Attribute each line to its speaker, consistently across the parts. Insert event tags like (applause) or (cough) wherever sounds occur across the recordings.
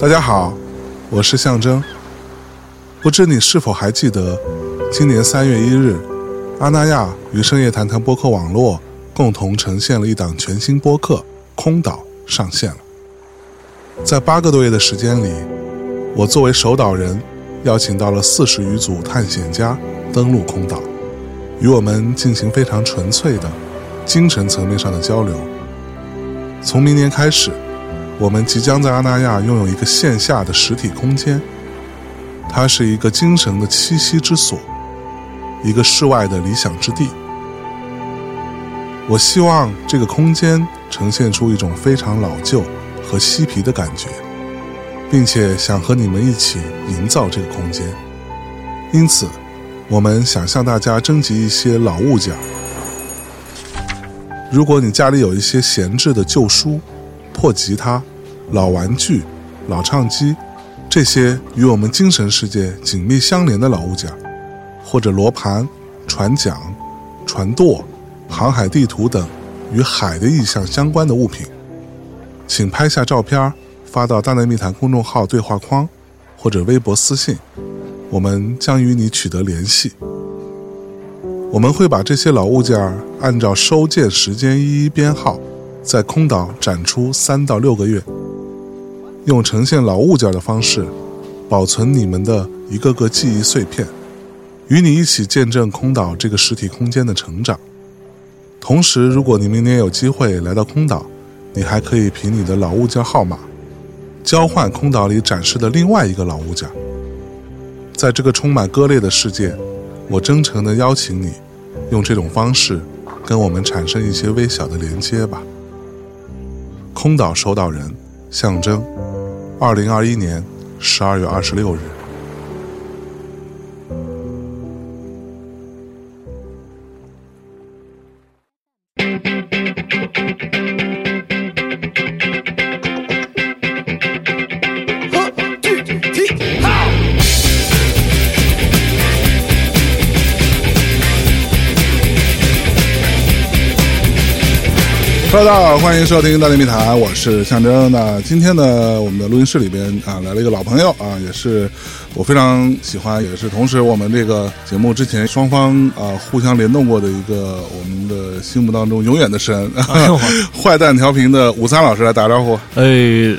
Speaker 1: 大家好，我是象征。不知你是否还记得，今年三月一日，阿那亚与深夜谈谈播客网络共同呈现了一档全新播客《空岛》上线了。在八个多月的时间里，我作为首导人，邀请到了四十余组探险家登陆空岛，与我们进行非常纯粹的精神层面上的交流。从明年开始，我们即将在阿那亚拥有一个线下的实体空间，它是一个精神的栖息之所，一个世外的理想之地。我希望这个空间呈现出一种非常老旧和嬉皮的感觉，并且想和你们一起营造这个空间。因此，我们想向大家征集一些老物件儿。如果你家里有一些闲置的旧书、破吉他、老玩具、老唱机，这些与我们精神世界紧密相连的老物件，或者罗盘、船桨、船舵、航海地图等与海的意象相关的物品，请拍下照片发到“大内密谈”公众号对话框或者微博私信，我们将与你取得联系。我们会把这些老物件儿按照收件时间一一编号，在空岛展出三到六个月，用呈现老物件儿的方式，保存你们的一个个记忆碎片，与你一起见证空岛这个实体空间的成长。同时，如果你明年有机会来到空岛，你还可以凭你的老物件号码，交换空岛里展示的另外一个老物件儿。在这个充满割裂的世界，我真诚地邀请你，用这种方式跟我们产生一些微小的连接吧。空岛守岛人象征，二零二一年十二月二十六日。
Speaker 2: 和具体好。
Speaker 1: Hello，大家好，欢迎收听《大内密谈》，我是象征。那今天呢，我们的录音室里边啊来了一个老朋友啊，也是我非常喜欢，也是同时我们这个节目之前双方啊互相联动过的一个我们的心目当中永远的神， (laughs) 坏蛋调频的武三老师来打招呼。
Speaker 3: 哎，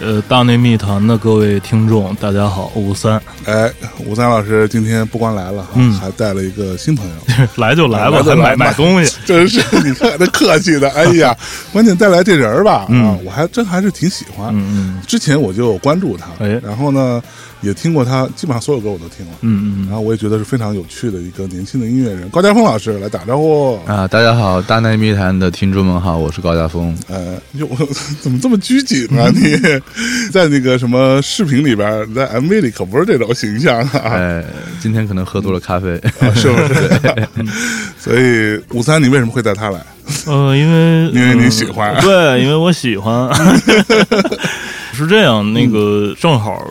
Speaker 3: 呃，大内密谈的各位听众，大家好，五三 (laughs)
Speaker 1: 哎，武三老师今天不光来了哈，
Speaker 3: 嗯
Speaker 1: 还带了一个新朋友，
Speaker 3: 来就来吧，
Speaker 1: 来就
Speaker 3: 还
Speaker 1: 哎来
Speaker 3: 买
Speaker 1: 吧
Speaker 3: 买
Speaker 1: (laughs)
Speaker 3: 东西，
Speaker 1: 真
Speaker 3: (laughs)
Speaker 1: 是你看他客气的，哎呀，关键带来这人儿吧，啊，我还真还是挺喜欢。
Speaker 3: 嗯
Speaker 1: 之前我就有关注他，
Speaker 3: 哎
Speaker 1: 然后呢，也听过他，基本上所有歌我都听了，
Speaker 3: 嗯嗯
Speaker 1: 然后我也觉得是非常有趣的一个年轻的音乐人，高家峰老师来打招呼。
Speaker 4: 啊，大家好，大内密谈的听众们好，我是高大峰。
Speaker 1: 呃，哟， (laughs) 怎么这么拘谨
Speaker 3: 嗯
Speaker 1: 啊？你 (laughs) 在那个什么视频里边儿，你在 MV 里可不是这种形象啊。
Speaker 4: 哎，今天可能喝多了咖啡，
Speaker 1: (laughs) 是不是？
Speaker 3: (laughs)
Speaker 1: (laughs) 所以五三，你为什么会带他来？
Speaker 3: 嗯，呃，因为
Speaker 1: 因为你
Speaker 3: 嗯
Speaker 1: 喜欢
Speaker 3: (laughs) 对，因为我喜欢， (laughs) 是这样，那
Speaker 1: 嗯
Speaker 3: 个正好。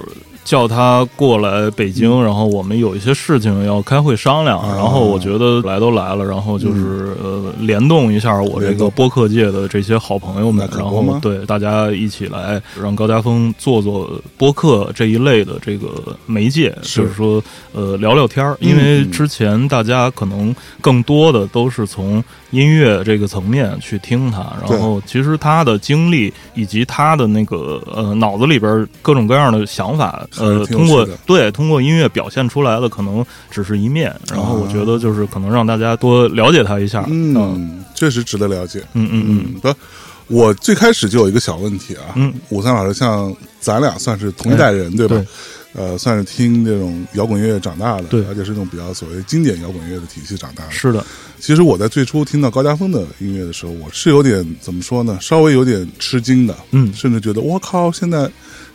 Speaker 3: 叫他过来北京，然后我们有一些事情要开会商量。
Speaker 1: 啊嗯
Speaker 3: 然后我觉得来都来了，然后就是呃联动一下我这
Speaker 1: 联动
Speaker 3: 个播客界的这些好朋友们
Speaker 1: 那，可
Speaker 3: 然
Speaker 1: 不吗
Speaker 3: 后对大家一起来让高家峰做做播客这一类的这个媒介，
Speaker 1: 是
Speaker 3: 就是说呃聊聊天儿，因为
Speaker 1: 嗯
Speaker 3: 之前大家可能更多的都是从音乐这个层面去听他，
Speaker 1: 对
Speaker 3: 然后其实他的经历以及他的那个呃脑子里边各种各样的想法，
Speaker 1: 还是
Speaker 3: 呃，
Speaker 1: 挺有
Speaker 3: 通
Speaker 1: 趣的
Speaker 3: 过对通过音乐表现出来的可能只是一面，然后我觉得就是可能让大家多了解他一下，嗯
Speaker 1: 嗯，确实值得了解。
Speaker 3: 嗯嗯嗯
Speaker 1: 嗯，不，我最开始就有一个小问题啊。
Speaker 3: 嗯，哎
Speaker 1: 五三老师，像咱俩算是同一代人，对吧
Speaker 3: 对？
Speaker 1: 呃，算是听这种摇滚乐长大的，
Speaker 3: 对
Speaker 1: 而且是那种比较所谓经典摇滚乐的体系长大的。
Speaker 3: 是的，
Speaker 1: 其实我在最初听到高家峰的音乐的时候，我是有点怎么说呢，稍微有点吃惊的，
Speaker 3: 嗯
Speaker 1: 甚至觉得我靠，现在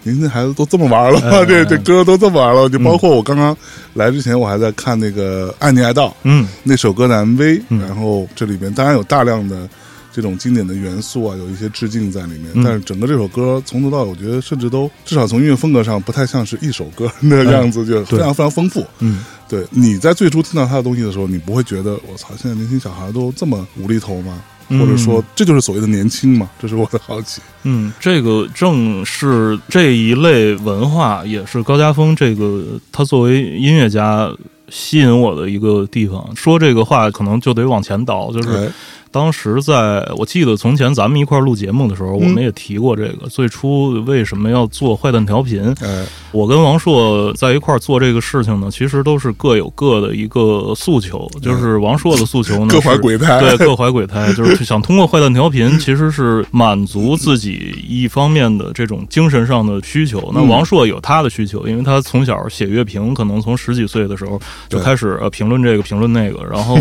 Speaker 1: 年轻孩子都这么玩了
Speaker 3: 哎
Speaker 1: 吗， (laughs) 这这歌都这么玩了，就
Speaker 3: 嗯
Speaker 1: 包括我刚刚来之前，我还在看那个《爱你爱到》
Speaker 3: 嗯
Speaker 1: 那首歌的 MV，、
Speaker 3: 嗯
Speaker 1: 然后这里面当然有大量的这种经典的元素啊，有一些致敬在里面，
Speaker 3: 嗯
Speaker 1: 但是整个这首歌从头到尾，我觉得甚至都至少从音乐风格上不太像是一首歌 (laughs) 的样子，就非常非常丰富。
Speaker 3: 嗯。
Speaker 1: 对，你在最初听到他的东西的时候，你不会觉得我操，现在年轻小孩都这么无厘头吗？或者说这就是所谓的年轻 (laughs) 嘛，这是我的好奇。
Speaker 3: 嗯，这个正是这一类文化，也是高家峰这个他作为音乐家吸引我的一个地方。说这个话可能就得往前倒，就是
Speaker 1: 哎，
Speaker 3: 当时在我记得从前咱们一块儿录节目的时候，我们也提过这个。最初为什么要做坏蛋调频？
Speaker 1: 哎，
Speaker 3: 我跟王朔在一块儿做这个事情呢，其实都是各有各的一个诉求。就是王朔的诉求呢，
Speaker 1: 嗯 (laughs) 各怀
Speaker 3: 是
Speaker 1: 鬼胎
Speaker 3: 对，各怀鬼胎，就是想通过坏蛋调频，其实是满足自己一方面的这种精神上的需求。
Speaker 1: 嗯
Speaker 3: 那王朔有他的需求，因为他从小写乐评，可能从十几岁的时候就
Speaker 1: 对
Speaker 3: 开始呃评论这个评论那个，然
Speaker 1: (laughs)
Speaker 3: 后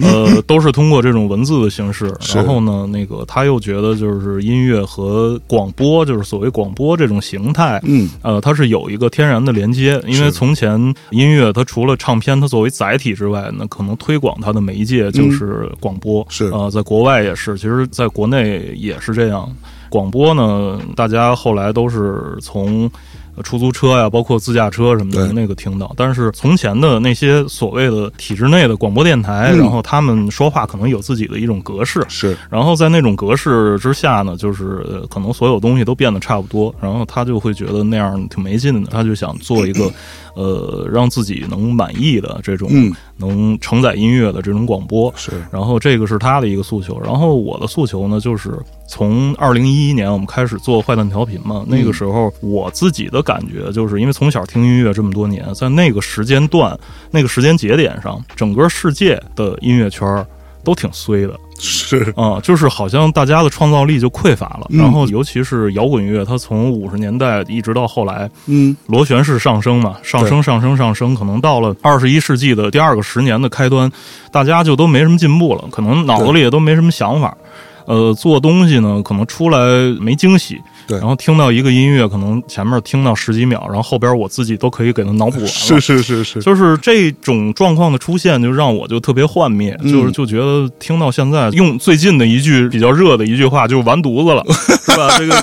Speaker 3: 呃都是通过这种文字的形式。
Speaker 1: 是
Speaker 3: 然后呢，那个他又觉得就是音乐和广播，就是所谓广播这种形态，
Speaker 1: 嗯，
Speaker 3: 呃，它是有一个天然的连接，因为
Speaker 1: 是
Speaker 3: 从前音乐它除了唱片它作为载体之外，那可能推广它的媒介就是广播，
Speaker 1: 嗯是
Speaker 3: 呃，在国外也是，其实在国内也是这样。广播呢，大家后来都是从呃出租车呀，包括自驾车什么的
Speaker 1: 对
Speaker 3: 那个听到，但是从前的那些所谓的体制内的广播电台，
Speaker 1: 嗯
Speaker 3: 然后他们说话可能有自己的一种格式，
Speaker 1: 是
Speaker 3: 然后在那种格式之下呢，就是呃可能所有东西都变得差不多，然后他就会觉得那样挺没劲的，他就想做一个
Speaker 1: (clears throat)
Speaker 3: 呃让自己能满意的这种、
Speaker 1: 嗯
Speaker 3: 能承载音乐的这种广播。
Speaker 1: 是，
Speaker 3: 然后这个是他的一个诉求，然后我的诉求呢，就是从二零一一年我们开始做坏蛋调频嘛，那
Speaker 1: 嗯
Speaker 3: 个时候我自己的感觉就是因为从小听音乐这么多年，在那个时间段、那个时间节点上，整个世界的音乐圈儿都挺衰的，
Speaker 1: 是
Speaker 3: 啊、就是好像大家的创造力就匮乏了。
Speaker 1: 嗯
Speaker 3: 然后，尤其是摇滚乐，它从五十年代一直到后来，
Speaker 1: 嗯
Speaker 3: 螺旋式上升嘛，上升上升上升，可能到了二十一世纪的第二个十年的开端，大家就都没什么进步了，可能脑子里也都没什么想法。呃，做东西呢，可能出来没惊喜，
Speaker 1: 对
Speaker 3: 然后听到一个音乐，可能前面听到十几秒，然后后边我自己都可以给它脑补完了。
Speaker 1: 是是是是，
Speaker 3: 就是这种状况的出现，就让我就特别幻灭，
Speaker 1: 嗯
Speaker 3: 就是就觉得听到现在，用最近的一句比较热的一句话，就是完
Speaker 1: (laughs)
Speaker 3: 犊子了，是吧？这个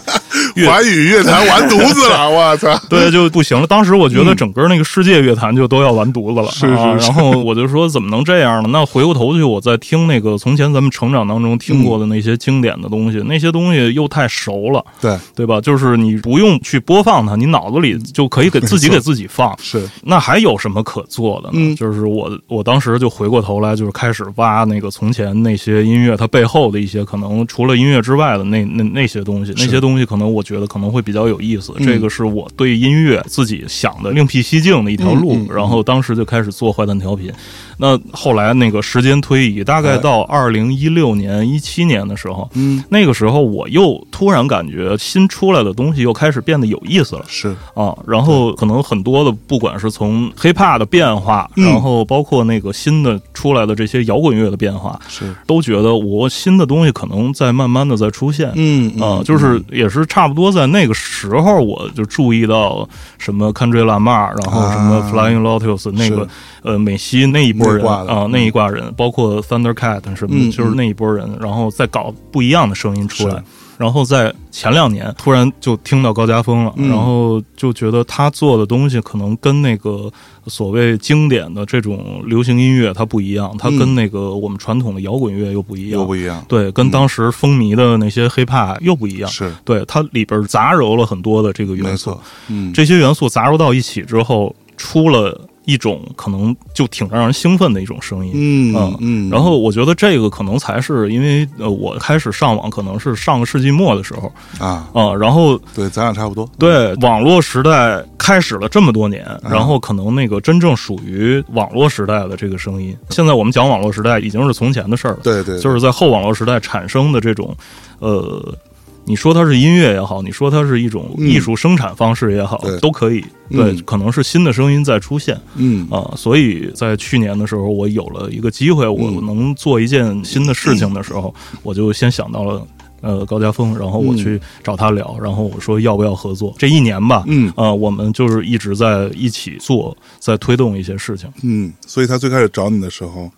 Speaker 3: 乐
Speaker 1: (laughs) 华语乐坛完犊子 (laughs) 了，我操！
Speaker 3: 对就不行了。当时我觉得整个那个世界乐坛就都要完犊子了，
Speaker 1: 嗯是是
Speaker 3: 啊
Speaker 1: 是
Speaker 3: 然后我就说怎么能这样呢？那回过头去，我在听那个从前咱们成长当中听过的那些经典的东西，那些东西又太熟了，
Speaker 1: 对，
Speaker 3: 对吧？就是你不用去播放它，你脑子里就可以给
Speaker 1: (laughs)
Speaker 3: 自己给自己放。
Speaker 1: 是
Speaker 3: 那还有什么可做的呢？
Speaker 1: 嗯
Speaker 3: 就是我我当时就回过头来，就是开始挖那个从前那些音乐它背后的一些可能除了音乐之外的那那那些东西，那些东西可能我觉得可能会比较有意思。
Speaker 1: 嗯
Speaker 3: 这个是我对音乐自己想的另辟蹊径的一条路。
Speaker 1: 嗯嗯嗯
Speaker 3: 然后当时就开始做坏蛋调频。那后来那个时间推移，大概到二零一六年、一七年的时候，
Speaker 1: 嗯
Speaker 3: 那个时候我又突然感觉新出来的东西又开始变得有意思了。
Speaker 1: 是，
Speaker 3: 啊，然后可能很多的，不管是从 hiphop 的变化，
Speaker 1: 嗯
Speaker 3: 然后包括那个新的出来的这些摇滚乐的变化，
Speaker 1: 是
Speaker 3: 都觉得我新的东西可能在慢慢的在出现。
Speaker 1: 嗯
Speaker 3: 啊，就是也是差不多在那个时候，我就注意到什么 Country Lamar，然后什么
Speaker 1: 啊
Speaker 3: Flying Lotus 那个
Speaker 1: 是
Speaker 3: 呃美西那一波
Speaker 1: 那
Speaker 3: 人
Speaker 1: 一挂的
Speaker 3: 啊那一挂人，包括 Thundercat 什么
Speaker 1: 嗯
Speaker 3: 的，就是那一波人，然后再搞不一样的声音出
Speaker 1: 是
Speaker 3: 来。然后在前两年，突然就听到高家峰了，
Speaker 1: 嗯
Speaker 3: 然后就觉得他做的东西可能跟那个所谓经典的这种流行音乐它不一样，它跟
Speaker 1: 嗯
Speaker 3: 那个我们传统的摇滚乐又不一样，
Speaker 1: 又不一样，
Speaker 3: 对，跟当时风靡的那些 hiphop 又不一样。
Speaker 1: 是
Speaker 3: 对，它里边杂糅了很多的这个
Speaker 1: 没
Speaker 3: 元素
Speaker 1: 错，，嗯，
Speaker 3: 这些元素杂糅到一起之后，出了一种可能就挺让人兴奋的一种声音。
Speaker 1: 嗯
Speaker 3: 嗯
Speaker 1: 嗯，
Speaker 3: 然后我觉得这个可能才是因为呃，我开始上网可能是上个世纪末的时候
Speaker 1: 啊，
Speaker 3: 啊、然后
Speaker 1: 对，咱俩差不多，
Speaker 3: 对网络时代开始了这么多年，
Speaker 1: 啊
Speaker 3: 然后可能那个真正属于网络时代的这个声音，现在我们讲网络时代已经是从前的事儿了。
Speaker 1: 对对，
Speaker 3: 就是在后网络时代产生的这种，呃，你说它是音乐也好，你说它是一种
Speaker 1: 嗯
Speaker 3: 艺术生产方式也好，
Speaker 1: 对
Speaker 3: 都可以。
Speaker 1: 嗯
Speaker 3: 对，可能是新的声音在出现
Speaker 1: 嗯
Speaker 3: 啊、所以在去年的时候，我有了一个机会，我
Speaker 1: 嗯
Speaker 3: 能做一件新的事情的时候，我就先想到了。呃，高家峰，然后我
Speaker 1: 嗯
Speaker 3: 去找他聊，然后我说要不要合作？这一年吧，
Speaker 1: 嗯
Speaker 3: 呃，我们就是一直在一起做，在推动一些事情。
Speaker 1: 嗯，所以他最开始找你的时候，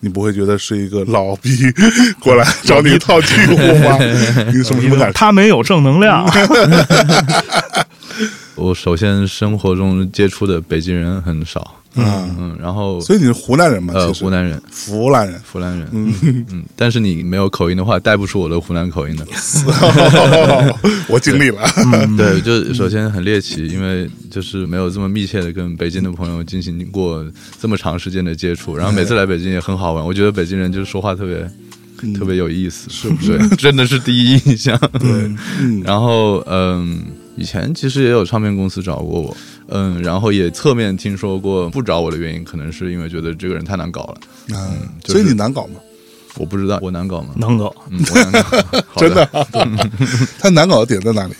Speaker 1: 你不会觉得是一个老逼 (laughs) 过来找你套近 (laughs) 乎吗？你什么什么感受？
Speaker 3: 他没有正能量，
Speaker 4: (laughs) 我首先生活中接触的北京人很少，嗯嗯，然后
Speaker 1: 所以你是湖南人嘛？
Speaker 4: 呃
Speaker 1: 其实
Speaker 4: 湖南人，，
Speaker 1: 湖南人
Speaker 4: 湖南人，嗯嗯，但是你没有口音的话，带不出我的湖南口音的。
Speaker 1: 我尽力了。嗯
Speaker 4: 对，就首先很猎奇，因为就是没有这么密切的跟北京的朋友进行过这么长时间的接触，然后每次来北京也很好玩，我觉得北京人就是说话特别。特别有意思，嗯是不是？真的是第一印象。对，然后嗯，以前其实也有唱片公司找过我，嗯，然后也侧面听说过不找我的原因，可能是因为觉得这个人太难搞了。
Speaker 1: 嗯，
Speaker 4: 就
Speaker 1: 所
Speaker 4: 是
Speaker 1: 以你难搞吗？
Speaker 4: 我不知道我难搞吗？
Speaker 3: 能搞。
Speaker 4: 嗯，我难 (laughs) 搞，好
Speaker 1: 真的，，他难搞的 (laughs) 点在哪里？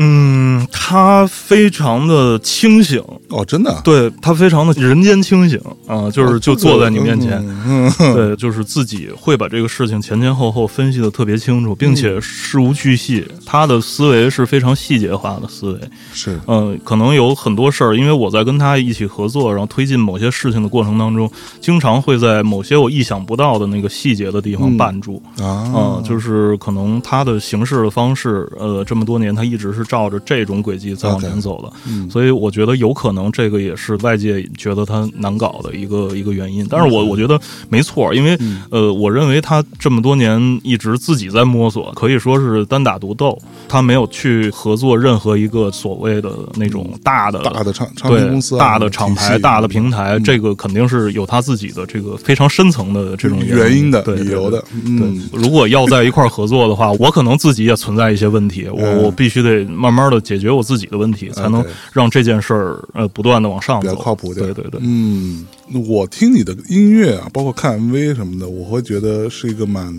Speaker 3: 嗯，他非常的清醒，
Speaker 1: 哦，真的啊，
Speaker 3: 对他非常的人间清醒啊、就是就坐在你面前，
Speaker 1: 哦嗯，
Speaker 3: 对，就是自己会把这个事情前前后后分析的特别清楚，并且事无巨细。他的思维是非常细节化的思维，
Speaker 1: 是，
Speaker 3: 嗯、可能有很多事儿，因为我在跟他一起合作，然后推进某些事情的过程当中，经常会在某些我意想不到的那个细节的地方绊住。
Speaker 1: 啊
Speaker 3: 嗯，，就是可能他的行事的方式，呃，这么多年他一直是照着这种轨迹在往前
Speaker 1: 啊
Speaker 3: 走的，
Speaker 1: 嗯
Speaker 3: 所以我觉得有可能这个也是外界觉得他难搞的一个一个原
Speaker 1: 嗯
Speaker 3: 因。但是我我觉得没错，因为、呃，我认为他这么多年一直自己在摸索，可以说是单打独斗，他没有去合作任何一个所谓的那种大的
Speaker 1: 嗯大的唱唱
Speaker 3: 对
Speaker 1: 片公司啊，嗯
Speaker 3: 大的厂
Speaker 1: 体
Speaker 3: 牌、
Speaker 1: 系
Speaker 3: 大的平台，这个肯定是有他自己的这个非常深层的这种
Speaker 1: 嗯原因的
Speaker 3: 对
Speaker 1: 理由的
Speaker 3: 对对
Speaker 1: 嗯
Speaker 3: 如果要在一块儿合作的话，我可能自己也存在一些问题，我
Speaker 1: 嗯
Speaker 3: 我必须得慢慢的解决我自己的问题，才能
Speaker 1: 对
Speaker 3: 让这件事儿呃不断的往上
Speaker 1: 比较
Speaker 3: 走，
Speaker 1: 靠谱点
Speaker 3: 对对对，
Speaker 1: 嗯，我听你的音乐啊，包括看 MV 什么的，我会觉得是一个蛮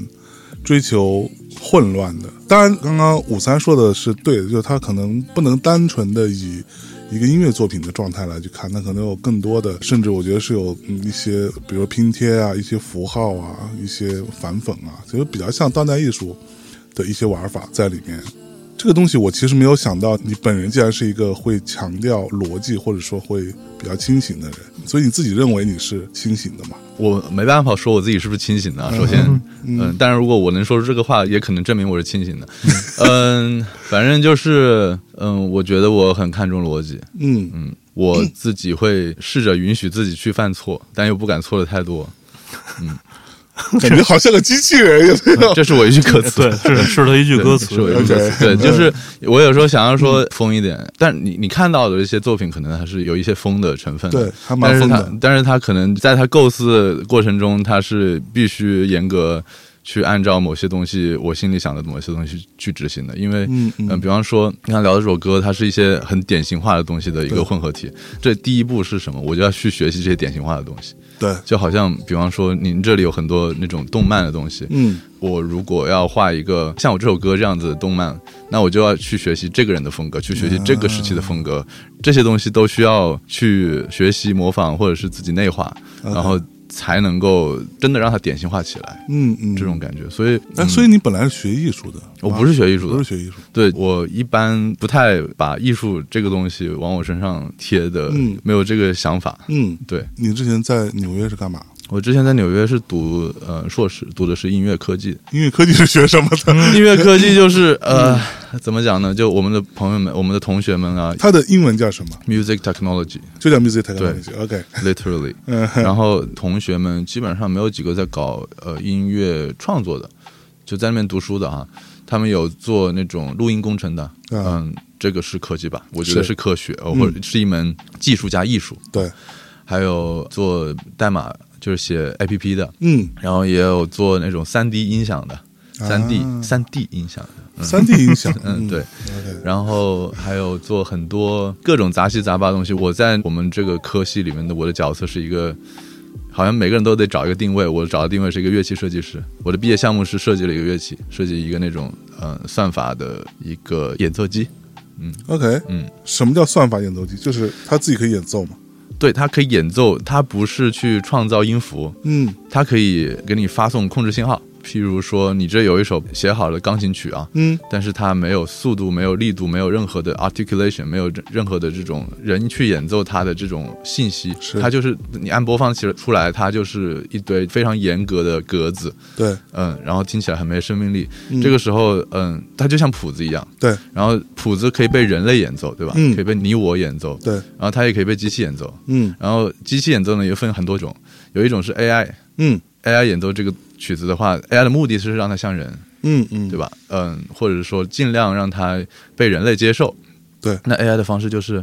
Speaker 1: 追求混乱的。当然，刚刚五三说的是对的，就是他可能不能单纯的以一个音乐作品的状态来去看，他可能有更多的，甚至我觉得是有嗯一些，比如拼贴啊、一些符号啊、一些反讽啊，其实比较像当代艺术的一些玩法在里面。这个东西我其实没有想到，你本人竟然是一个会强调逻辑或者说会比较清醒的人，所以你自己认为你是清醒的嘛？
Speaker 4: 我没办法说我自己是不是清醒的啊。首先，嗯、但是如果我能说出这个话，也可能证明我是清 (laughs) 醒的。嗯，反正就是，嗯，我觉得我很看重逻辑，
Speaker 1: 嗯， (laughs)
Speaker 4: 嗯，我自己会试着允许自己去犯错，但又不敢错的太多， (laughs)
Speaker 1: 感觉好像个机器人有
Speaker 4: (laughs)
Speaker 1: 没有？
Speaker 4: 这是我一句歌词。
Speaker 3: 对，是是他一句
Speaker 4: 对
Speaker 3: 歌
Speaker 4: 是我一
Speaker 3: 词
Speaker 1: OK
Speaker 4: 句。歌词
Speaker 1: 嗯
Speaker 4: 对，就是我有时候想要说疯一点，但你你看到的一些作品，可能还是有一些疯的成分的，
Speaker 1: 对还蛮疯的
Speaker 4: 但是他但是他可能在他构思的过程中，他是必须严格去按照某些东西，我心里想的某些东西去执行的，因为
Speaker 1: 嗯嗯
Speaker 4: 呃比方说你看聊的这首歌，它是一些很典型化的东西的一个混合体，这第一步是什么？我就要去学习这些典型化的东西。
Speaker 1: 对，
Speaker 4: 就好像比方说，您这里有很多那种动漫的东西，
Speaker 1: 嗯，
Speaker 4: 我如果要画一个像我这首歌这样子的动漫，那我就要去学习这个人的风格，去学习这个时期的风
Speaker 1: 啊
Speaker 4: 格，这些东西都需要去学习、模仿或者是自己内化，然后才能够真的让它典型化起来，
Speaker 1: 嗯嗯，
Speaker 4: 这种感觉。所以，嗯
Speaker 1: 哎，所以你本来是学艺术的，啊
Speaker 4: 我不是学艺术的，
Speaker 1: 不是学艺术，
Speaker 4: 对我一般不太把艺术这个东西往我身上贴的，
Speaker 1: 嗯
Speaker 4: 没有这个想法。
Speaker 1: 嗯，
Speaker 4: 对
Speaker 1: 你之前在纽约是干嘛？
Speaker 4: 我之前在纽约是读呃硕士，读的是音乐
Speaker 1: (laughs)
Speaker 4: 科技，
Speaker 1: 音乐科技是学什么的？
Speaker 4: 音乐科技就是呃，
Speaker 1: 嗯
Speaker 4: 怎么讲呢？就我们的朋友们、我们的同学
Speaker 1: (laughs)
Speaker 4: 们啊
Speaker 1: (laughs) 它的英文叫什么？
Speaker 4: ，music technology
Speaker 1: 就叫 music technology。OK，(laughs)
Speaker 4: (laughs)
Speaker 1: 嗯
Speaker 4: literally，然后同学们基本上没有几个在搞呃音乐创作的，就在那边读书的啊。他们有做那种录音工程的，
Speaker 1: 啊
Speaker 4: 嗯，这个是科技吧？我觉得
Speaker 1: 是嗯
Speaker 4: 是科学，呃或者是一门技术加艺术。
Speaker 1: 对，
Speaker 4: 还有做代码，就是写 APP 的，
Speaker 1: 嗯，
Speaker 4: 然后也有做那种三 D 音响的，三 D
Speaker 1: 啊
Speaker 4: 三 D 音响的，
Speaker 1: 三 D 影响，
Speaker 4: (laughs) 嗯，对。
Speaker 1: ，OK，
Speaker 4: 然后还有做很多各种杂七杂八的东西。我在我们这个科系里面的我的角色是一个，好像每个人都得找一个定位。我找的定位是一个乐器设计师，我的毕业项目是设计了一个乐器，设计一个那种呃算法的一个演奏机。
Speaker 1: OK，
Speaker 4: 嗯，
Speaker 1: 什么叫算法演奏机？就是他自己可以演奏嘛。
Speaker 4: 对，它可以演奏，它不是去创造音符，
Speaker 1: 嗯
Speaker 4: 它可以给你发送控制信号。譬如说，你这有一首写好的钢琴曲啊，
Speaker 1: 嗯，
Speaker 4: 但是它没有速度，没有力度，没有任何的 articulation，没有任任何的这种人去演奏它的这种信息，
Speaker 1: 是
Speaker 4: 它就是你按播放器出来，它就是一堆非常严格的格子，
Speaker 1: 对
Speaker 4: 嗯，然后听起来很没生命力。这个时候，嗯，它就像谱子一样，
Speaker 1: 对
Speaker 4: 然后谱子可以被人类演奏，对吧？
Speaker 1: 嗯
Speaker 4: 可以被你我演奏，
Speaker 1: 对
Speaker 4: 然后它也可以被机器演奏，
Speaker 1: 嗯
Speaker 4: 然后机器演奏呢也分很多种，有一种是 AI，AI
Speaker 1: 嗯
Speaker 4: 演奏这个曲子的话，AI 的目的是让它像人，
Speaker 1: 嗯嗯，
Speaker 4: 对吧？嗯，或者说尽量让它被人类接受。
Speaker 1: 对
Speaker 4: 那 AI 的方式就是，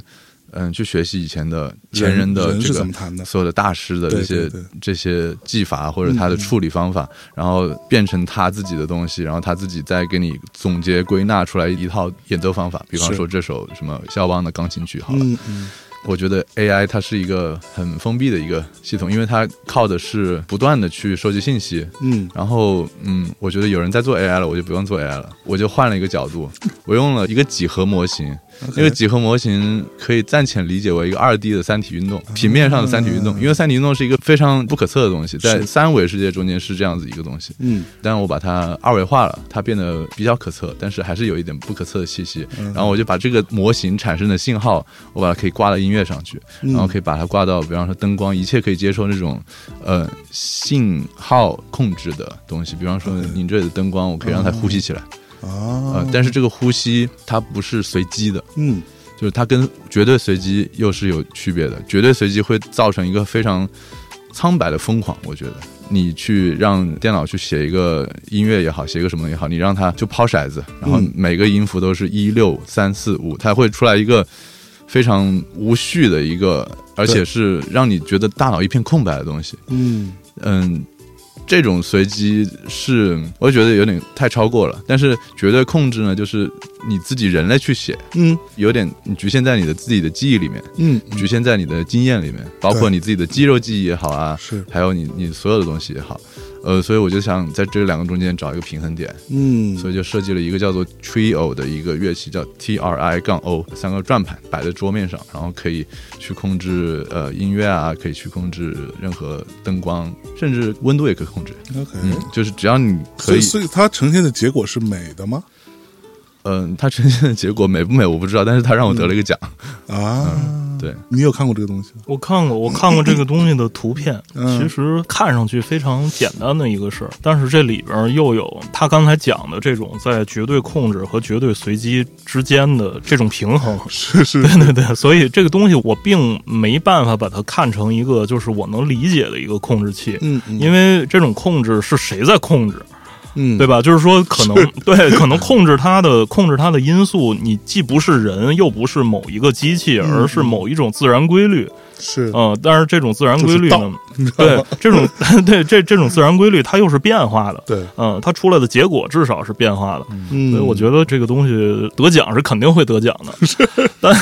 Speaker 4: 嗯，去学习以前的前人的
Speaker 1: 人是
Speaker 4: 这个
Speaker 1: 怎么弹的
Speaker 4: 所有的大师的这些
Speaker 1: 对对嗯对
Speaker 4: 这些技法或者他的处理方法，然后变成他自己的东西，然后他自己再给你总结归纳出来一套演奏方法。比方
Speaker 1: 是
Speaker 4: 说这首什么肖邦的钢琴曲，好了，
Speaker 1: 嗯嗯
Speaker 4: 我觉得 AI 它是一个很封闭的一个系统，因为它靠的是不断的去收集信息。
Speaker 1: 嗯
Speaker 4: 然后，嗯，我觉得有人在做 AI 了，我就不用做 AI 了，我就换了一个角度，我用了一个几何模型。那个几何模型可以暂且理解为一个二 D 的三体运动，平面上的三体运动，因为三体运动是一个非常不可测的东西，
Speaker 1: 啊
Speaker 4: 在
Speaker 1: 是
Speaker 4: 三维世界中间是这样子一个东西。
Speaker 1: 嗯，
Speaker 4: 但我把它二维化了，它变得比较可测，但是还是有一点不可测的气息。然后我就把这个模型产生的信号，我把它可以挂到音乐上去，然后可以把它挂到，比方说灯光，一切可以接受那种呃信号控制的东西。比方说你这里的灯光，我可以让它呼吸起来，
Speaker 1: 啊
Speaker 4: 呃，但是这个呼吸它不是随机的，
Speaker 1: 嗯
Speaker 4: 就是它跟绝对随机又是有区别的。绝对随机会造成一个非常苍白的疯狂，我觉得。你去让电脑去写一个音乐也好，写一个什么也好，你让它就抛骰子，然后
Speaker 1: 嗯
Speaker 4: 每个音符都是一六三四五，它会出来一个非常无序的一个，而且是让你觉得大脑一片空白的东西。
Speaker 1: 嗯
Speaker 4: 嗯，这种随机是我觉得有点太超过了，但是绝对控制呢，就是你自己人类去写，
Speaker 1: 嗯
Speaker 4: 有点局限在你的自己的记忆里面，
Speaker 1: 嗯
Speaker 4: 局限在你的经验里面，包括你自己的肌肉记忆也好啊，
Speaker 1: 是
Speaker 4: 还有你你所有的东西也好，呃，所以我就想在这两个中间找一个平衡点，
Speaker 1: 嗯
Speaker 4: 所以就设计了一个叫做 Trio 的一个乐器，叫 T R I 杠 O，三个转盘摆在桌面上，然后可以去控制呃音乐啊，可以去控制任何灯光，甚至温度也可以控制，
Speaker 1: OK，
Speaker 4: 嗯，就是只要你
Speaker 1: 所
Speaker 4: 可
Speaker 1: 以
Speaker 4: 以，
Speaker 1: 所以它呈现的结果是美的吗？
Speaker 4: 嗯、它呈现的结果美不美我不知道，但是它让我得了一个奖，
Speaker 3: 嗯
Speaker 1: 啊，
Speaker 4: 对。
Speaker 1: 你有看过这个东西吗？ (laughs)
Speaker 3: 我看过，我看过这个东西的图片，
Speaker 1: 嗯
Speaker 3: 其实看上去非常简单的一个事儿，但是这里边又有他刚才讲的这种在绝对控制和绝对随机之间的这种
Speaker 1: (laughs)
Speaker 3: 平衡。
Speaker 1: 是是
Speaker 3: 对对对， (laughs) 所以这个东西我并没办法把它看成一个就是我能理解的一个控制器，
Speaker 1: 嗯嗯
Speaker 3: 因为这种控制是谁在控制，
Speaker 1: 嗯
Speaker 3: 对吧？就是说，可能 (laughs) 对，可能控制它的控制它的因素，你既不是人，又不是某一个机器，而是某一种自然规律。
Speaker 1: 是
Speaker 3: 嗯、但是这种自然规律 (laughs) 呢，
Speaker 1: 道
Speaker 3: 对这种对这这种自然规律，它又是变化的。
Speaker 1: 对
Speaker 3: 嗯、它出来的结果至少是变化的。
Speaker 1: 嗯
Speaker 3: 所以我觉得这个东西得奖是肯定会得奖的， (laughs) 但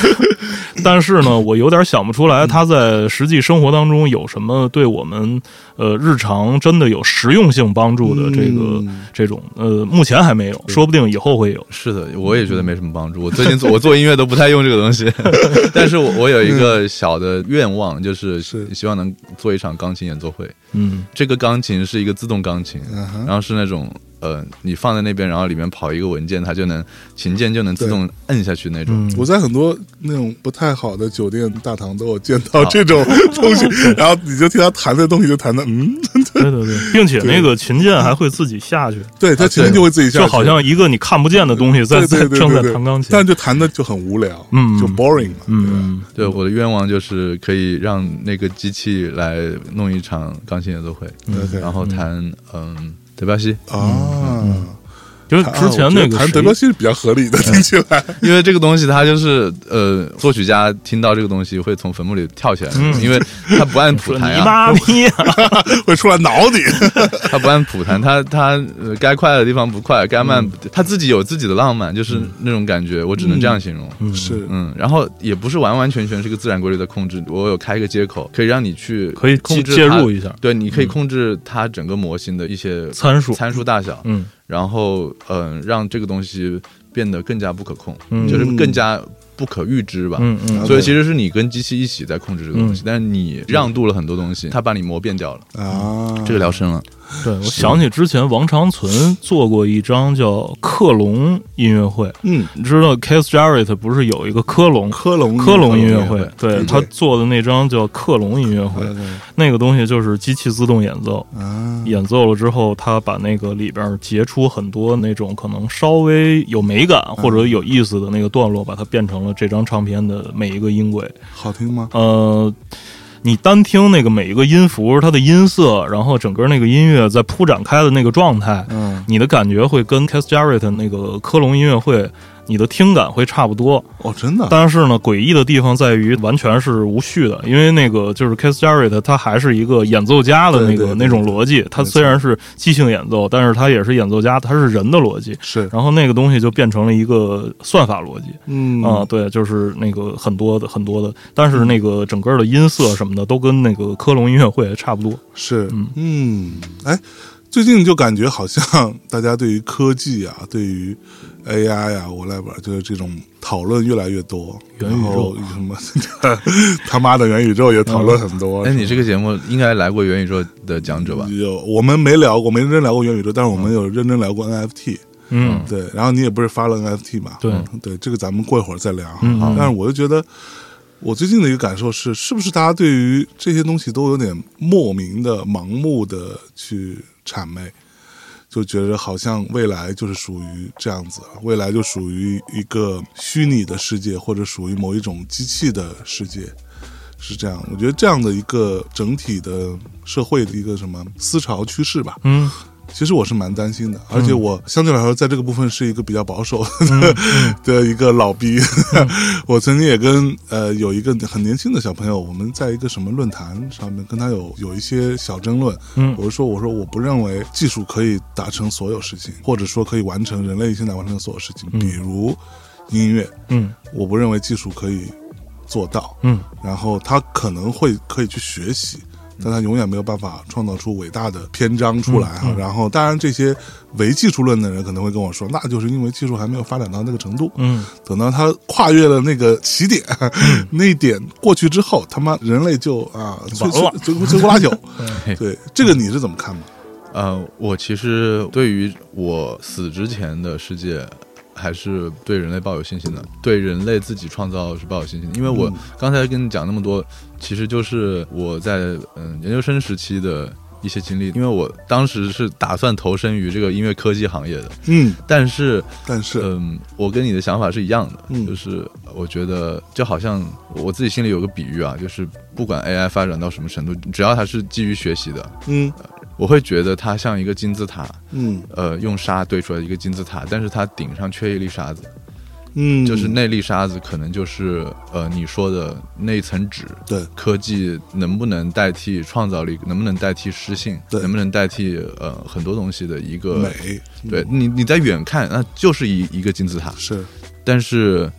Speaker 3: 但是呢，我有点想不出来它在实际生活当中有什么对我们呃日常真的有实用性帮助的这个、
Speaker 1: 嗯
Speaker 3: 这种呃，目前还没有，说不定以后会有。
Speaker 4: 是的，我也觉得没什么帮助。我最近做 (laughs) 我做音乐都不太用这个东西， (laughs) 但是我我有一个小的愿望，就是
Speaker 1: 是
Speaker 4: 希望能做一场钢琴演奏会。
Speaker 3: 嗯
Speaker 4: 这个钢琴是一个自动钢琴，
Speaker 1: 嗯哼
Speaker 4: 然后是那种呃，你放在那边，然后里面跑一个文件，它就能琴键就能自动摁下去那种。
Speaker 1: 我在很多那种不太好的酒店大堂都有见到
Speaker 3: 哦
Speaker 1: 这种
Speaker 3: (laughs)
Speaker 1: 东西，然后你就听他弹的东西就弹的，嗯，
Speaker 3: 对对对，并且那个琴键还会自己下去，
Speaker 1: 对他琴键就会自己下去，
Speaker 3: 啊就好像一个你看不见的东西在
Speaker 1: 对对
Speaker 3: 在
Speaker 1: 对
Speaker 3: 正在
Speaker 1: 对对
Speaker 3: 弹钢琴。
Speaker 1: 但就弹的就很无聊，
Speaker 3: 嗯
Speaker 1: 就 boring 嘛，
Speaker 3: 嗯，
Speaker 4: 对，我的愿望就是可以让那个机器来弄一场钢琴演奏会，
Speaker 1: OK
Speaker 4: 然后弹嗯德彪西，
Speaker 1: 啊。
Speaker 3: 就是
Speaker 1: 弹
Speaker 3: 嗯之前那个
Speaker 1: 我觉得弹
Speaker 3: 谁嗯
Speaker 1: 德彪西是比较合理的，听起来
Speaker 3: (laughs)
Speaker 4: 因为这个东西，它就是呃，作曲家听到这个东西会从坟墓里跳起来，因为他不按谱
Speaker 3: 说
Speaker 4: 弹
Speaker 3: 嗯 (laughs) 你
Speaker 4: 呀，
Speaker 3: 妈逼啊，
Speaker 1: (laughs) 会出来挠你。
Speaker 4: 他不按谱弹，他他呃该快的地方不快，该慢
Speaker 3: 嗯
Speaker 4: 他自己有自己的浪漫，就是那种感觉，我只能这样形容。
Speaker 1: 是，
Speaker 4: 嗯，然后也不是完完全全是个自然规律的控制，我有开一个接口，可以让你去
Speaker 3: 可以
Speaker 4: 控制
Speaker 3: 介
Speaker 4: 它
Speaker 3: 介入一下
Speaker 4: 对，你可以控制它整个模型的一些
Speaker 3: 参数
Speaker 4: 参数大小，
Speaker 3: 嗯，
Speaker 4: 然后嗯、呃让这个东西变得更加不可控，就是更加不可预知吧，
Speaker 3: 嗯嗯
Speaker 4: 所以其实是你跟机器一起在控制这个东西，但是你让渡了很多东西，它把你磨变掉了，
Speaker 1: 啊，
Speaker 4: 这个聊深了，
Speaker 3: 对，我想起之前王长存做过一张叫《克隆音乐会》，
Speaker 1: 嗯，
Speaker 3: 你知道 Keith Jarrett 不是有一个科隆
Speaker 1: 科隆
Speaker 3: 科隆音乐
Speaker 1: 会，
Speaker 3: 会，对
Speaker 1: 对
Speaker 3: 他做的那张叫《克隆音乐会
Speaker 1: 对》，对
Speaker 3: 那个东西就是机器自动演奏，
Speaker 1: 啊，
Speaker 3: 演奏了之后，他把那个里边截出很多那种可能稍微有美感或者有意思的那个段落，把它变成了这张唱片的每一个音轨。
Speaker 1: 好听吗？
Speaker 3: 呃，你单听那个每一个音符，它的音色，然后整个那个音乐在铺展开的那个状态，
Speaker 1: 嗯
Speaker 3: 你的感觉会跟 Kes Jarrett 那个科隆音乐会，你的听感会差不多。
Speaker 1: 哦，真的，
Speaker 3: 但是呢，诡异的地方在于完全是无序的，因为那个就是 Kes Jarrett 他还是一个演奏家的那
Speaker 1: 对
Speaker 3: 个
Speaker 1: 对对
Speaker 3: 那种逻辑，他
Speaker 1: 没错
Speaker 3: 虽然是即兴演奏，但是他也是演奏家，他是人的逻辑。
Speaker 1: 是，
Speaker 3: 然后那个东西就变成了一个算法逻辑，
Speaker 1: 嗯
Speaker 3: 啊、对，就是那个很多的很多的，但是那个整个的音色什么的都跟那个科隆音乐会差不多。
Speaker 1: 是，嗯，哎，最近就感觉好像 (laughs) 大家对于科技啊，对于 AI 呀、啊、，whatever，就是这种讨论越来越多。
Speaker 3: 元宇宙
Speaker 1: 然后什么 (laughs) 他妈的元宇宙也讨论很多。
Speaker 3: 嗯
Speaker 4: 哎，你这个节目应该来过元宇宙的讲者吧？
Speaker 1: 有我们没聊过，没认真聊过元宇宙，但是我们有认真聊过 NFT。
Speaker 3: 嗯，
Speaker 1: 对，然后你也不是发了 NFT 嘛？
Speaker 3: 对
Speaker 1: 嗯对，这个咱们过一会儿再聊。
Speaker 3: 嗯
Speaker 1: 好但是我就觉得，我最近的一个感受是，是不是大家对于这些东西都有点莫名的、盲目的去谄媚，就觉得好像未来就是属于这样子了，未来就属于一个虚拟的世界，或者属于某一种机器的世界。是这样，我觉得这样的一个整体的社会的一个什么思潮趋势吧，
Speaker 3: 嗯，
Speaker 1: 其实我是蛮担心的，而且我相对来说在这个部分是一个比较保守的、
Speaker 3: 嗯
Speaker 1: (laughs) 的一个老逼。 (laughs) 我曾经也跟呃有一个很年轻的小朋友，我们在一个什么论坛上面跟他有有一些小争论。
Speaker 3: 嗯
Speaker 1: 我就说我说我不认为技术可以达成所有事情，或者说可以完成人类现在完成的所有事情，比如音乐，
Speaker 3: 嗯
Speaker 1: 我不认为技术可以做到。
Speaker 3: 嗯
Speaker 1: 然后他可能会可以去学习，但他永远没有办法创造出伟大的篇章出来哈、然后，当然这些唯技术论的人可能会跟我说，那就是因为技术还没有发展到那个程度。
Speaker 3: 嗯，
Speaker 1: 等到他跨越了那个起点， (laughs) 那一点过去之后，他妈人类就啊，摧
Speaker 3: 完了
Speaker 1: 摧摧摧枯拉朽。对，这个你是怎么看的？
Speaker 4: 呃，我其实对于我死之前的世界，还是对人类抱有信心的，对人类自己创造是抱有信心的。因为我刚才跟你讲那么多，其实就是我在嗯研究生时期的一些经历，因为我当时是打算投身于这个音乐科技行业的，
Speaker 1: 嗯，
Speaker 4: 但是
Speaker 1: 但是
Speaker 4: 嗯，我跟你的想法是一样的，
Speaker 1: 嗯
Speaker 4: 就是我觉得就好像我自己心里有个比喻啊，就是不管 AI 发展到什么程度，只要它是基于学习的，
Speaker 1: 嗯
Speaker 4: 我会觉得它像一个金字塔，
Speaker 1: 嗯
Speaker 4: 呃，用沙堆出来的一个金字塔，但是它顶上缺一粒沙子，
Speaker 1: 嗯，
Speaker 4: 就是那粒沙子可能就是呃你说的那层纸。
Speaker 1: 对
Speaker 4: 科技能不能代替创造力？能不能代替诗性？
Speaker 1: 对
Speaker 4: 能不能代替呃很多东西的一个？
Speaker 1: 美
Speaker 4: 对你，你在远看，那就是一一个金字塔。
Speaker 1: 是
Speaker 4: 但是，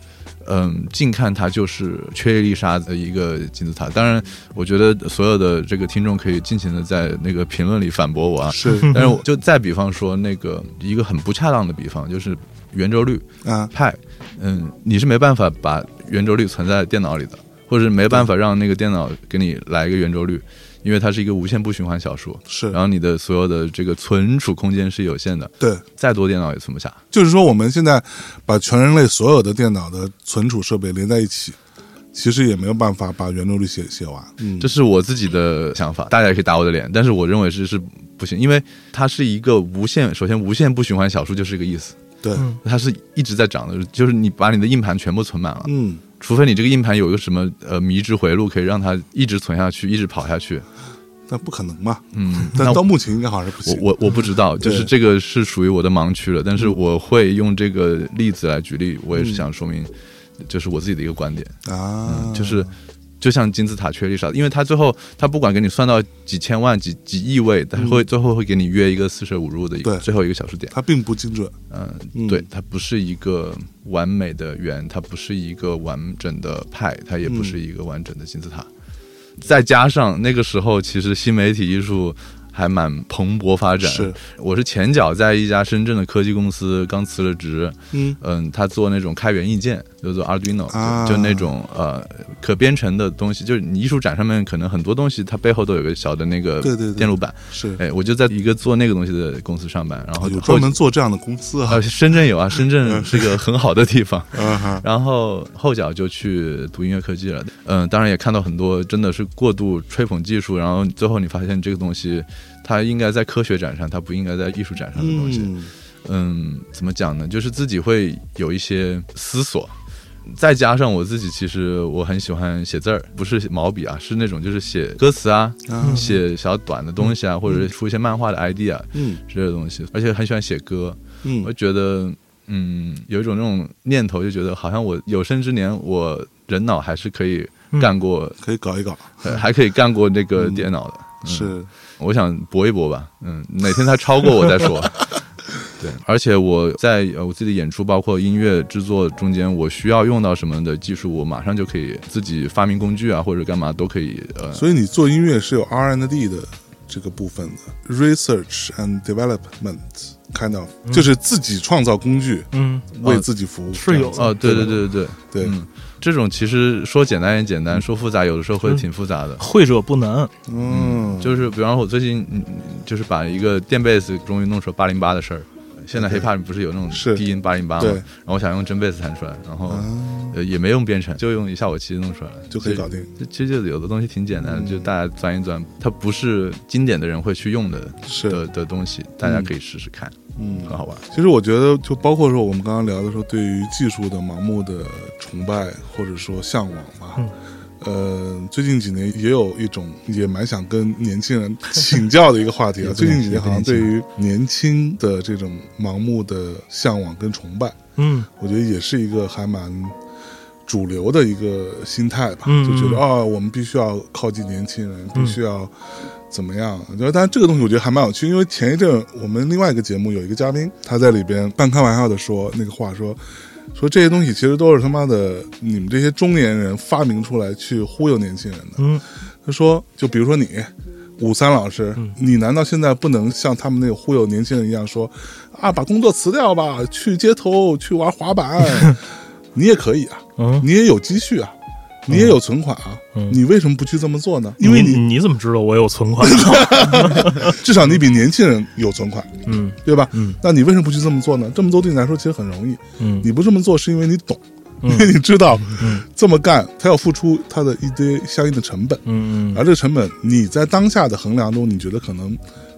Speaker 4: 嗯，近看它就是缺一粒沙子的一个金字塔。当然，我觉得所有的这个听众可以尽情的在那个评论里反驳我啊。
Speaker 1: 是
Speaker 4: 但是我就再比方说，那个一个很不恰当的比方就是圆周率
Speaker 1: 啊，
Speaker 4: 派，嗯，你是没办法把圆周率存在电脑里的，或者是没办法让那个电脑给你来一个圆周率，因为它是一个无限不循环小数， (laughs)
Speaker 1: 是
Speaker 4: 然后你的所有的这个存储空间是有限的，
Speaker 1: 对。
Speaker 4: 再多电脑也存不下。
Speaker 1: 就是说，我们现在把全人类所有的电脑的存储设备连在一起，其实也没有办法把圆周率写写完。嗯，
Speaker 4: 这是我自己的想法，大家也可以打我的脸，但是我认为是是不行，因为它是一个无限，首先无限不循环小数就是这个意思，
Speaker 1: 对，
Speaker 4: 它是一直在涨的，就是你把你的硬盘全部存满了，
Speaker 1: 嗯，
Speaker 4: 除非你这个硬盘有一个什么呃迷之回路可以让它一直存下去，一直跑下去。
Speaker 1: 但不可能嘛。
Speaker 4: 嗯，
Speaker 1: 但
Speaker 4: 那
Speaker 1: 到目前应该好像是嗯不
Speaker 4: 我
Speaker 1: 行。
Speaker 4: 我我不知
Speaker 1: (laughs)
Speaker 4: 道，就是这个是属于我的盲区了，但是我会用这个例子来举例，我也
Speaker 1: 嗯
Speaker 4: 是想说明，就是我自己的一个观点。
Speaker 1: 啊，
Speaker 4: 就是就像金字塔缺粒啥的，因为他最后他不管给你算到几千万、几几亿位，他会最后会给你约一个四舍五入的一
Speaker 1: 对
Speaker 4: 个最后一个小数点。
Speaker 1: 它并不精准。
Speaker 4: 嗯，对，它不是一个完美的圆，它不是一个完整的派，它也不是一个完整的金字塔。再加上那个时候，其实新媒体艺术。还蛮蓬勃发展。
Speaker 1: 是，
Speaker 4: 我是前脚在一家深圳的科技公司刚辞了职，
Speaker 1: 嗯
Speaker 4: 嗯，他做那种开源硬件，就做 Arduino，、
Speaker 1: 啊
Speaker 4: 就就那种呃可编程的东西，就是你艺术展上面可能很多东西它背后都有个小的那个
Speaker 1: 对对对
Speaker 4: 电路板。
Speaker 1: 是
Speaker 4: 哎，我就在一个做那个东西的公司上班，然后
Speaker 1: 有
Speaker 4: 就
Speaker 1: 专门做这样的公司啊
Speaker 4: 呃，，深圳有啊，深圳是个很呃好的地方。
Speaker 1: 嗯哈，
Speaker 4: 然后后脚就去读音乐科技了，嗯，当然也看到很多真的是过度吹捧技术，然后最后你发现这个东西，它应该在科学展上，它不应该在艺术展上的东西。
Speaker 1: 嗯，
Speaker 4: 嗯，怎么讲呢？就是自己会有一些思索，再加上我自己，其实我很喜欢写字儿，不是毛笔啊，是那种就是写歌词啊，
Speaker 1: 嗯
Speaker 4: 写小短的东西啊，或者是出一些漫画的 idea
Speaker 1: 嗯
Speaker 4: 之类的东西，而且很喜欢写歌。
Speaker 1: 嗯
Speaker 4: 我觉得，嗯，有一种那种念头，就觉得好像我有生之年，我人脑还是可以干过，
Speaker 1: 可以搞一搞，
Speaker 4: 呃还可以干过那个电脑的。嗯
Speaker 1: 是
Speaker 4: 我想搏一搏吧，嗯，哪天他超过我再说。对，而且我在呃我自己的演出，包括音乐制作中间，我需要用到什么的技术，我马上就可以自己发明工具啊，或者干嘛都可以。呃，
Speaker 1: 所以你做音乐是有 R&D 的这个部分的 research and development kind of，、就是
Speaker 4: 嗯
Speaker 1: 自己创造工具
Speaker 3: 嗯，
Speaker 1: 为自己服务，
Speaker 3: 是有
Speaker 1: 这样子
Speaker 4: 哦，对对对对
Speaker 1: 对
Speaker 4: 嗯，这种其实说简单也简单，说复杂有的时候会挺复杂的。
Speaker 3: 会者不难，
Speaker 1: 嗯，
Speaker 4: 就是比方说，我最近嗯就是把一个电贝斯终于弄出八零八的事儿。现在 hiphop 不是有那
Speaker 1: 是
Speaker 4: 种低音八零八吗？
Speaker 1: 对啊
Speaker 4: 然后我想用真贝斯弹出来，然后、呃也没用编程，就用一下午器弄出来了
Speaker 1: 就可以搞定。嗯
Speaker 4: 其实其实就有的东西挺简单的，就大家钻一钻，它不是经典的人会去用的
Speaker 1: 是
Speaker 4: 的的东西，大家可以试试看，
Speaker 1: 嗯
Speaker 4: 很好玩。
Speaker 1: 其实我觉得，就包括说我们刚刚聊的说，对于技术的盲目的崇拜或者说向往吧。呃，最近几年也有一种也蛮想跟年轻人请教的一个话题啊。最近几年好像对于年轻的这种盲目的向往跟崇拜，
Speaker 3: 嗯
Speaker 1: 我觉得也是一个还蛮主流的一个心态吧，
Speaker 3: 嗯
Speaker 1: 就觉得啊、我们必须要靠近年轻人，必须要怎么样？然后，当然这个东西我觉得还蛮有趣，因为前一阵我们另外一个节目有一个嘉宾，他在里边半开玩笑的说那个话说。说这些东西其实都是他妈的你们这些中年人发明出来去忽悠年轻人的。
Speaker 3: 嗯，
Speaker 1: 他说，就比如说你，武三老师，你难道现在不能像他们那个忽悠年轻人一样说，啊，把工作辞掉吧，去街头去玩滑
Speaker 3: (laughs)
Speaker 1: 板，你也可以啊，
Speaker 3: 嗯
Speaker 1: 你也有积蓄啊，你也有存款啊，你为什么不去这么做呢？因为
Speaker 3: 你
Speaker 1: 你
Speaker 3: 你怎么知道我有存
Speaker 1: (laughs)
Speaker 3: 款？
Speaker 1: 至少你比年轻人有存款，
Speaker 3: 嗯
Speaker 1: 对吧？嗯，那你为什么不去这么做呢？这么做对你来说其实很容易，
Speaker 3: 嗯
Speaker 1: 你不这么做是因为你懂。 (laughs) 因为你知道，这么干，他要付出他的一堆相应的成本，
Speaker 3: 嗯
Speaker 1: 而这个成本你在当下的衡量中，你觉得可能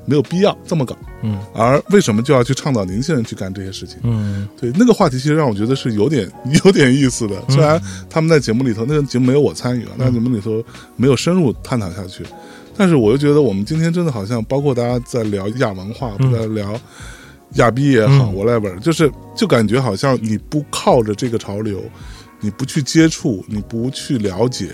Speaker 1: 没有必要这么搞，
Speaker 3: 嗯，
Speaker 1: 而为什么就要去倡导年轻人去干这些事情？
Speaker 3: 嗯
Speaker 1: 对，那个话题其实让我觉得是有点 (laughs) 有点意思
Speaker 3: 嗯
Speaker 1: 的，虽然他们在节目里头，那个节目没有我参与啊，那节目里头没有深入探讨下去，但是我又觉得我们今天真的好像，包括大家在聊亚文化，
Speaker 3: 嗯
Speaker 1: 不在聊。亚逼也好、w h a t e v e r 就是就感觉好像你不靠着这个潮流，你不去接触，你不去了解，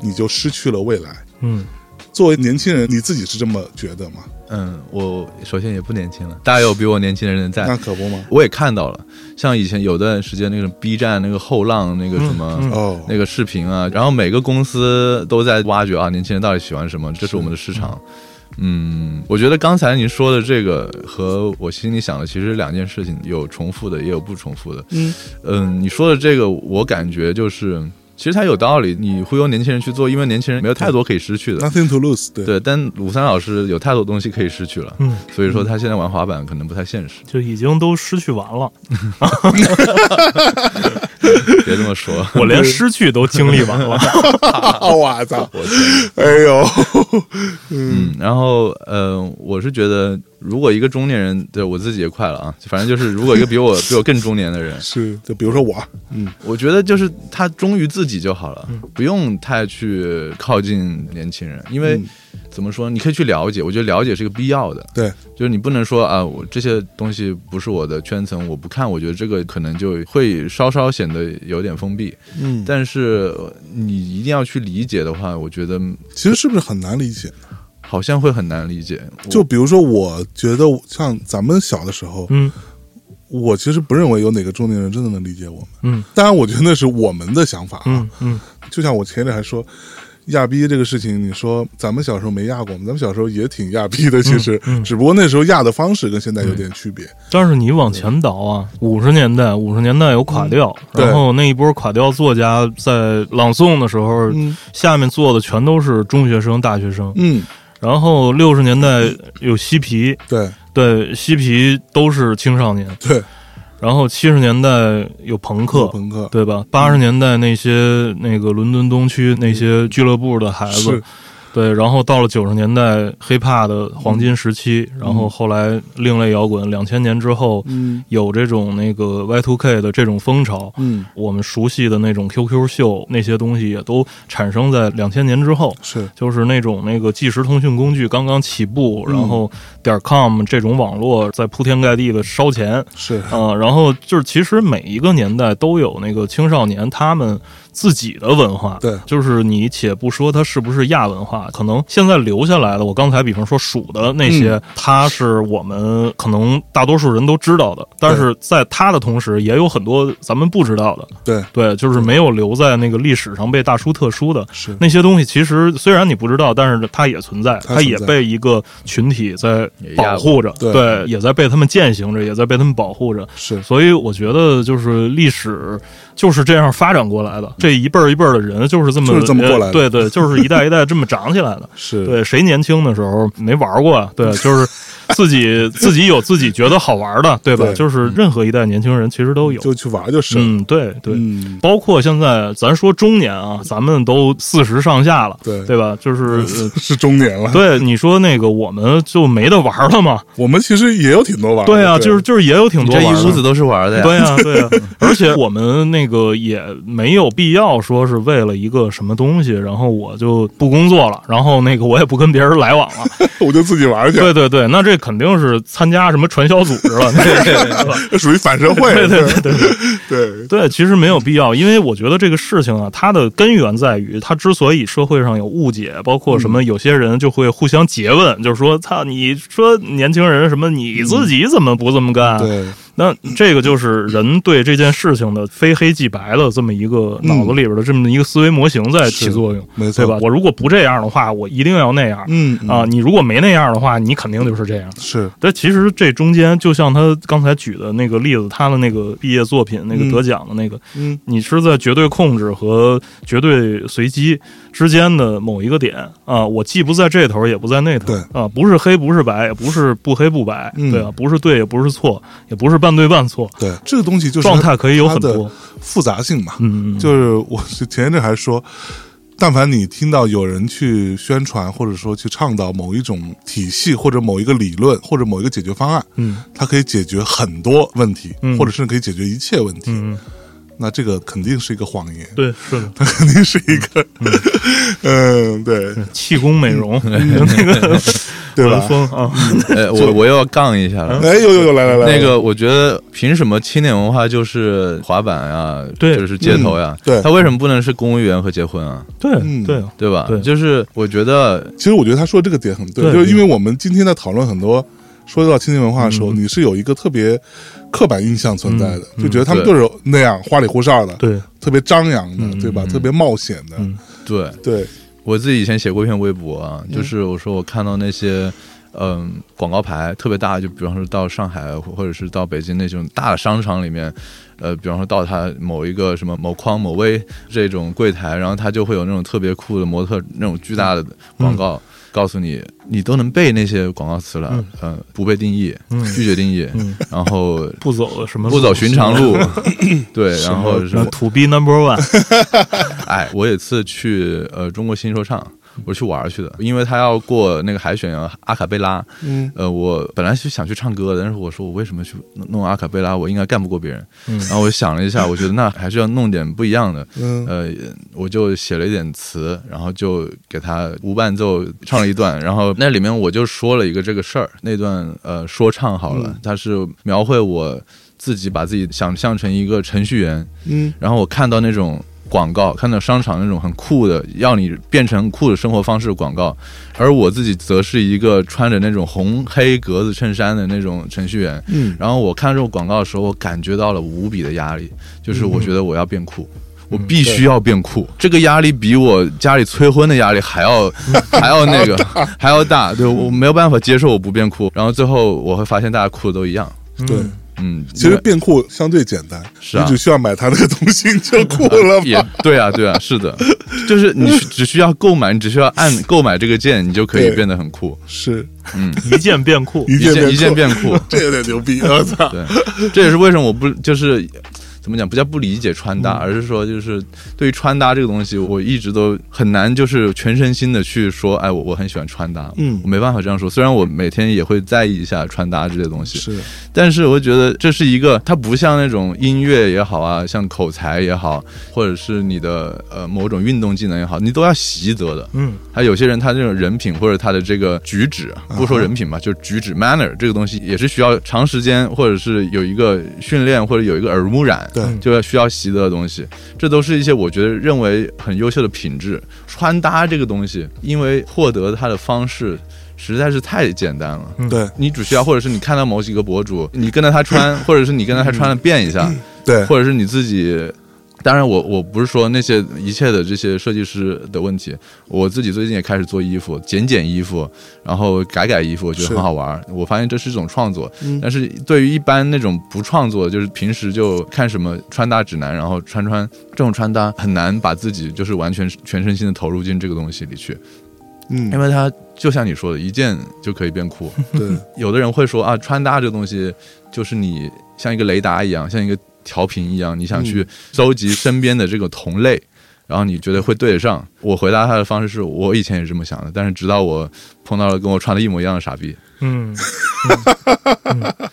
Speaker 1: 你就失去了未来。
Speaker 3: 嗯
Speaker 1: 作为年轻人，你自己是这么觉得吗？
Speaker 4: 嗯，我首先也不年轻了，大家有比我年轻的人在
Speaker 1: 那，可不吗？
Speaker 4: 我也看到了，像以前有段时间那个 B 站那个后浪那个什么。
Speaker 1: 哦，
Speaker 4: 嗯那个视频啊，然后每个公司都在挖掘啊，年轻人到底喜欢什么，这是我们的市场。嗯，我觉得刚才您说的这个和我心里想的其实两件事情，有重复的，也有不重复的。
Speaker 1: 嗯
Speaker 4: 嗯，你说的这个，我感觉就是，其实它有道理。你忽悠年轻人去做，因为年轻人没有太多可以失去的。
Speaker 1: ，nothing to lose，对， (laughs)
Speaker 4: 对，但鲁三老师有太多东西可以失去了，
Speaker 3: 嗯，，
Speaker 4: 所以说他现在玩滑板可能不太现实
Speaker 3: 就已经都失去完了，
Speaker 4: 别这么说。
Speaker 1: (laughs)
Speaker 3: 我连失去都经历完了。
Speaker 1: 哦，我操，
Speaker 4: 我天
Speaker 1: 哎呦， (laughs)
Speaker 4: 嗯，然后呃，我是觉得，如果一个中年人，对我自己也快了啊，反正就是，如果一个比我比我更中年的人，
Speaker 1: 是，就比如说我，嗯，
Speaker 4: 我觉得就是他忠于自己就好了，不用太去靠近年轻人，因为、怎么说，你可以去了解，我觉得了解是个必要的，
Speaker 1: 对，
Speaker 4: 就是你不能说啊，我这些东西不是我的圈层，我不看，我觉得这个可能就会稍稍显得有点封闭，
Speaker 1: 嗯，
Speaker 4: 但是呃你一定要去理解的话，我觉得
Speaker 1: 其实是不是很难理解？
Speaker 4: 好像会很难理解，我
Speaker 1: 就比如说，我觉得像咱们小的时候，
Speaker 3: 嗯
Speaker 1: 我其实不认为有哪个中年人真的能理解我们。
Speaker 3: 嗯
Speaker 1: 当然，我觉得那是我们的想法啊。
Speaker 3: 嗯嗯
Speaker 1: 就像我前一阵还说，亚逼这个事情，你说咱们小时候没亚过吗？咱们小时候也挺亚逼的，其实，只不过那时候亚的方式跟现在有点区别。
Speaker 3: 但是你往前倒啊，五十年代，五十年代有垮调，
Speaker 1: 嗯对
Speaker 3: 然后那一波垮调作家在朗诵的时候，下面坐的全都是中学生、大学生。
Speaker 1: 嗯，
Speaker 3: 然后六十年代有嬉皮，
Speaker 1: 对
Speaker 3: 对，嬉皮都是青少年。
Speaker 1: 对，
Speaker 3: 然后七十年代有朋克，
Speaker 1: 朋克
Speaker 3: 对吧？八十年代那些那个伦敦东区那些俱乐部的孩子
Speaker 1: 是，
Speaker 3: 对，然后到了九十年代 hiphop 的黄金时期，然后后来另类摇滚，两千年之后，
Speaker 1: 嗯
Speaker 3: 有这种那个 Y2K 的这种风潮，
Speaker 1: 嗯，
Speaker 3: 我们熟悉的那种 QQ 秀那些东西也都产生在两千年之后。
Speaker 1: 是
Speaker 3: 就是那种那个即时通讯工具刚刚起步，
Speaker 1: 嗯
Speaker 3: 然后点儿 com 这种网络在铺天盖地的烧钱，
Speaker 1: 是，
Speaker 3: 啊、然后就是其实每一个年代都有那个青少年他们自己的文化，
Speaker 1: 对
Speaker 3: 就是你且不说它是不是亚文化，可能现在留下来的，我刚才比方说数的那些，它是我们可能大多数人都知道的，但是在它的同时，也有很多咱们不知道的，
Speaker 1: 对
Speaker 3: 对，就是没有留在那个历史上被大书特书的
Speaker 1: 是
Speaker 3: 那些东西。其实虽然你不知道，但是它也存在，
Speaker 1: 它
Speaker 3: 它也
Speaker 1: 存在
Speaker 3: 被一个群体在
Speaker 4: 也压
Speaker 3: 保
Speaker 4: 过
Speaker 3: 护着，
Speaker 1: 对
Speaker 3: 对，也在被他们践行着，也在被他们保护着。
Speaker 1: 是
Speaker 3: 所以我觉得，就是历史就是这样发展过来的，这一辈儿一辈儿的人就是这么
Speaker 1: 嗯就是这么过来的。
Speaker 3: 呃对对，就是一代一代这么长起来的
Speaker 1: (laughs) 是，
Speaker 3: 对，谁年轻的时候没玩过啊？对，就是自己自己有自己觉得好玩的，对吧？
Speaker 1: 对嗯
Speaker 3: 就是任何一代年轻人其实都有。
Speaker 1: 就去玩就是了。
Speaker 3: 嗯，对对，
Speaker 1: 嗯
Speaker 3: 包括现在咱说中年啊，咱们都四十上下了，
Speaker 1: 对嗯
Speaker 3: 对吧？就是。呃
Speaker 1: (laughs) 是中年了，
Speaker 3: 对你说那个，我们就没得玩了嘛？
Speaker 1: 我们其实也有挺多玩的。
Speaker 3: 对啊，就是就是也有挺
Speaker 4: 你
Speaker 3: 多
Speaker 4: 这
Speaker 3: 玩
Speaker 4: 一
Speaker 3: 的
Speaker 4: 屋子都是玩的呀。
Speaker 3: 对啊，
Speaker 4: (laughs)
Speaker 3: 对啊，而且我们那个也没有必要说是为了一个什么东西，然后我就不工作了，然后那个我也不跟别人来往
Speaker 1: (laughs)
Speaker 3: 了。
Speaker 1: (laughs) 我就自己玩去，
Speaker 3: 对对对，那这肯定是参加什么传销组织了，
Speaker 4: (laughs)
Speaker 3: 对对吧？
Speaker 1: (laughs) 这属于反社会。
Speaker 3: 对对对对
Speaker 1: (laughs) 对
Speaker 3: 对，其实没有必要，因为我觉得这个事情啊，它的根源在于，它之所以社会上有误解，包括什么，
Speaker 1: 嗯
Speaker 3: 有些人就会互相诘问，就是说，操，你说年轻人什么，你自己怎么不这么干？
Speaker 1: 嗯对，
Speaker 3: 那这个就是人对这件事情的非黑即白的这么一个脑子里边的这么一个思维模型在起作用，
Speaker 1: 嗯没错
Speaker 3: 对吧？我如果不这样的话，我一定要那样，
Speaker 1: 嗯嗯
Speaker 3: 啊，你如果没那样的话，你肯定就是这样。
Speaker 1: 是
Speaker 3: 但其实这中间，就像他刚才举的那个例子，他的那个毕业作品，那个得奖的那个，
Speaker 1: 嗯，
Speaker 3: 你是在绝对控制和绝对随机之间的某一个点啊，我既不在这头，也不在那头，
Speaker 1: 对
Speaker 3: 啊，不是黑，不是白，也不是不黑不白，
Speaker 1: 嗯
Speaker 3: 对啊，不是对，也不是错，也不是半对半错，
Speaker 1: 对，这个东西就是
Speaker 3: 状
Speaker 1: 它
Speaker 3: 态可以有
Speaker 1: 它
Speaker 3: 很
Speaker 1: 的
Speaker 3: 多
Speaker 1: 复杂性嘛。
Speaker 3: 嗯嗯嗯
Speaker 1: 就是我是前一阵还说，但凡你听到有人去宣传或者说去倡导某一种体系或者某一个理论或者某一个解决方案，
Speaker 3: 嗯，
Speaker 1: 它可以解决很多问题，
Speaker 3: 嗯
Speaker 1: 或者甚至可以解决一切问题，
Speaker 3: 嗯嗯
Speaker 1: 那这个肯定是一个谎言。
Speaker 3: 对，是
Speaker 1: (laughs)
Speaker 3: 的，
Speaker 1: 它肯定是一个， (laughs) 嗯对
Speaker 3: 气功美容那个
Speaker 1: 嗯 (laughs) 对
Speaker 3: 文
Speaker 1: 吧？嗯
Speaker 3: 风啊，
Speaker 4: (laughs) 呃，我我又要杠一下了。
Speaker 1: 哎呦呦呦，来来来，
Speaker 4: 那个，我觉得凭什么青年文化就是滑板啊，
Speaker 3: 对
Speaker 4: 就是街头呀、
Speaker 1: 嗯对
Speaker 4: 他为什么不能是公务员和结婚啊？
Speaker 3: 对
Speaker 1: 嗯
Speaker 3: 对
Speaker 4: 对吧？
Speaker 3: 对
Speaker 4: 就是我觉得
Speaker 1: 其实我觉得他说这个点很对，
Speaker 3: 对
Speaker 1: 就是因为我们今天在讨论很多说到青年文化的时候，
Speaker 4: 嗯
Speaker 1: 你是有一个特别刻板印象存在的，就觉得他们
Speaker 4: 对
Speaker 1: 就是那样花里胡哨的，，
Speaker 3: 对，
Speaker 1: 特别张扬的，
Speaker 4: 嗯
Speaker 1: 对吧？特别冒险的，
Speaker 4: 对
Speaker 1: 对，
Speaker 4: 我自己以前写过一篇微博啊，就是我说我看到那些。嗯，广告牌特别大，就比方说到上海或者是到北京那种大的商场里面，呃，比方说到它某一个什么某匡、某威这种柜台，然后它就会有那种特别酷的模特那种巨大的广告，告诉你你都能背那些广告词了，嗯、呃，不被定义，拒绝定义，然后
Speaker 3: 不走什么
Speaker 4: 不走寻常路，对，然后是
Speaker 3: 然后 to be number
Speaker 1: (laughs)
Speaker 3: one，
Speaker 4: (laughs) 哎，我有一次去呃中国新说唱，我是去玩儿去的，因为他要过那个海选啊阿卡贝拉。
Speaker 1: 嗯，
Speaker 4: 呃，我本来是想去唱歌的，但是我说我为什么去弄弄阿卡贝拉？我应该干不过别人。然后我想了一下，我觉得那还是要弄点不一样的。
Speaker 1: 嗯
Speaker 4: 呃，我就写了一点词，然后就给他无伴奏唱了一
Speaker 1: (laughs)
Speaker 4: 段，然后那里面我就说了一个这个事儿，那段呃说唱好
Speaker 1: 嗯
Speaker 4: 了，它是描绘我自己把自己想象成一个程序员，
Speaker 1: 嗯，
Speaker 4: 然后我看到那种广告，看到商场那种很酷的，要你变成酷的生活方式的广告，而我自己则是一个穿着那种红黑格子衬衫的那种程序员。
Speaker 1: 嗯
Speaker 4: 嗯然后我看这种广告的时候，我感觉到了无比的压力，就是我觉得我要变酷。我必须要变酷。这个压力比我家里催婚的压力还 (laughs) 要还要那个还要大，对我没有办法接受我不变酷。然后最后我会发现大家酷的都一样，
Speaker 1: 对，
Speaker 4: 嗯，
Speaker 1: 其实变酷相对简单，
Speaker 4: 是啊
Speaker 1: 你只需要买他那个东西你就酷了嘛。
Speaker 4: (laughs) 也对啊，对啊，
Speaker 1: (laughs)
Speaker 4: 是的，就是你只只需要购买，你只需要按购买这个键，你就可以
Speaker 1: 对
Speaker 4: 变得很酷，
Speaker 1: 是
Speaker 3: 一键变酷。
Speaker 1: 一
Speaker 4: 一键一
Speaker 1: 键
Speaker 4: 键变酷。
Speaker 1: (laughs) 这有点牛逼，我操！
Speaker 4: 对，这也是为什么我不就是怎么讲，不叫不理解穿
Speaker 1: 嗯
Speaker 4: 搭，而是说就是对于穿搭这个东西，我一直都很难就是全身心的去说，哎，我我很喜欢穿搭，
Speaker 1: 嗯
Speaker 4: 我没办法这样说。虽然我每天也会在意一下穿搭这些东西，
Speaker 1: 是
Speaker 4: 但是我觉得这是一个，它不像那种音乐也好啊，像口才也好，或者是你的呃某种运动技能也好，你都要习得的。
Speaker 3: 嗯，
Speaker 4: 还有些人他这种人品或者他的这个举止，啊不说人品吧，就是举止 manner 这个东西也是需要长时间或者是有一个训练或者有一个耳濡目染，
Speaker 1: 对
Speaker 4: 就要需要习得的东西。这都是一些我觉得认为很优秀的品质。穿搭这个东西，因为获得它的方式实在是太简单了，
Speaker 1: 对
Speaker 4: 你只需要，或者是你看到某几个博主，你跟着他穿，或者是你跟着他穿了变一下，
Speaker 1: 对，
Speaker 4: 或者是你自己。当然我，我不是说那些一切的这些设计师的问题，我自己最近也开始做衣服，剪剪衣服，然后改改衣服，我觉得
Speaker 1: 是
Speaker 4: 很好玩儿。我发现这是一种创作，但是对于一般那种不创作，就是平时就看什么穿搭指南，然后穿穿这种穿搭，很难把自己就是完全全身心的投入进这个东西里去，因
Speaker 1: 嗯，
Speaker 4: 为它就像你说的，一件就可以变酷。
Speaker 1: 对，
Speaker 4: 有的人会说啊，穿搭这个东西就是你像一个雷达一样，像一个调频一样，你想
Speaker 1: 嗯
Speaker 4: 去搜集身边的这个同类，然后你觉得会对得上。我回答他的方式是我以前也是这么想的，但是直到我碰到了跟我穿的一模一样的傻逼，
Speaker 3: 嗯，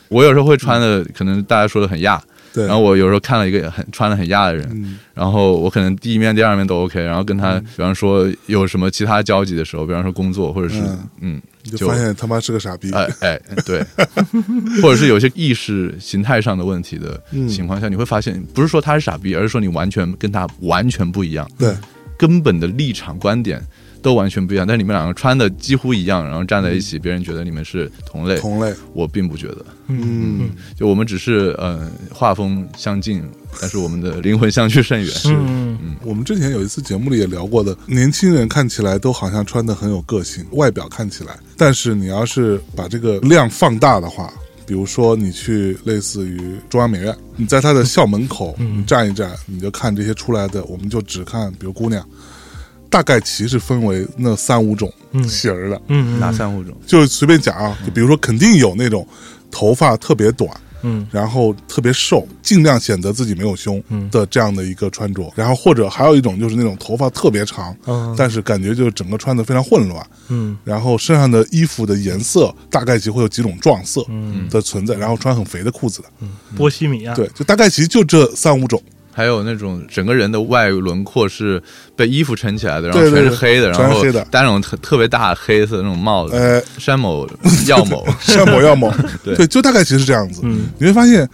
Speaker 4: 我有时候会穿的可能大家说的很亚，
Speaker 1: 嗯对，嗯
Speaker 4: 然后我有时候看了一个很穿的很亚的人，然后我可能第一面、第二面都 OK，然后跟他比方说有什么其他交集的时候，比方说工作或者是
Speaker 1: 嗯
Speaker 4: 嗯
Speaker 1: 你就发现他妈是个傻逼，
Speaker 4: 哎哎，对， (laughs) 或者是有些意识形态上的问题的
Speaker 1: 嗯
Speaker 4: 情况下，你会发现，不是说他是傻逼，而是说你完全跟他完全不一样，
Speaker 1: 对，
Speaker 4: 根本的立场观点都完全不一样，但是你们两个穿的几乎一样，然后站在一起，别人觉得你们是同类，
Speaker 1: 嗯同类，
Speaker 4: 我并不觉得，
Speaker 1: 嗯，
Speaker 4: 就我们只是呃画风相近，但是我们的灵魂相去甚远。
Speaker 3: 嗯，
Speaker 1: 我们之前有一次节目里也聊过的，年轻人看起来都好像穿的很有个性，外表看起来，但是你要是把这个量放大的话。比如说，你去类似于中央美院，你在他的校门口，你站一站，你就看这些出来的，我们就只看，比如姑娘，大概其实分为那三五种型儿的，
Speaker 3: 嗯
Speaker 4: 哪三五种？
Speaker 1: 就是随便讲啊，就比如说肯定有那种头发特别短，
Speaker 3: 嗯，
Speaker 1: 然后特别瘦，尽量显得自己没有胸的这样的一个穿着，然后或者还有一种就是那种头发特别长，
Speaker 3: 嗯
Speaker 1: 但是感觉就是整个穿的非常混乱，
Speaker 3: 嗯，
Speaker 1: 然后身上的衣服的颜色大概其会有几种撞色
Speaker 3: 嗯
Speaker 1: 的存在，然后穿很肥的裤子的，
Speaker 3: 波西米亚，
Speaker 1: 对，就大概其就这三五种，
Speaker 4: 还有那种整个人的外轮廓是被衣服撑起来的，然后
Speaker 1: 对对
Speaker 4: 全是
Speaker 1: 对
Speaker 4: 黑的，
Speaker 1: 全
Speaker 4: 然
Speaker 1: 是
Speaker 4: 后
Speaker 1: 黑的
Speaker 4: 戴那种特特别大黑色的那种帽子，
Speaker 1: 呃，
Speaker 4: 山某耀某，
Speaker 1: 山某要
Speaker 3: (laughs)
Speaker 1: 某，
Speaker 4: 对
Speaker 1: 对，就大概其实这样子。
Speaker 3: 嗯
Speaker 1: 你会发现，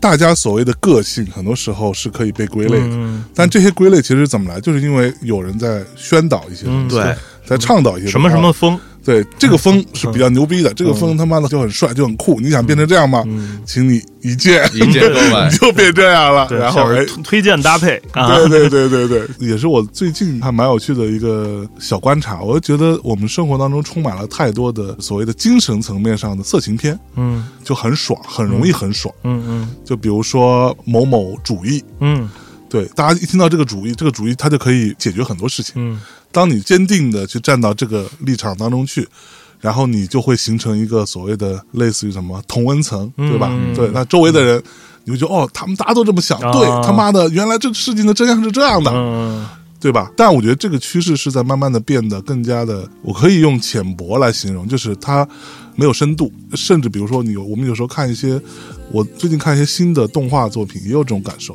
Speaker 1: 大家所谓的个性，很多时候是可以被归类的。
Speaker 3: 嗯
Speaker 1: 但这些归类其实怎么来，就是因为有人在宣导一些东西，
Speaker 4: 对，
Speaker 1: 在倡导一些
Speaker 3: 嗯什么
Speaker 1: 东
Speaker 3: 什
Speaker 1: 西
Speaker 3: 么。嗯风，
Speaker 1: 对，这个风是比较牛逼的，这个风他妈的就很帅，就很酷。你想变成这样吗？请你一键
Speaker 4: 一键购买
Speaker 1: (laughs) 你就变这样了，
Speaker 3: 嗯对，
Speaker 1: 然后
Speaker 3: 像
Speaker 1: 哎
Speaker 3: 是。推推荐搭配啊，
Speaker 1: 对对对对对，也是我最近还蛮有趣的一个小观察。我就觉得我们生活当中充满了太多的所谓的精神层面上的色情片，
Speaker 3: 嗯
Speaker 1: 就很爽，很容易很爽。
Speaker 3: 嗯
Speaker 1: 就比如说某某主义，
Speaker 3: 嗯嗯
Speaker 1: 对大家一听到这个主义，这个主义它就可以解决很多事情。
Speaker 3: 嗯，
Speaker 1: 当你坚定的去站到这个立场当中去，然后你就会形成一个所谓的类似于什么同温层，对吧？
Speaker 3: 嗯
Speaker 1: 对，那周围的人。你会觉得哦，他们大家都这么想，
Speaker 3: 啊
Speaker 1: 对他妈的，原来这事情的真相是这样的，
Speaker 3: 嗯
Speaker 1: 对吧？但我觉得这个趋势是在慢慢的变得更加的，我可以用浅薄来形容，就是它没有深度，甚至比如说你有我们有时候看一些，我最近看一些新的动画作品，也有这种感受，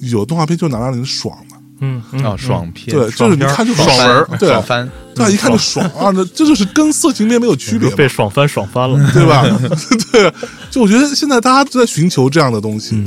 Speaker 1: 有动画片就能让人爽的，
Speaker 3: 嗯
Speaker 4: 啊，爽片，
Speaker 1: 对，就是你看就
Speaker 4: 爽
Speaker 1: 爽
Speaker 4: 翻
Speaker 1: 对
Speaker 4: 爽翻，
Speaker 1: 对啊，一看就爽啊，这这就是跟色情片没有区别嘛，
Speaker 3: 被爽翻爽翻了，
Speaker 1: 对吧？ (laughs) 对，啊就我觉得现在大家都在寻求这样的东西，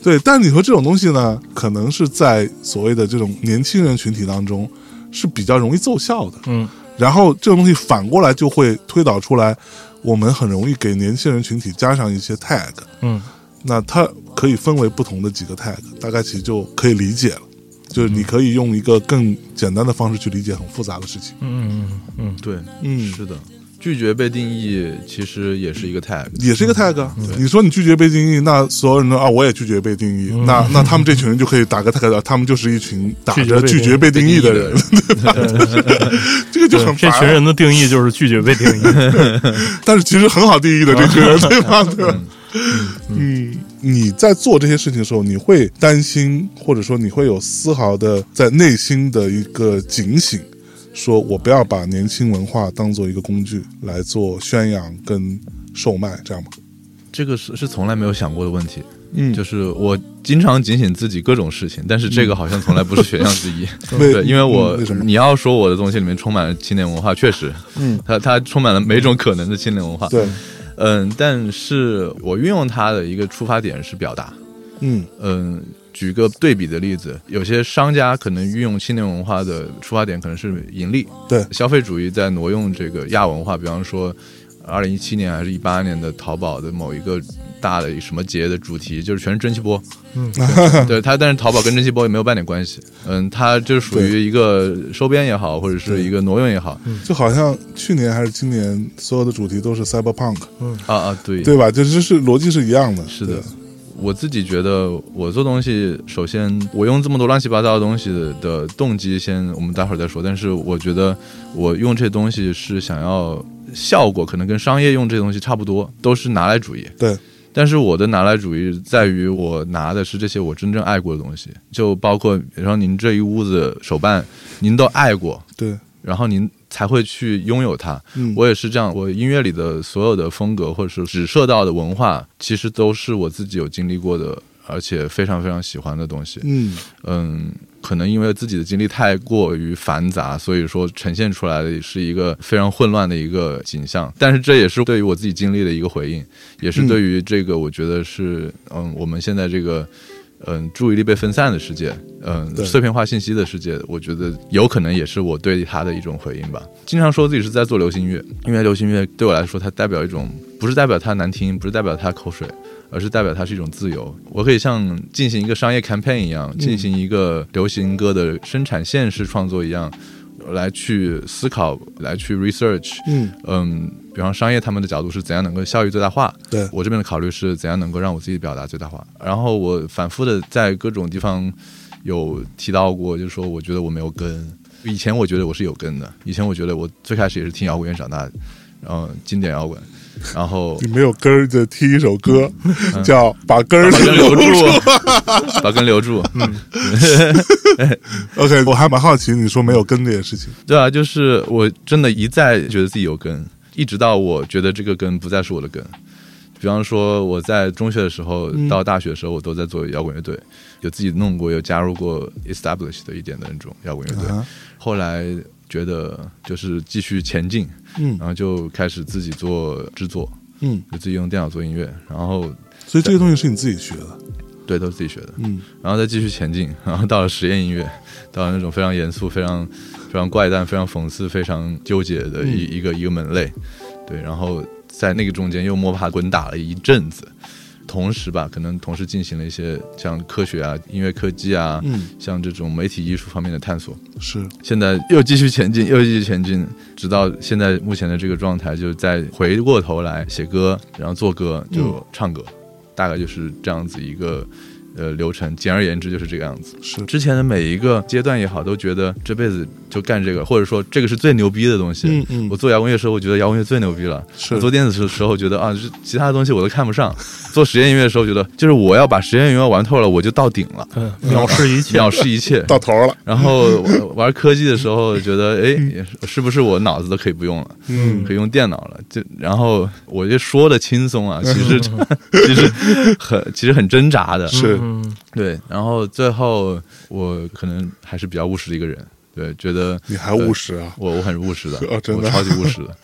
Speaker 1: 对。但你说这种东西呢，可能是在所谓的这种年轻人群体当中是比较容易奏效的，
Speaker 3: 嗯。
Speaker 1: 然后这种东西反过来就会推导出来，我们很容易给年轻人群体加上一些 tag，
Speaker 3: 嗯
Speaker 1: 那它可以分为不同的几个 tag，大概其实就可以理解了。就是你可以用一个更简单的方式去理解很复杂的事情。
Speaker 3: 嗯嗯嗯
Speaker 4: 对，
Speaker 1: 嗯，
Speaker 4: 是的，拒绝被定义其实也是一个 tag，
Speaker 1: 也是一个 tag 啊。你说你拒绝被定义，那所有人都啊，我也拒绝被定义。那 (laughs) 那他们这群人就可以打个 tag，他们啊就是一群打着拒
Speaker 3: 拒
Speaker 1: 绝
Speaker 3: 绝
Speaker 1: 被定义的人，这个就很
Speaker 3: 嗯，这
Speaker 1: 烦啊。
Speaker 3: 群人的定义就是拒绝被定义。
Speaker 1: 但是其实很好定义的这群人，对吧？对吧？嗯，你在做这些事情的时候，你会担心，或者说你会有丝毫的在内心的一个警醒，说我不要把年轻文化当做一个工具来做宣扬跟售卖，这样吗？
Speaker 4: 这个是是从来没有想过的问题。
Speaker 1: 嗯
Speaker 4: 就是我经常警醒自己各种事情，但是这个好像从来不是选项
Speaker 1: (laughs)
Speaker 4: 之一。
Speaker 1: 为
Speaker 4: 对，因为我、
Speaker 1: 嗯为什么
Speaker 4: 你要说我的东西里面充满了青年文化，确实，嗯，它它充满了每种可能的青年文化。
Speaker 1: 对，
Speaker 4: 嗯，但是我运用它的一个出发点是表达。
Speaker 1: 嗯
Speaker 4: 嗯，举个对比的例子，有些商家可能运用青年文化的出发点可能是盈利，
Speaker 1: 对
Speaker 4: 消费主义在挪用这个亚文化，比方说。二零一七年还是一八年的淘宝的某一个大的什么节的主题，就是全是蒸汽波，
Speaker 3: 嗯
Speaker 4: 对， (laughs) 对它，但是淘宝跟蒸汽波也没有半点关系，嗯，它就属于一个收编也好，或者是一个挪用也好，
Speaker 1: 就好像去年还是今年，所有的主题都是 cyberpunk，
Speaker 4: 啊啊，对，
Speaker 1: 对吧？就是是逻辑是一样的，
Speaker 4: 是的，我自己觉得，我做东西，首先我用这么多乱七八糟的东西的动机先，我们待会儿再说。但是我觉得，我用这东西是想要效果，可能跟商业用这东西差不多，都是拿来主义。
Speaker 1: 对，
Speaker 4: 但是我的拿来主义在于，我拿的是这些我真正爱过的东西，就包括，比如说您这一屋子手办，您都爱过，
Speaker 1: 对，
Speaker 4: 然后您才会去拥有它。
Speaker 1: 嗯
Speaker 4: 我也是这样，我音乐里的所有的风格或者是指涉到的文化，其实都是我自己有经历过的，而且非常非常喜欢的东西。
Speaker 1: 嗯
Speaker 4: 嗯，可能因为自己的经历太过于繁杂，所以说呈现出来的是一个非常混乱的一个景象。但是这也是对于我自己经历的一个回应，也
Speaker 1: 嗯
Speaker 4: 是对于这个我觉得是嗯，我们现在这个。嗯，注意力被分散的世界，嗯，
Speaker 1: 对
Speaker 4: 碎片化信息的世界，我觉得有可能也是我对它的一种回应吧。经常说自己是在做流行乐，因为流行乐对我来说，它代表一种不是代表它难听，不是代表它口水，而是代表它是一种自由。我可以像进行一个商业 campaign
Speaker 1: 嗯
Speaker 4: 一样，进行一个流行歌的生产线式创作一样，来去思考，来去 research，
Speaker 1: 嗯
Speaker 4: 嗯，比方商业他们的角度是怎样能够效益最大化，
Speaker 1: 对
Speaker 4: 我这边的考虑是怎样能够让我自己表达最大化。然后我反复的在各种地方有提到过，就是说我觉得我没有根。以前我觉得我是有根的，以前我觉得我最开始也是听摇滚乐长大的，然后经典摇滚，然后
Speaker 1: 你没有根儿就听一首歌，叫《把根儿
Speaker 4: 嗯 (laughs) 把根留
Speaker 1: 留住》。
Speaker 4: 住，把根留住。
Speaker 1: (laughs)
Speaker 4: 嗯
Speaker 1: OK，我还蛮好奇你说没有根这件事情。
Speaker 4: 对啊，就是我真的一再觉得自己有根，一直到我觉得这个根不再是我的根。比方说，我在中学的时候到大学的时候，我都在做摇滚乐队，有自己弄过，有加入过 established 的一点的那种摇滚乐队。
Speaker 1: 啊
Speaker 4: 后来觉得就是继续前进，
Speaker 1: 嗯
Speaker 4: 然后就开始自己做制作，
Speaker 1: 嗯，
Speaker 4: 就自己用电脑做音乐，然后
Speaker 1: 所以这个东西是你自己学的。
Speaker 4: 对，都是自己学的。
Speaker 1: 嗯，
Speaker 4: 然后再继续前进， (laughs) 然后到了实验音乐，到了那种非常严肃、非常非常怪诞、非常讽刺、非常纠结的一、一个一个门类，对，然后在那个中间又摸爬滚打了一阵子，同时吧，可能同时进行了一些像科学啊、音乐科技啊，
Speaker 1: 嗯
Speaker 4: 像这种媒体艺术方面的探索，
Speaker 1: 是
Speaker 4: 现在又继续前进，又继续前进，直到现在目前的这个状态，就再回过头来写歌，然后做歌，
Speaker 1: 嗯
Speaker 4: 就唱歌，大概就是这样子一个呃流程。简而言之，就是这个样子。
Speaker 1: 是，
Speaker 4: 之前的每一个阶段也好，都觉得这辈子就干这个，或者说这个是最牛逼的东西。
Speaker 1: 嗯嗯
Speaker 4: 我做摇滚乐的时候，我觉得摇滚乐最牛逼了；
Speaker 1: 是
Speaker 4: 我做电子的时候，觉得啊，这其他的东西我都看不上；做实验音乐的时候，觉得就是我要把实验音乐玩透了，我就到顶了，
Speaker 3: 嗯，藐视一切。
Speaker 4: 藐视
Speaker 1: (laughs)
Speaker 4: 一切。
Speaker 1: 到头了。
Speaker 4: 然后玩 (laughs) 玩科技的时候，觉得哎，也是是不是我脑子都可以不用了，
Speaker 1: 嗯
Speaker 4: 可以用电脑了？就然后我就说的轻松
Speaker 1: 嗯
Speaker 4: 啊，其实 (laughs) 其实很其实很挣扎的，
Speaker 1: 是
Speaker 3: 嗯，
Speaker 4: 对。然后最后我可能还是比较务实的一个人，对，觉得
Speaker 1: 你还务实啊？
Speaker 4: 我我很务实的，
Speaker 1: (laughs) 哦真的
Speaker 4: 我超级务实的。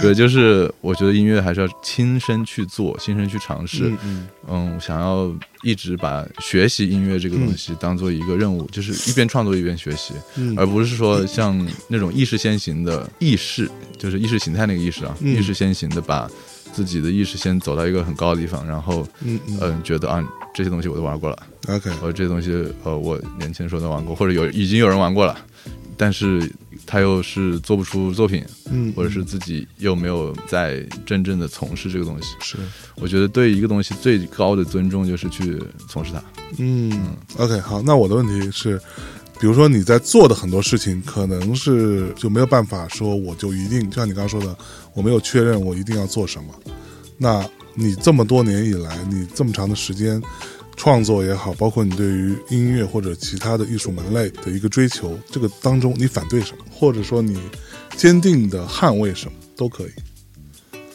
Speaker 4: 对，就是我觉得音乐还是要亲身去做，亲身去尝试。
Speaker 1: 嗯嗯
Speaker 4: 嗯我想要一直把学习音乐这个东西当做一个任务，就是一边创作一边学习，
Speaker 1: 嗯
Speaker 4: 而不是说像那种意识先行的意识，就是意识形态那个意识啊，
Speaker 1: 嗯
Speaker 4: 意识先行的把。自己的意识先走到一个很高的地方，然后
Speaker 1: 嗯嗯
Speaker 4: 嗯，觉得啊这些东西我都玩过了，
Speaker 1: ，OK，
Speaker 4: 我这些东西呃我年轻的时候都玩过，或者有已经有人玩过了，但是他又是做不出作品，
Speaker 1: 嗯，
Speaker 4: 或者是自己又没有在真正的从事这个东西。
Speaker 1: 是，
Speaker 4: 我觉得对一个东西最高的尊重就是去从事它。
Speaker 1: 嗯，OK，好，那我的问题是，比如说你在做的很多事情，可能是就没有办法说，我就一定就像你刚刚说的，我没有确认我一定要做什么。那你这么多年以来，你这么长的时间，创作也好，包括你对于音乐或者其他的艺术门类的一个追求，这个当中你反对什么，或者说你坚定的捍卫什么都可以。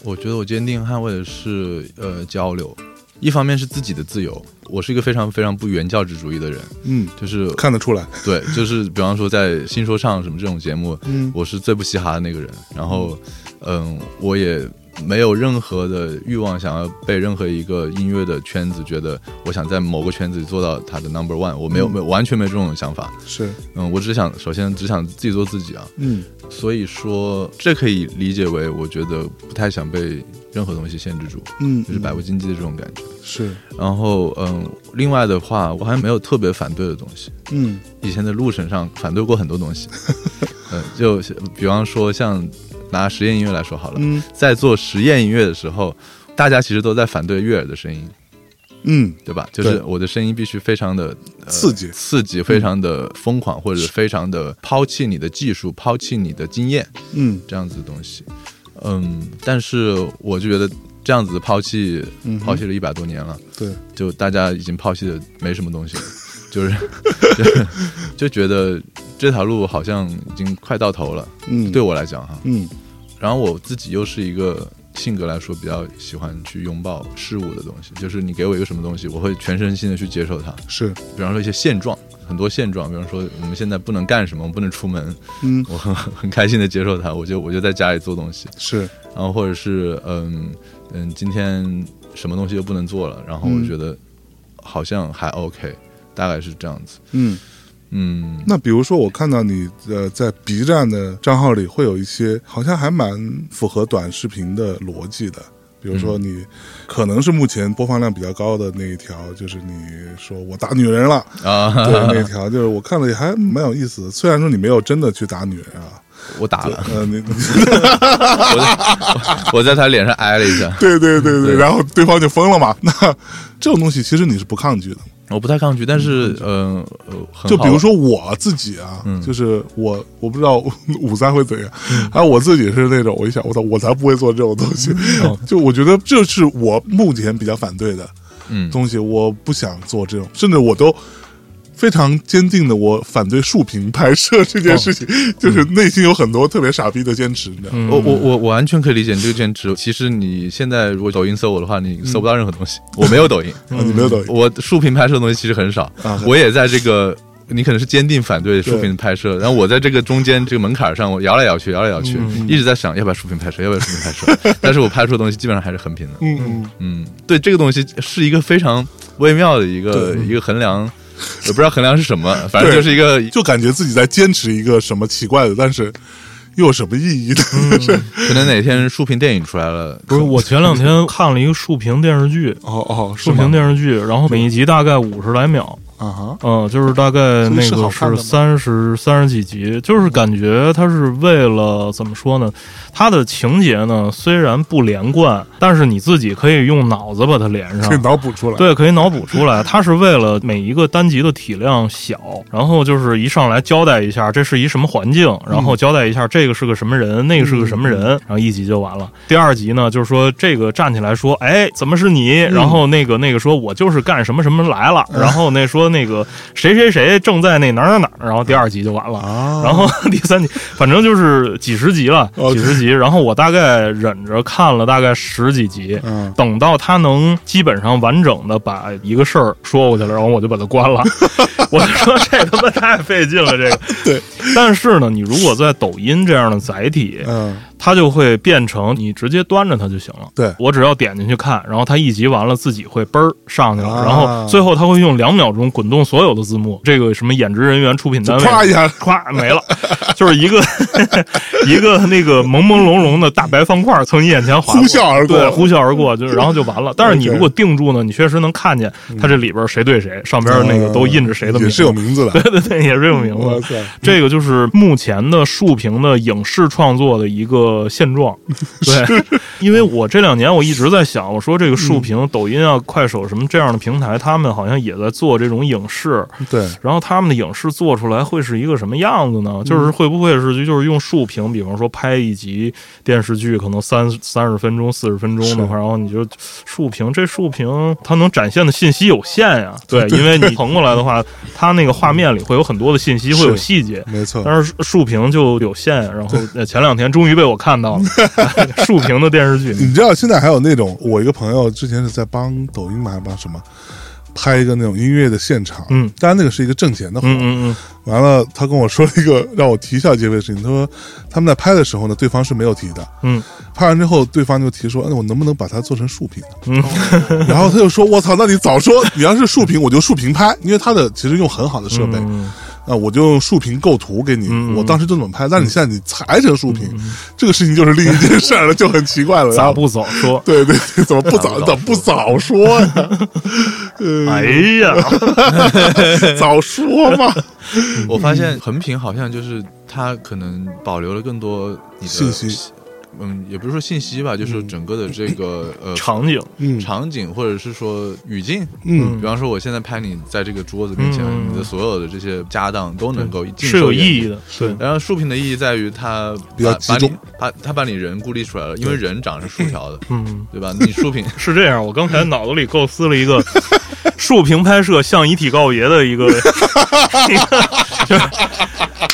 Speaker 4: 我觉得我坚定捍卫的是呃交流，一方面是自己的自由。我是一个非常非常不原教旨主义的人，
Speaker 1: 嗯，
Speaker 4: 就是
Speaker 1: 看得出来。
Speaker 4: 对，就是比方说在新说唱什么这种节目，
Speaker 1: 嗯
Speaker 4: 我是最不嘻哈的那个人。然后，嗯，我也没有任何的欲望想要被任何一个音乐的圈子觉得我想在某个圈子里做到他的 number one，我没
Speaker 1: 嗯
Speaker 4: 有没有完全没有这种想法。
Speaker 1: 是，
Speaker 4: 嗯，我只想首先只想自己做自己啊。
Speaker 1: 嗯
Speaker 4: 所以说，这可以理解为我觉得不太想被任何东西限制住，
Speaker 1: 嗯，
Speaker 4: 就是百无禁忌的这种感觉。
Speaker 1: 是，
Speaker 4: 然后，嗯，另外的话，我还没有特别反对的东西。
Speaker 1: 嗯
Speaker 4: 以前的路程上反对过很多
Speaker 1: (laughs)
Speaker 4: 东西，嗯，就比方说像拿实验音乐来说好了，
Speaker 1: 嗯
Speaker 4: 在做实验音乐的时候，大家其实都在反对悦耳的声音，
Speaker 1: 嗯，
Speaker 4: 对吧？就是
Speaker 1: 对
Speaker 4: 我的声音必须非常的、呃
Speaker 1: 刺激
Speaker 4: 刺激非常的疯狂，或者非常的抛弃你的技术，抛弃你的经验
Speaker 1: 嗯
Speaker 4: 这样子的东西。嗯，但是我就觉得这样子抛弃
Speaker 1: 嗯哼
Speaker 4: 抛弃了一百多年了。
Speaker 1: 对，
Speaker 4: 就大家已经抛弃的没什么
Speaker 1: (laughs)
Speaker 4: 东西了，就是就就觉得这条路好像已经快到头了，
Speaker 1: 嗯，
Speaker 4: 对，我来讲哈。
Speaker 1: 嗯
Speaker 4: 然后我自己又是一个性格来说比较喜欢去拥抱事物的东西，就是你给我一个什么东西，我会全身心的去接受它。
Speaker 1: 是，
Speaker 4: 比方说一些现状，很多现状，比方说我们现在不能干什么，我们不能出门，
Speaker 1: 嗯
Speaker 4: 我很很开心的接受它，我就我就在家里做东西。
Speaker 1: 是，
Speaker 4: 然后或者是嗯嗯，今天什么东西都不能做了，然后我
Speaker 1: 嗯
Speaker 4: 觉得好像还 OK，大概是这样子。
Speaker 1: 嗯。
Speaker 4: 嗯，
Speaker 1: 那比如说，我看到你呃在 B 站的账号里会有一些好像还蛮符合短视频的逻辑的，比如说你可能是目前播放量比较高的那一条，就是你说我打女 (laughs) 人了，
Speaker 4: 啊，
Speaker 1: 对那条，就是我看了也还蛮有意思的。虽然说你没有真的去打女人啊，
Speaker 4: 我打了，
Speaker 1: 呃，你 (laughs)
Speaker 4: 我在 (laughs) 我在他脸上挨了一下，
Speaker 1: 对对对 (laughs) 对，然后对方就疯了嘛。那这种东西其实你是不抗拒的，
Speaker 4: 我不太抗拒，但是嗯呃，很
Speaker 1: 就
Speaker 4: 好
Speaker 1: 比如说我自己啊，就是我我不知道 (laughs) 五三会怎样，啊，我自己是那种，我一想，我操，我才不会做这种东西， (laughs) 就我觉得这是我目前比较反对的
Speaker 4: 嗯
Speaker 1: 东西，我不想做这种，甚至我都。非常坚定的，我反对竖屏拍摄这件事 (laughs) 情，就是内心有很多特别傻逼的坚持，你知道吗？
Speaker 4: 我我我我完全可以理解你这个坚持。其实你现在如果抖音搜我的话，你搜不到任何东西。我没有 (laughs) 抖音，
Speaker 1: 啊你没有抖音
Speaker 4: 我竖屏拍摄的东西其实很少
Speaker 1: 啊。
Speaker 4: 我也在这个，你可能是坚定反对竖屏拍摄，然后我在这个中间这个门槛上，我摇来摇去，摇来摇去，一直在想要不要竖屏拍摄，要不要竖屏拍摄。但是我拍出的东西基本上还是横屏的。
Speaker 1: 嗯嗯，
Speaker 4: 嗯，对，这个东西是一个非常微妙的一个一个衡量，也不知道衡量是什么，反正
Speaker 1: 对
Speaker 4: 就是一个
Speaker 1: 就感觉自己在坚持一个什么奇怪的，但是又有什么意义呢？
Speaker 4: 可能哪天竖屏电影出来了，
Speaker 3: 不是，我前两天看了一个竖屏电视剧，
Speaker 1: 哦哦，是
Speaker 3: 竖
Speaker 1: 吗
Speaker 3: 屏？电视剧，然后每一集大概五十来秒，
Speaker 1: 啊哈，
Speaker 3: 嗯，就是大概
Speaker 1: 所
Speaker 3: 那
Speaker 1: 以是好
Speaker 3: 个
Speaker 1: 看的
Speaker 3: 是
Speaker 1: 吗
Speaker 3: 三十三十几集，就是感觉它是为了怎么说呢？它的情节呢虽然不连贯，但是你自己可以用脑子把它连上
Speaker 1: 可以。脑补出来。
Speaker 3: 对，可以脑补出来。它是为了每一个单集的体量小，然后就是一上来交代一下这是一什么环境，然
Speaker 1: 嗯
Speaker 3: 后交代一下这个是个什么人，那个是个什么人，然后一集就完了。第二集呢，就是说这个站起来说，哎，怎么是你？然后那个那个说我就是干什么什么来了，
Speaker 1: 嗯
Speaker 3: 然后那说那个谁谁谁正在那哪儿哪儿哪儿，然后第二集就完了。
Speaker 1: 啊
Speaker 3: 然后 (laughs) 第三集，反正就是几十集了，
Speaker 1: OK
Speaker 3: 几十集。然后我大概忍着看了大概十几集，
Speaker 1: 嗯
Speaker 3: 等到他能基本上完整的把一个事儿说过去了，然后我就把它关
Speaker 1: (laughs)
Speaker 3: 了。我就说这他妈太费劲了，这个。
Speaker 1: 对。
Speaker 3: 但是呢，你如果在抖音这样的载体，
Speaker 1: 嗯，
Speaker 3: 它就会变成你直接端着它就行了。
Speaker 1: 对
Speaker 3: 我只要点进去看，然后它一集完了自己会嘣儿上去了，
Speaker 1: 啊
Speaker 3: 然后最后它会用两秒钟滚动所有的字幕，这个什么演职人员、出品单位，
Speaker 1: 咵一下
Speaker 3: 咵没了，就是一个 (laughs) 一个那个朦朦胧胧的大白方块从你眼前划过
Speaker 1: 呼啸而过
Speaker 3: 对，呼啸而过，就然后就完了。但是你
Speaker 1: OK 嗯
Speaker 3: 如果定住呢，你确实能看见它这里边谁对谁，上边那个都印着谁的
Speaker 1: 啊也
Speaker 3: 名
Speaker 1: 是
Speaker 3: 字，
Speaker 1: 有名字的。
Speaker 3: 对对对，也是有名
Speaker 1: 哇
Speaker 3: 字。
Speaker 1: 塞，嗯
Speaker 3: 这个就是目前的竖屏的影视创作的一个现
Speaker 1: (laughs)
Speaker 3: 状。对，因为我这两年我一直在想，我说这个
Speaker 1: 嗯
Speaker 3: 竖屏、抖音啊、快手什么这样的平台，他们好像也在做这种影视。
Speaker 1: 对，
Speaker 3: 然后他们的影视做出来会是一个什么样子呢？就是会不会是就是用竖屏，比方说拍一集电视剧，可能三三十分钟、四十分钟的话，然后你就竖屏，这竖屏它能展现的信息有限呀。对，因为你横过来的话，它那个画面里会有很多的信息，
Speaker 1: 是
Speaker 3: 会有细节。
Speaker 1: 没错。
Speaker 3: 但是竖屏就有限，然后呃前两天终于被我看到了竖屏的电视剧，
Speaker 1: 你知道现在还有那种，我一个朋友之前是在帮抖音嘛，还帮什么拍一个那种音乐的现场，
Speaker 3: 嗯
Speaker 1: 当然那个是一个挣钱的活。
Speaker 3: 嗯嗯嗯，
Speaker 1: 完了，他跟我说了一个 (laughs) 让我啼笑皆非的事情，他说他们在拍的时候呢，对方是没有提的，
Speaker 3: 嗯，
Speaker 1: 拍完之后对方就提说，哎，我能不能把它做成竖屏？嗯，
Speaker 3: (laughs)
Speaker 1: 然后他就说，我操，那你早说，你要是竖屏，我就竖屏拍，因为他的其实用很好的设备。
Speaker 3: 嗯
Speaker 1: 啊，我就用竖屏构图给你，我当时就怎么拍，但是你现在你裁成竖屏，这个事情就是另一件事儿了，就很奇怪了。然
Speaker 3: 咋
Speaker 1: 后
Speaker 3: 不嗯早说？
Speaker 1: 对对对，怎么不
Speaker 3: (laughs)
Speaker 1: 早怎么不早说呀？ (laughs)
Speaker 3: 哎呀，
Speaker 1: 早说
Speaker 3: (laughs)
Speaker 1: 嘛！
Speaker 4: 我发现横屏好像就是它可能保留了更多你的
Speaker 1: 信息，
Speaker 4: 嗯，也不是说信息吧，就是整个的这个呃
Speaker 3: 场景，
Speaker 1: 嗯
Speaker 4: 场景或者是说语境，
Speaker 1: 嗯，
Speaker 4: 比方说我现在拍你在这个桌子面前，
Speaker 3: 嗯嗯嗯
Speaker 4: 你的所有的这些家当都能够尽
Speaker 3: 是有
Speaker 4: 收眼
Speaker 3: 意
Speaker 4: 底
Speaker 3: 义。的，对，
Speaker 4: 然后竖屏的意义在于它
Speaker 1: 比较
Speaker 4: 把
Speaker 1: 集中，
Speaker 4: 把你把它把你人孤立出来了，因为人长是竖条的，
Speaker 3: 嗯。
Speaker 4: 对吧？你
Speaker 1: (laughs)
Speaker 4: 竖屏
Speaker 3: 是这样，我刚才脑子里构思了一个竖屏拍摄向遗体告别的一个，一个就是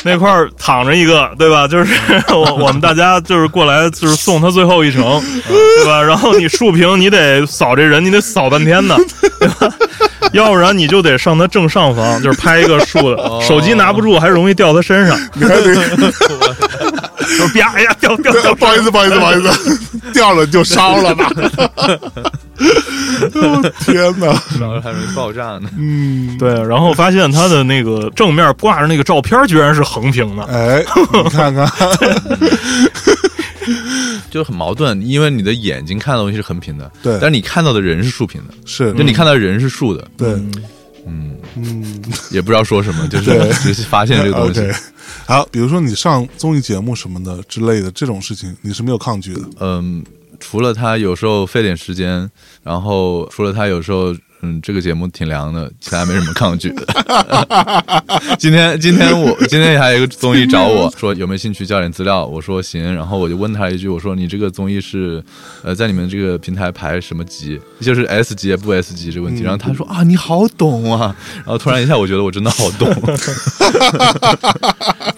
Speaker 3: 那块儿躺着一个，对吧？就是我我们大家就是过来就是送他最后一程，对吧？然后你竖屏，你得扫这人，你得扫半天呢，对吧？要不然你就得上他正上方，就是拍一个竖的，手机拿不住还容易掉他身上，
Speaker 1: 你还得，
Speaker 3: 就是啪哎呀掉掉掉
Speaker 1: (laughs) 不好意思，不好意思，不好意思， (laughs) 掉了就烧了 (laughs) 吧。哦天哪！
Speaker 4: 然后还容易爆炸呢。
Speaker 1: 嗯，
Speaker 3: 对，然后发现他的那个正面挂着那个照片居然是横屏的，
Speaker 1: 哎，你看 (laughs) 看，
Speaker 4: 就很矛盾，因为你的眼睛看到的东西是横屏的，
Speaker 1: 对
Speaker 4: 但你看到的人是竖屏的，
Speaker 1: 是
Speaker 4: 就你看到人是竖的，
Speaker 1: 对，
Speaker 4: 嗯，
Speaker 1: 嗯
Speaker 4: 也不知道说什么，就是
Speaker 1: 对哦
Speaker 4: 只是发现这
Speaker 1: (laughs)
Speaker 4: 个东西。
Speaker 1: ，OK。好，比如说你上综艺节目什么的之类的这种事情，你是没有抗拒 (laughs) 的。
Speaker 4: 嗯，除了他有时候费点时间，然后除了他有时候。嗯，这个节目挺凉的，其他没什么抗拒的。 (laughs) 今天今天我今天还有一个综艺找我说有没有兴趣交点资料，我说行，然后我就问他一句，我说你这个综艺是呃在你们这个平台排什么级，就是 S 级也不 S 级这个问题。然后他说啊，你好懂啊，然后突然一下我觉得我真的好懂，啊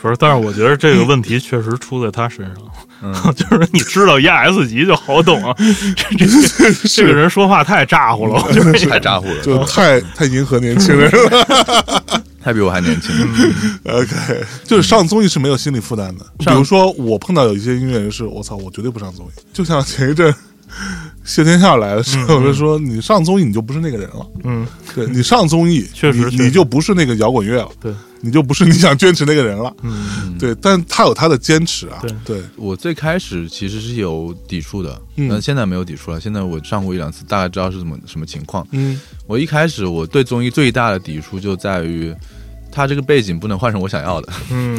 Speaker 3: 不是，但是我觉得这个问题确实出在他身上，
Speaker 4: 嗯
Speaker 3: (laughs) 就是你知道 ES 级就好懂啊，这这个这个人说话太咋呼了，我觉得
Speaker 4: (laughs) 太咋呼了，
Speaker 1: 就太太迎合年轻人了。
Speaker 4: 他比我还年轻。
Speaker 1: OK，就是上综艺是没有心理负担的。比如说，我碰到有一些音乐人是，我操，我绝对不上综艺。就像前一阵谢天笑来的时候，我就说你上综艺你就不是那个人了。
Speaker 3: 嗯，
Speaker 1: 对你上综艺，
Speaker 3: 确实
Speaker 1: 你
Speaker 3: 确实
Speaker 1: 你就不是那个摇滚乐了，
Speaker 3: 对，
Speaker 1: 你就不是你想坚持那个人了。嗯，对，但他有他的坚持啊。对，
Speaker 4: 我最开始其实是有抵触的，
Speaker 1: 嗯
Speaker 4: 但现在没有抵触了。现在我上过一两次，大概知道是怎么什么情况。
Speaker 1: 嗯，
Speaker 4: 我一开始我对综艺最大的抵触就在于，它这个背景不能换成我想要的，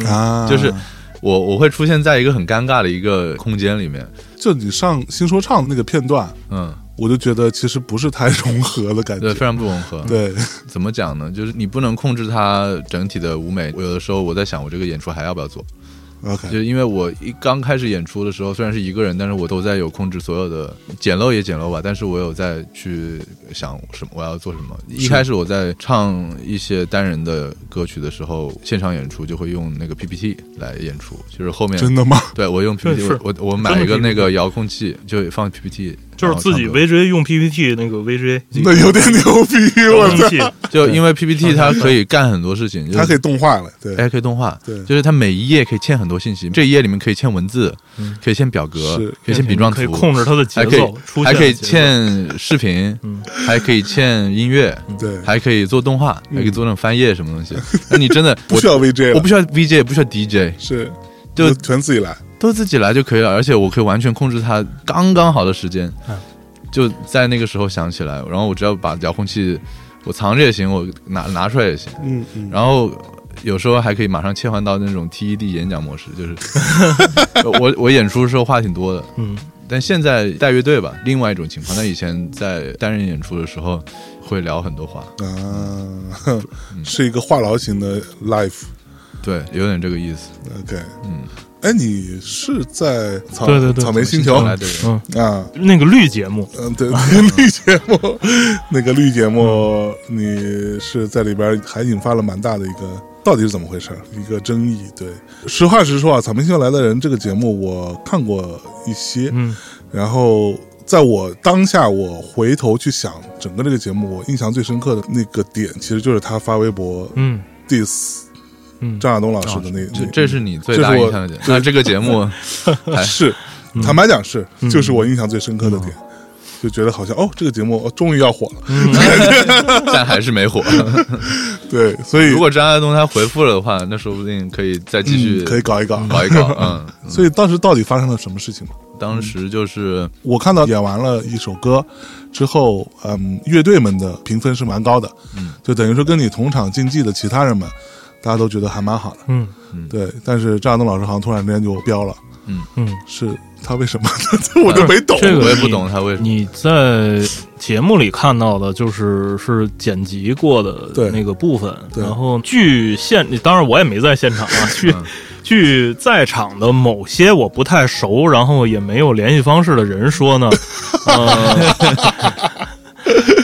Speaker 1: 啊，
Speaker 4: (laughs) 就是我我会出现在一个很尴尬的一个空间里面。
Speaker 1: 就你上新说唱那个片段，
Speaker 4: 嗯，
Speaker 1: 我就觉得其实不是太融合的感
Speaker 4: 对，
Speaker 1: 觉
Speaker 4: 非。常不融合。，
Speaker 1: 对，
Speaker 4: 怎么讲呢？就是你不能控制它整体的舞美。我有的时候我在想，我这个演出还要不要做？
Speaker 1: ，OK，
Speaker 4: 就因为我一刚开始演出的时候，虽然是一个人，但是我都在有控制所有的简陋也简陋吧，但是我有在去想什么我要做什么。一开始我在唱一些单人的歌曲的时候，现场演出就会用那个 PPT 来演出，就是后面
Speaker 1: 真的吗？
Speaker 4: 对我用
Speaker 3: 对
Speaker 4: PPT，
Speaker 3: 是
Speaker 4: 我我我买一个
Speaker 3: 真的
Speaker 4: 那个遥控器，就放 PPT
Speaker 3: 就是自己
Speaker 4: 然后唱歌
Speaker 3: VJ 用 PPT 那个 VJ
Speaker 1: 那有点牛逼，我
Speaker 3: 机
Speaker 1: 操！
Speaker 4: (laughs)
Speaker 3: 器，
Speaker 4: 就因为 PPT
Speaker 3: 嗯
Speaker 4: 它可以干很多事情，就是
Speaker 1: 它可以动画了，对，
Speaker 4: 哎，可以动画，
Speaker 1: 对
Speaker 4: 就是它每一页可以嵌很多信息，这一页里面可以嵌文字，
Speaker 3: 嗯
Speaker 4: 可以嵌表格
Speaker 1: 是，
Speaker 4: 可以嵌笔状
Speaker 3: 可以
Speaker 4: 图，
Speaker 3: 控制它的节
Speaker 4: 还可
Speaker 3: 奏，
Speaker 4: 以
Speaker 3: 出
Speaker 4: 还
Speaker 3: 现
Speaker 4: 可以
Speaker 3: 的节奏嗯
Speaker 4: 嵌视频，还可以嵌音乐，
Speaker 1: 对
Speaker 4: 还可以做动画，还可
Speaker 3: 嗯
Speaker 4: 以做那种翻页什么东西。那你真的
Speaker 1: (laughs) 不需要 VJ
Speaker 4: 我，我
Speaker 1: 了
Speaker 4: 不，需要 VJ，也不需要 DJ，
Speaker 1: 是
Speaker 4: 就
Speaker 1: 全自己来，
Speaker 4: 都自己来就可以了，而且我可以完全控制它刚刚好的时间，
Speaker 1: 嗯
Speaker 4: 就在那个时候响起来，然后我只要把遥控器我藏着也行，我拿拿出来也行，
Speaker 1: 嗯嗯，
Speaker 4: 然后有时候还可以马上切换到那种 TED 演讲模式，就是
Speaker 1: (laughs)
Speaker 4: 我我演出的时候话挺多的，
Speaker 3: 嗯，
Speaker 4: 但现在带乐队吧，另外一种情况。但以前在单人演出的时候会聊很多话，
Speaker 1: 啊，呵是一个话痨型的 life。
Speaker 4: 对，有点这个意思。
Speaker 1: OK，嗯，哎，你是在草
Speaker 3: 对对对
Speaker 1: 草莓星球
Speaker 4: 从来的人
Speaker 3: 嗯，
Speaker 1: 啊？
Speaker 3: 那个绿节目，
Speaker 1: 嗯，对，那个绿节目，那个绿节目，你是在里边还引发了蛮大的一个，到底是怎么回事儿？一个争议。对，实话实说啊，《草莓星球来的人》这个节目我看过一些，
Speaker 3: 嗯，
Speaker 1: 然后在我当下，我回头去想整个这个节目，我印象最深刻的那个点，其实就是他发微博
Speaker 3: 嗯
Speaker 1: diss
Speaker 3: 嗯
Speaker 1: 张亚东老师的那，那
Speaker 4: 这哦这是哎你最
Speaker 1: 这是
Speaker 4: 大
Speaker 1: 我
Speaker 4: 印象的点。那这个
Speaker 1: (laughs)
Speaker 4: 节目，
Speaker 1: 是，
Speaker 4: 嗯
Speaker 1: 坦白讲是，就是我印象最深刻的点，就觉得好像哦，这个节目、哦、终于要火
Speaker 4: 嗯
Speaker 1: 了，
Speaker 4: 但还是没火。
Speaker 1: 对，所以
Speaker 4: (laughs) 如果张亚东他回复了的话，那说不定可以再继续
Speaker 1: 嗯可以搞一搞，
Speaker 4: 搞
Speaker 1: (laughs)
Speaker 4: 一搞。嗯，
Speaker 1: 所以当时到底发生了什么事情嘛？
Speaker 4: 当时就是
Speaker 1: 我看到演完了一首歌之后，嗯，乐队们的评分是蛮高的，嗯，就等于说跟你同场竞技的其他人们，大家都觉得还蛮好的，
Speaker 3: 嗯
Speaker 1: 对。但是张亚东老师好像突然之间就飙了，
Speaker 3: 嗯，
Speaker 1: 是他为什么？ (laughs) 这我就没懂。
Speaker 3: 这个
Speaker 4: 我也不
Speaker 3: 你
Speaker 4: 懂他为什么。
Speaker 3: 你在节目里看到的就是是剪辑过
Speaker 1: 对
Speaker 3: 的那个部分，
Speaker 1: 对
Speaker 3: 然后据现，当然我也没在现场
Speaker 1: (laughs)
Speaker 3: 啊，据据在场的某些我不太熟，然后也没有联系方式的人
Speaker 1: (laughs)
Speaker 3: 说呢，呃。 (laughs)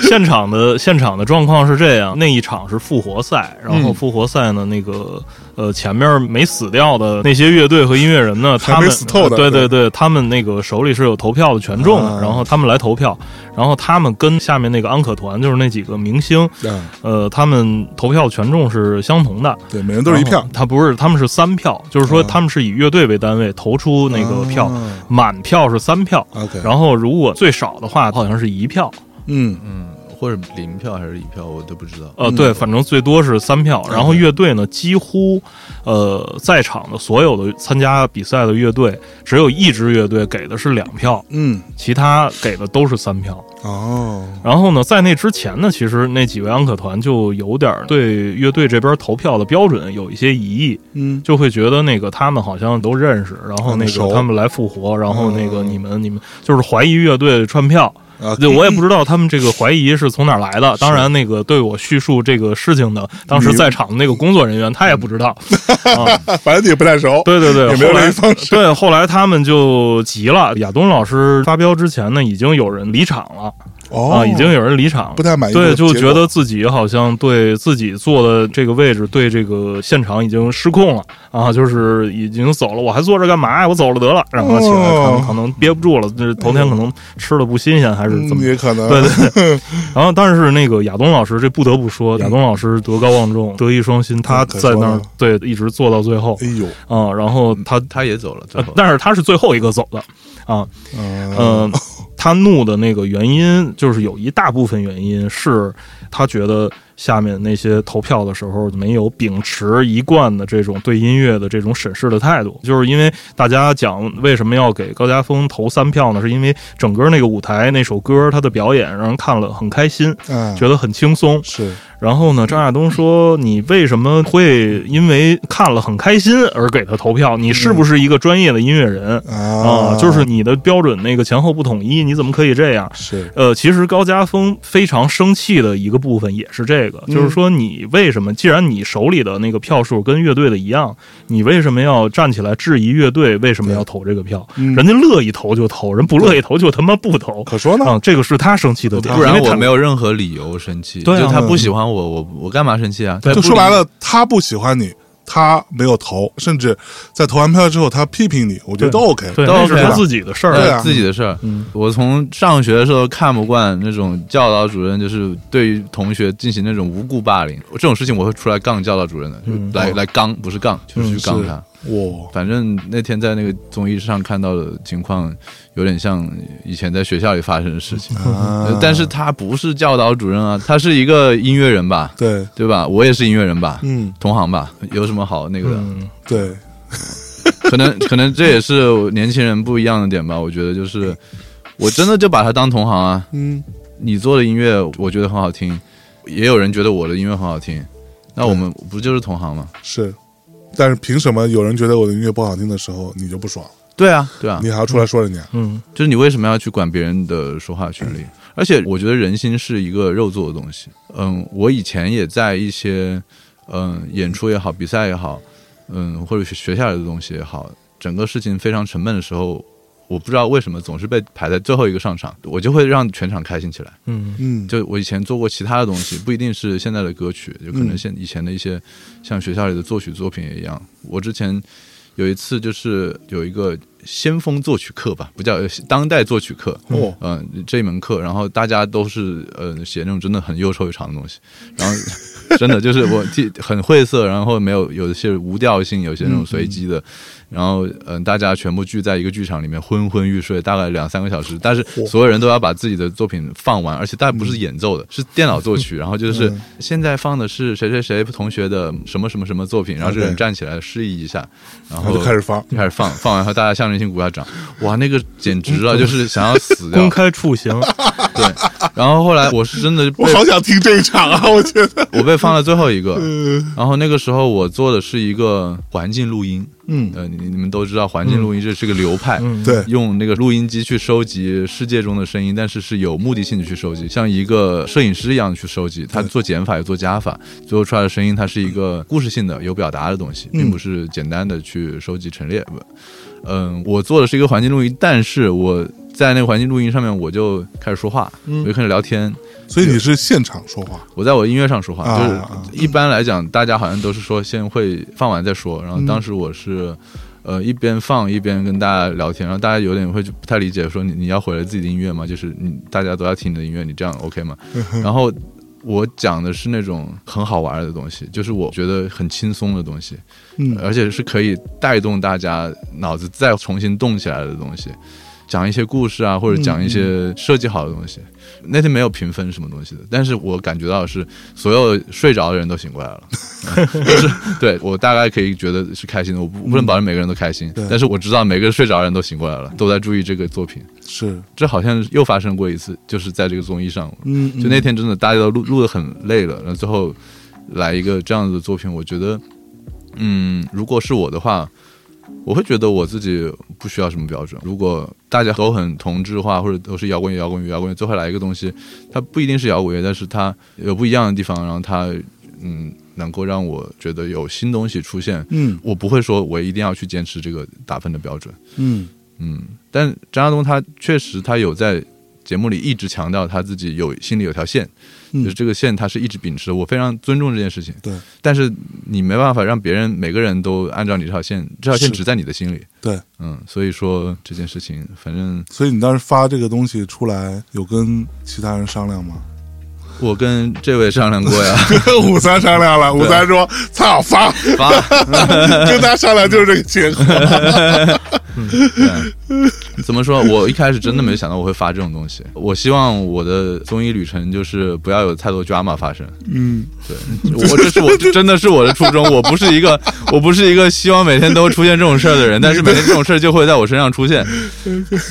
Speaker 3: 现场的现场的状况是这样，那一场是复活赛，然
Speaker 1: 嗯
Speaker 3: 后复活赛呢，那个呃前面没死掉的那些乐队和音乐人呢，
Speaker 1: 还
Speaker 3: 他们呃
Speaker 1: 没死透的
Speaker 3: 对对对，他们那个手里是有投票的权重的，
Speaker 1: 啊
Speaker 3: 然后他们来投票，然后他们跟下面那个安可团，就是那几个明星，
Speaker 1: 啊，
Speaker 3: 呃，他们投票权重是相同的，
Speaker 1: 对，每人都是一
Speaker 3: 然
Speaker 1: 票
Speaker 3: 后，他不是，他们是三票，就是说
Speaker 1: 啊
Speaker 3: 他们是以乐队为单位投出那个票，
Speaker 1: 啊
Speaker 3: 满票是三票
Speaker 1: OK
Speaker 3: 然后如果最少的话，好像是一票，
Speaker 1: 嗯，
Speaker 4: 嗯，或者零票还是一票，我都不知道。
Speaker 3: 呃，对，反正最多是三票。然后乐队呢，几乎，呃，在场的所有的参加比赛的乐队，只有一支乐队给的是两票，
Speaker 1: 嗯，
Speaker 3: 其他给的都是三票。
Speaker 1: 哦，
Speaker 3: 然后呢，在那之前呢，其实那几位安可团就有点儿对乐队这边投票的标准有一些疑义，
Speaker 1: 嗯，
Speaker 3: 就会觉得那个他们好像都认识，然后那
Speaker 1: 很熟
Speaker 3: 个他们来复活，然后那个
Speaker 1: 嗯
Speaker 3: 你们、你们就是怀疑乐队串票。
Speaker 1: 啊，
Speaker 3: 对，我也不知道他们这个怀疑是从哪儿来的。当然，那个对我叙述这个事情的当时在场的那个工作人员，他也不知道。 (laughs)
Speaker 1: 啊反正你也不太熟，
Speaker 3: 对对对，
Speaker 1: (laughs) 也没有
Speaker 3: 后来
Speaker 1: 联系方式
Speaker 3: 对，后来他们就急了。亚东老师发飙之前呢，已经有人离场了、
Speaker 1: 哦，
Speaker 3: 啊，已经有人离场了，
Speaker 1: 不太满意这
Speaker 3: 对，
Speaker 1: 个
Speaker 3: 就
Speaker 1: 结
Speaker 3: 觉
Speaker 1: 果
Speaker 3: 得自己好像对自己坐的这个位置，对这个现场已经失控了啊，就是已经走了，我还坐这干嘛呀？我走了得了，然后起来可
Speaker 1: 哦
Speaker 3: 能可能憋不住了，就是头天可能吃的不新鲜，还是怎
Speaker 1: 嗯
Speaker 3: 么
Speaker 1: 也可能，
Speaker 3: 对对
Speaker 1: (laughs)
Speaker 3: 对。然后，但是那个亚东老师，这不得不说，亚东老师德高望重，德艺双馨，他
Speaker 1: 嗯可
Speaker 3: 在
Speaker 1: 说
Speaker 3: 那儿
Speaker 1: 呢
Speaker 3: 对一直做到最后
Speaker 1: 哎呦，
Speaker 3: 啊、然后他，
Speaker 4: 他也走了，最
Speaker 3: 呃
Speaker 4: 后
Speaker 3: (laughs) 但是他是最后一个走的啊。
Speaker 1: 嗯
Speaker 3: 嗯、他怒的那个原因，就是有一大部分原因是他觉得下面那些投票的时候没有秉持一贯的这种对音乐的这种审视的态度，就是因为大家讲为什么要给高家峰投三票呢？是因为整个那个舞台那首歌他的表演让人看了很开心，
Speaker 1: 嗯，
Speaker 3: 觉得很轻松。
Speaker 1: 是
Speaker 3: 然后呢，张亚东说：“你为什么会因为看了很开心而给他投票？你是不是一个专业的音乐人？”啊，
Speaker 1: 啊，
Speaker 3: 就是你的标准那个前后不统一，你怎么可以这样？
Speaker 1: 是
Speaker 3: 呃，其实高家峰非常生气的一个部分也是这
Speaker 1: 嗯
Speaker 3: 个，就是说你为什么，既然你手里的那个票数跟乐队的一样，你为什么要站起来质疑乐队为什么要投这个票？人家乐意投就投，人不乐意投就他妈不
Speaker 1: 嗯
Speaker 3: 投。
Speaker 1: 可说呢
Speaker 3: 啊，这个是他生气的点，
Speaker 4: 不然
Speaker 3: 因为
Speaker 4: 我
Speaker 3: 他
Speaker 4: 没有任何理由生气。
Speaker 3: 对啊
Speaker 4: 就他不喜欢我，我我干嘛生气啊？
Speaker 3: 对
Speaker 4: 他
Speaker 1: 就
Speaker 4: 不
Speaker 1: 说白了，他不喜欢你，他没有投，甚至在投完票之后他批评你，我觉得都 OK。
Speaker 3: 对，
Speaker 4: 都
Speaker 3: 那是
Speaker 4: OK
Speaker 3: 他
Speaker 4: 吧
Speaker 3: 自己的事儿。
Speaker 1: 对啊
Speaker 4: 自己的事儿。
Speaker 3: 嗯
Speaker 4: 我从上学的时候看不惯那种教导主任，就是对于同学进行那种无故霸凌，这种事情我会出来杠教导主任的，
Speaker 3: 嗯
Speaker 4: 就来来刚，不是杠，就是去杠
Speaker 1: 哦是
Speaker 4: 他。
Speaker 1: 哇，
Speaker 4: 反正那天在那个综艺上看到的情况，有点像以前在学校里发生的事情。
Speaker 1: 啊
Speaker 4: 呃但是他不是教导主任啊，他是一个音乐人吧，
Speaker 1: 对，
Speaker 4: 对吧？我也是音乐人吧，
Speaker 1: 嗯，
Speaker 4: 同行吧，有什么好那个的？
Speaker 3: 嗯，
Speaker 1: 对，
Speaker 4: 可能可能这也是我年轻人不一样的点吧。我觉得就是，我真的就把他当同行啊。
Speaker 1: 嗯，
Speaker 4: 你做的音乐，我觉得很好听，也有人觉得我的音乐很好听，那我们不就是同行吗？
Speaker 1: 是。但是凭什么有人觉得我的音乐不好听的时候，你就不爽，
Speaker 4: 对啊，对啊，
Speaker 1: 你还要出来说人家？
Speaker 3: 嗯，
Speaker 4: 就是你为什么要去管别人的说话权利？而且我觉得人心是一个肉做的东西。嗯，我以前也在一些嗯演出也好，比赛也好，嗯或者学学校里的东西也好，整个事情非常沉闷的时候，我不知道为什么总是被排在最后一个上场，我就会让全场开心起来。
Speaker 3: 嗯，
Speaker 1: 嗯，
Speaker 4: 就我以前做过其他的
Speaker 1: (laughs)
Speaker 4: 东西，不一定是现在的歌曲，就可能
Speaker 1: 嗯
Speaker 4: 现以前的一些像学校里的作曲作品也一样。我之前有一次就是有一个先锋作曲课吧，不叫当代作曲课，
Speaker 1: 哦
Speaker 4: 嗯、这一门课，然后大家都是呃写那种真的很又臭又长的东西，然后 (laughs) 真的就是我记很晦涩，然后没有有一些无调性，有些那
Speaker 1: 嗯
Speaker 4: 种随机的，然后嗯、呃大家全部聚在一个剧场里面昏昏欲睡，大概两三个小时，但是所有人都要把自己的作品放完，而且大家不是演
Speaker 1: 嗯
Speaker 4: 奏的，是电脑作曲，然后就是现在放的是谁谁谁同学的什么什么什么作品，然后这个人
Speaker 1: OK
Speaker 4: 站起来示意一下，然
Speaker 1: 啊然后
Speaker 4: 后
Speaker 1: 就开始放，嗯
Speaker 4: 开始放，放完后大家象征性鼓下掌，哇，那个简直了，就是想要死掉
Speaker 3: 公。开处
Speaker 1: (laughs)
Speaker 3: 刑，
Speaker 4: 对，然后后来我是真的被
Speaker 1: 我好想听这一场啊！我觉得，
Speaker 4: 我被放了最后一个，然后那个时候我做的是一个环境录音，
Speaker 1: 嗯
Speaker 4: 呃，你你们都知道环境录音这是个流派，
Speaker 3: 嗯
Speaker 1: 对，
Speaker 4: 用那个录音机去收集世界中的声音，但是是有目的性的去收集，像一个摄影师一样去收集。他做减法也做加法，最后出来的声音它是一个故事性的、有表达的东西，并不是简单的去收集陈列。嗯，我做的是一个环境录音，但是我在那个环境录音上面我就开始说话，我就开始聊天。
Speaker 1: 所以你是现场说话，
Speaker 4: 我在我音乐上说话，
Speaker 1: 啊
Speaker 4: 就是
Speaker 1: 啊啊
Speaker 4: 一般来讲，大家好像都是说先会放完再说。
Speaker 1: 嗯
Speaker 4: 然后当时我是，呃，一边放一边跟大家聊天，然后大家有点会不太理解，说你你要毁了自己的音乐吗？就是你大家都要听你的音乐，你这样 OK 吗？
Speaker 1: 嗯
Speaker 4: 然后我讲的是那种很好玩的东西，就是我觉得很轻松的东西，
Speaker 1: 嗯
Speaker 4: 而且是可以带动大家脑子再重新动起来的东西。讲一些故事啊，或者讲一
Speaker 1: 嗯
Speaker 4: 些设计好的东西。那天没有评分什么东西的，但是我感觉到是所有睡着的人都醒过来了，嗯就是对我大概可以觉得是开心的，我不不能保证每个人都开心，但是我知道每个睡着的人都醒过来了，都在注意这个作品。
Speaker 1: 是，
Speaker 4: 这好像又发生过一次，就是在这个综艺上，
Speaker 1: 嗯
Speaker 4: 就那天真的大家都录录得很累了，然后最后来一个这样子的作品，我觉得，嗯，如果是我的话，我会觉得我自己不需要什么标准。如果大家都很同质化，或者都是摇滚乐、摇滚乐、摇滚乐，最后来一个东西，它不一定是摇滚乐，但是它有不一样的地方，然后它嗯，能够让我觉得有新东西出现。
Speaker 1: 嗯
Speaker 4: 我不会说我一定要去坚持这个打分的标准。
Speaker 1: 嗯
Speaker 4: 嗯，但张亚东他确实他有在节目里一直强调他自己有心里有条线，
Speaker 1: 嗯
Speaker 4: 就是这个线他是一直秉持的，我非常尊重这件事情。
Speaker 1: 对，
Speaker 4: 但是你没办法让别人每个人都按照你这条线，这条线
Speaker 1: 是
Speaker 4: 只在你的心里。
Speaker 1: 对，
Speaker 4: 嗯，所以说这件事情，反正
Speaker 1: 所以你当时发这个东西出来，有跟其他人商量吗？
Speaker 4: 我跟这位商量过呀，
Speaker 1: (laughs) 跟五三商量了，五三说：“操，发，
Speaker 4: 发
Speaker 1: (laughs) 跟他商量就是这个结果。
Speaker 4: 怎么说？我一开始真的没想到我会发这种东西。我希望我的综艺旅程就是不要有太多 drama 发生。”
Speaker 1: 嗯，
Speaker 4: 对，我这是我这真的是我的初衷，我不是一个我不是一个希望每天都出现这种事儿的人，但是每天这种事儿就会在我身上
Speaker 1: (laughs)
Speaker 4: 出现，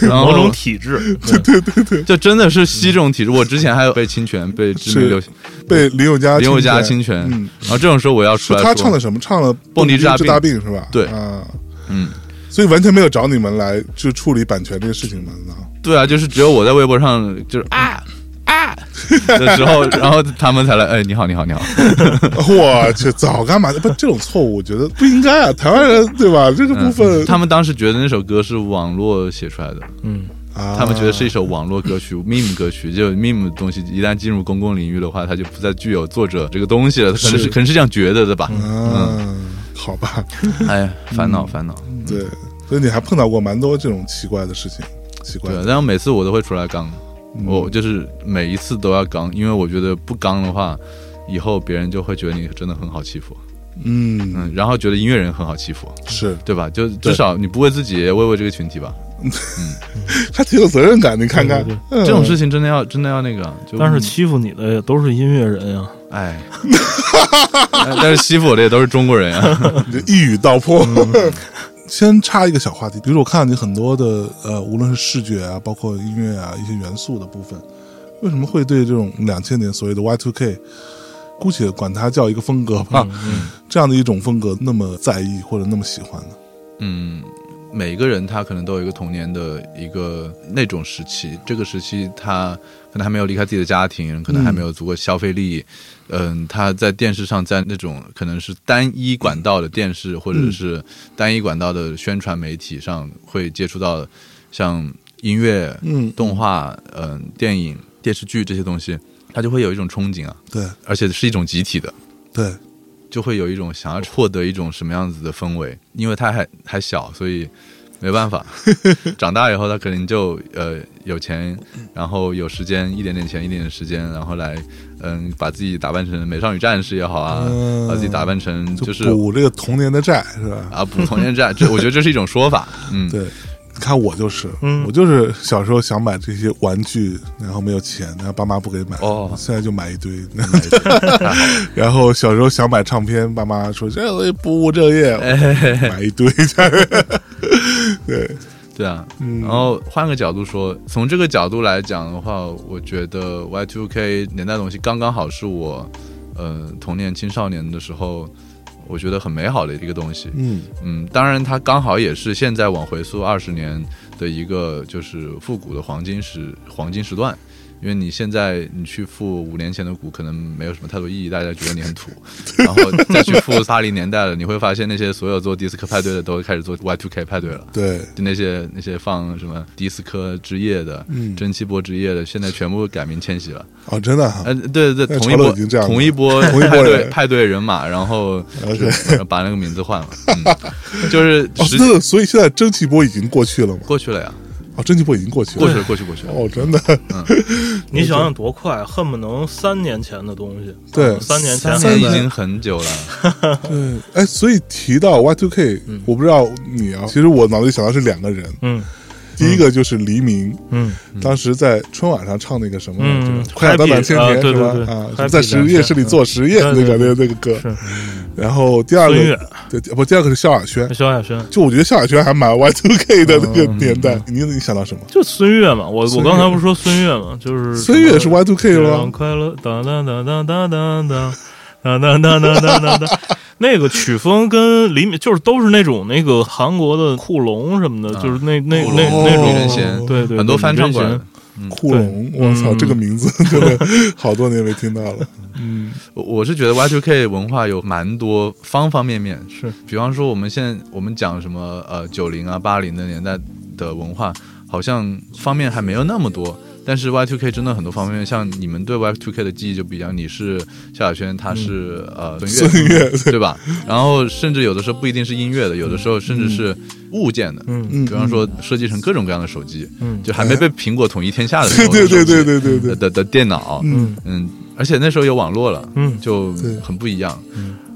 Speaker 4: 然后
Speaker 3: 某种体制，
Speaker 1: 哦
Speaker 4: 就真的是吸这种体质。我之前还有被侵权，被知名流行
Speaker 1: (laughs) 被林宥嘉
Speaker 4: 林宥
Speaker 1: 啊
Speaker 4: 嘉侵
Speaker 1: 侵
Speaker 4: 权，
Speaker 1: 嗯，
Speaker 4: 然后这种时候我要出
Speaker 1: 是
Speaker 4: 来
Speaker 1: 他唱
Speaker 4: 说
Speaker 1: 的，什么？唱了《
Speaker 4: 蹦迪
Speaker 1: 迪
Speaker 4: 治大病
Speaker 1: 大病》是吧？
Speaker 4: 对
Speaker 1: 啊，
Speaker 4: 嗯，
Speaker 1: 所以完全没有找你们来去处理版权这个事情嘛？ (laughs) 那
Speaker 4: 对啊，就是只有我在微博上就是啊。
Speaker 1: (laughs)
Speaker 4: 啊的时候，然后他们才来，哎，你好，你好，你好，
Speaker 1: 我去，早干嘛？不，这种错误我觉得不应该啊！台湾人对吧？这个部分，
Speaker 4: (laughs) 他们当时觉得那首歌是网络写出来的，
Speaker 3: 嗯，
Speaker 1: 啊
Speaker 4: 他们觉得是一首网络歌曲、meme (laughs) 歌曲，就 meme 的东西一旦进入公
Speaker 1: 嗯
Speaker 4: 共领域的话，它就不再具有作者这个东西了，可能是可能是这样觉得的吧。
Speaker 1: 啊，好吧，
Speaker 4: 哎，烦恼烦恼。
Speaker 1: 对，所以你还碰到过蛮多这种奇怪的事情，奇怪
Speaker 4: 对，
Speaker 1: 的，
Speaker 4: 然后每次我都会出来刚，
Speaker 1: 嗯
Speaker 4: 我就是每一次都要刚，因为我觉得不刚的话，以后别人就会觉得你真的很好欺负，
Speaker 1: 嗯，
Speaker 4: 嗯，然后觉得音乐人很好欺负，
Speaker 1: 是，
Speaker 4: 对吧？就至少你不为自己，也为为这个群体吧。
Speaker 1: 还挺有责任感，你看看
Speaker 3: 对对
Speaker 1: 嗯
Speaker 4: 这种事情真的要真的要那个，啊就
Speaker 3: 但是欺负你的也都是音乐人呀、
Speaker 4: 哎，但 (laughs) 但是欺负我的也都是中国人啊， (laughs)
Speaker 1: 你就一语道破。
Speaker 4: 嗯
Speaker 1: (laughs) 先插一个小话题，比如我看到你很多的呃，无论是视觉啊，包括音乐啊一些元素的部分，为什么会对这种两千年所谓的 Y two K，姑且管它叫一个风格
Speaker 4: 嗯
Speaker 1: 吧，这样的一种风格那么在意或者那么喜欢呢？
Speaker 4: 嗯。每个人他可能都有一个童年的一个那种时期，这个时期他可能还没有离开自己的家庭，可能还没有足够消费力，嗯，他在电视上在那种可能是单一管道的电视或者是单一管道的宣传媒体上会接触到像音乐、
Speaker 1: 嗯
Speaker 4: 动画、嗯、电影、电视剧这些东西，他就会有一种憧憬啊，
Speaker 1: 对
Speaker 4: 而且是一种集体的，
Speaker 1: 对，
Speaker 4: 就会有一种想要获得一种什么样子的氛围，因为他还还小，所以没办法。长大以后，他可能就呃有钱，然后有时间，一点点钱，一点点时间，然后来嗯把自己打扮成美少女战士也好啊，
Speaker 1: 嗯
Speaker 4: 把自己打扮成就是
Speaker 1: 补这个童年的债是吧？
Speaker 4: 啊补童年战，这我觉得这是一种说法，嗯，
Speaker 1: 对，你看我就是，
Speaker 3: 嗯
Speaker 1: 我就是小时候想买这些玩具，然后没有钱，然后爸妈不给买，
Speaker 4: 哦
Speaker 1: 现在就买一堆。 (laughs) 然后小时候想买唱片，爸妈说这我也不务正业，买一堆。对，
Speaker 4: 对啊，然后换个角度说，从这个角度来讲的话，我觉得 Y2K 年代的东西刚刚好是我，呃，童年青少年的时候，我觉得很美好的一个东西。
Speaker 1: 嗯
Speaker 4: 嗯，当然它刚好也是现在往回溯二十年的一个就是复古的黄金时黄金时段。因为你现在你去复五年前的股，可能没有什么太多意义，大家觉得你很土。然后再去复八零年代了，你会发现那些所有做迪斯科派对的都开始做 Y2K 派对了。
Speaker 1: 对，
Speaker 4: 就那些那些放什么迪斯科之夜的、
Speaker 1: 嗯
Speaker 4: 蒸汽波之夜的，现在全部改名千禧了。
Speaker 1: 哦，真的哈
Speaker 4: 呃，对对
Speaker 1: 那
Speaker 4: 对，同一
Speaker 1: 潮流
Speaker 4: 波
Speaker 1: 已经这样了
Speaker 4: 同一波
Speaker 1: (laughs) 同一波
Speaker 4: 派对
Speaker 1: 人
Speaker 4: 派对人马，然
Speaker 1: (laughs)
Speaker 4: 后呃
Speaker 1: OK
Speaker 4: 把那个名字换了，
Speaker 1: (laughs)
Speaker 4: 嗯、就是
Speaker 1: 哦，
Speaker 4: 实
Speaker 1: 真的，所以现在蒸汽波已经过去了嘛？
Speaker 4: 过去了呀，
Speaker 1: 哦，蒸汽波已经过去了，
Speaker 4: 过去了过去过去了。
Speaker 1: 哦，真的，
Speaker 3: 你想想多快，恨不能三年前的东西。
Speaker 1: 对
Speaker 3: 三年前
Speaker 4: 三
Speaker 3: 还
Speaker 1: 三
Speaker 4: 年已
Speaker 1: 年
Speaker 4: 经很久了，
Speaker 1: 对，
Speaker 3: 嗯
Speaker 1: 哎，所以提到 Y two K，我不知道你啊，其实我脑子里想到是两个人，
Speaker 3: 嗯
Speaker 1: 第一个就是黎明，
Speaker 3: 嗯，
Speaker 1: 当时在春晚上唱那个什么来着
Speaker 3: 嗯
Speaker 1: 快想到两千年是
Speaker 3: Happy，
Speaker 1: 吧
Speaker 3: 啊对对？对
Speaker 1: 啊，什
Speaker 3: Happy
Speaker 1: 么在实验室里做实验
Speaker 3: 嗯
Speaker 1: 那个那
Speaker 3: 对
Speaker 1: 个那个歌。
Speaker 3: 是
Speaker 1: 然后第二
Speaker 3: 孙悦
Speaker 1: 个，对，不，第二个是萧亚轩。
Speaker 3: 萧亚轩。
Speaker 1: 就我觉得萧亚轩还蛮 Y two K 的那个
Speaker 3: 嗯
Speaker 1: 年代，你你想到什么？
Speaker 3: 就孙悦嘛，我我
Speaker 1: 悦
Speaker 3: 刚才不是说孙悦嘛，就是
Speaker 1: 孙悦是 Y two K
Speaker 3: 非
Speaker 1: 吗
Speaker 3: 常？快乐，哒哒哒哒哒哒哒哒哒哒哒哒哒哒。那个曲风跟黎明就是都是那种那个韩国的库龙什么的，
Speaker 1: 啊
Speaker 3: 就是那那那那
Speaker 1: 哦
Speaker 4: 李
Speaker 3: 种
Speaker 4: 仁贤，
Speaker 3: 对对
Speaker 4: 很多翻唱过来
Speaker 3: 李
Speaker 4: 的
Speaker 3: 仁。
Speaker 1: 库龙，我
Speaker 3: 嗯
Speaker 1: 操，这个名字真的好多年没听到
Speaker 3: (laughs)
Speaker 1: 了。
Speaker 4: 我我是觉得 Y2K 文化有蛮多方方面面，
Speaker 3: 是，
Speaker 4: 比方说我们现在我们讲什么呃九零啊八零的年代的文化，好像方面还没有那么多。但是 Y2K 真的很多方面，像你们对 Y2K 的记忆就不一样，你是萧亚轩，
Speaker 3: 嗯
Speaker 4: 他是、呃孙
Speaker 1: 孙悦
Speaker 4: 悦，对吧？然后甚至有的时候不一定是音乐的，有的时候甚至是物件的，
Speaker 3: 嗯
Speaker 1: 嗯
Speaker 4: 比方说设计成各种各样的手机，
Speaker 3: 嗯
Speaker 4: 就还没被苹果统一天下的那
Speaker 1: (laughs) 对
Speaker 4: 种
Speaker 1: 对对
Speaker 4: 手机
Speaker 1: 对对对对，
Speaker 4: 的的电脑，
Speaker 1: 嗯
Speaker 4: 嗯，而且那时候有网络了，
Speaker 3: 嗯
Speaker 4: 就
Speaker 1: 对嗯
Speaker 4: 很不一样。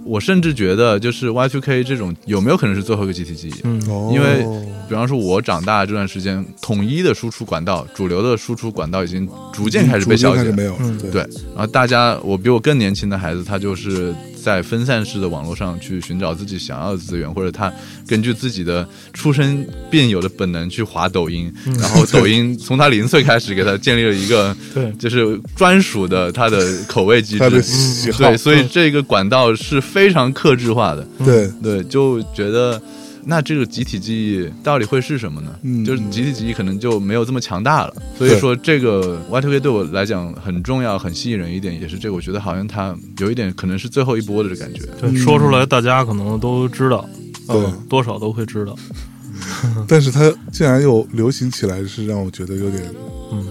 Speaker 4: 我甚至觉得，就是 Y2K 这种有没有可能是最后一个集体记忆？
Speaker 3: 嗯
Speaker 1: 哦
Speaker 4: 因为比方说，我长大这段时间，统一的输出管道、主流的输出管道已经逐渐开始被
Speaker 1: 逐
Speaker 4: 消
Speaker 1: 渐开始
Speaker 4: 解了
Speaker 1: 没。有了
Speaker 3: 嗯，
Speaker 1: 对
Speaker 4: 对，然后大家，我比我更年轻的孩子，他就是在分散式的网络上去寻找自己想要的资源，或者他根据自己的出生便有的本能去滑抖音，
Speaker 1: 嗯
Speaker 4: 然后抖音从他零岁开始给他建立了一个
Speaker 3: 对
Speaker 4: 就是专属的他的口味机
Speaker 1: 他的
Speaker 4: 制。
Speaker 1: 喜好
Speaker 4: 嗯对，，所以这个管道是非常克制化的。
Speaker 1: 对，
Speaker 4: 对，就觉得那这个集体记忆到底会是什么呢？
Speaker 1: 嗯
Speaker 4: 就是集体记忆可能就没有这么强大了。所
Speaker 1: 对
Speaker 4: 以说，这个 Y2K 对我来讲很重要、很吸引人一点，也是这个我觉得好像它有一点可能是最后一波的感觉。
Speaker 3: 对，说出来大家可能都知道，
Speaker 1: 对
Speaker 3: 嗯，多少都会知道。
Speaker 4: 嗯
Speaker 1: 但是它竟然又流行起来，是让我觉得有点，
Speaker 3: 嗯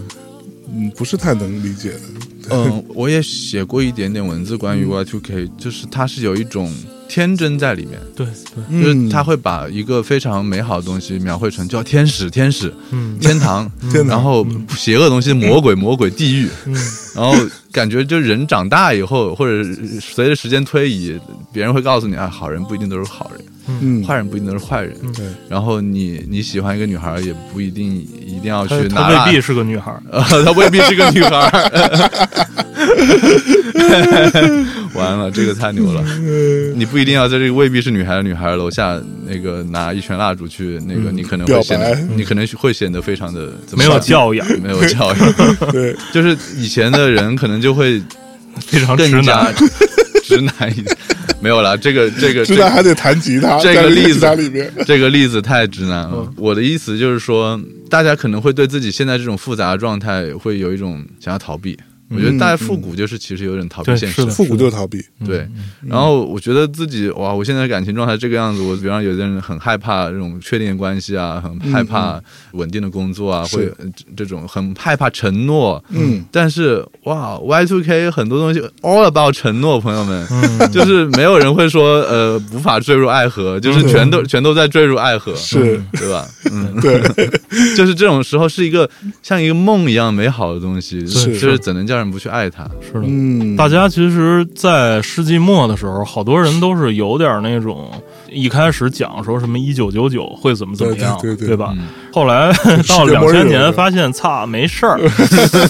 Speaker 1: 嗯，不是太能理解的。嗯
Speaker 4: 嗯，我也写过一点点文字关于 Y2K，就是它是有一种天真在里面，
Speaker 3: 对对，
Speaker 1: 嗯
Speaker 4: 就是他会把一个非常美好的东西描绘成叫天使、天使、
Speaker 3: 嗯
Speaker 4: 天堂，
Speaker 1: 天堂
Speaker 4: 然后邪恶东西魔鬼、魔鬼、地狱，
Speaker 3: 嗯
Speaker 4: 然后感觉就人长大以后，或者随着时间推移，别人会告诉你啊，好人不一定都是好人，
Speaker 1: 嗯，
Speaker 4: 坏人不一定都是坏人。
Speaker 1: 对，
Speaker 4: 然后你你喜欢一个女孩，也不一定一定要去
Speaker 3: 她
Speaker 4: 拿
Speaker 3: 她
Speaker 4: 蜡
Speaker 3: 未必是个女孩儿，
Speaker 4: 呃，她未必 (laughs) 是个女孩儿。完了，这个太牛了！ (laughs)
Speaker 1: (laughs)
Speaker 4: 你不一定要在这个未必是女孩的女孩儿楼下那个拿一圈蜡烛去那个，你可能
Speaker 1: 嗯表
Speaker 4: 会显得
Speaker 1: 白
Speaker 4: 你可能会显得非常的怎么
Speaker 3: 没有
Speaker 4: 说
Speaker 3: 教养，
Speaker 4: 没有
Speaker 1: (laughs)
Speaker 4: 教养，
Speaker 1: 对，
Speaker 4: 就是以前的人可能就会
Speaker 3: 非常直
Speaker 4: 更加
Speaker 1: (laughs)
Speaker 3: 男。
Speaker 4: 直男一点。没有啦，这个这个
Speaker 1: 知
Speaker 4: 这
Speaker 1: 道还
Speaker 4: 个
Speaker 1: 得弹吉他，
Speaker 4: 这
Speaker 1: 在
Speaker 4: 个例
Speaker 1: 吉他
Speaker 4: 子
Speaker 1: 里面，
Speaker 4: 这个例子太直男了。
Speaker 1: 嗯
Speaker 4: 我的意思就是说，大家可能会对自己现在这种复杂的状态会有一种想要逃避。我觉得
Speaker 1: 嗯
Speaker 4: 大家复古就是其实有点逃避
Speaker 3: 对
Speaker 4: 现实
Speaker 3: 是的，
Speaker 1: 复古就是逃避，
Speaker 4: 对。
Speaker 1: 嗯
Speaker 4: 然后我觉得自己哇，我现在感情状态这个样子，我比方有的人很害怕这种确定的关系啊，很害怕稳定的工作啊，
Speaker 1: 嗯是
Speaker 4: 会呃这这种很害怕承诺。
Speaker 1: 嗯，
Speaker 4: 但是哇，Y two K 很多东西 all about 承诺，朋友们，
Speaker 1: 嗯
Speaker 4: 就是没有人会说呃无法坠入爱河，就是全都全都在坠入爱河，
Speaker 1: 嗯是
Speaker 4: 对吧？嗯，
Speaker 1: 对，
Speaker 4: (laughs) 就是这种时候是一个像一个梦一样美好的东西，
Speaker 1: 是
Speaker 4: 就是怎能叫人不去爱它？
Speaker 3: 是的，
Speaker 1: 嗯，
Speaker 3: 大家其实，在世纪末的时候，好多人都是有点那种一开始讲说什么一九九九会怎么怎么样，
Speaker 1: 对对对对
Speaker 3: 吧？
Speaker 4: 嗯
Speaker 3: 后来到
Speaker 1: (laughs) 世界
Speaker 3: 两
Speaker 1: 末日了
Speaker 3: 千年，发现擦没事儿，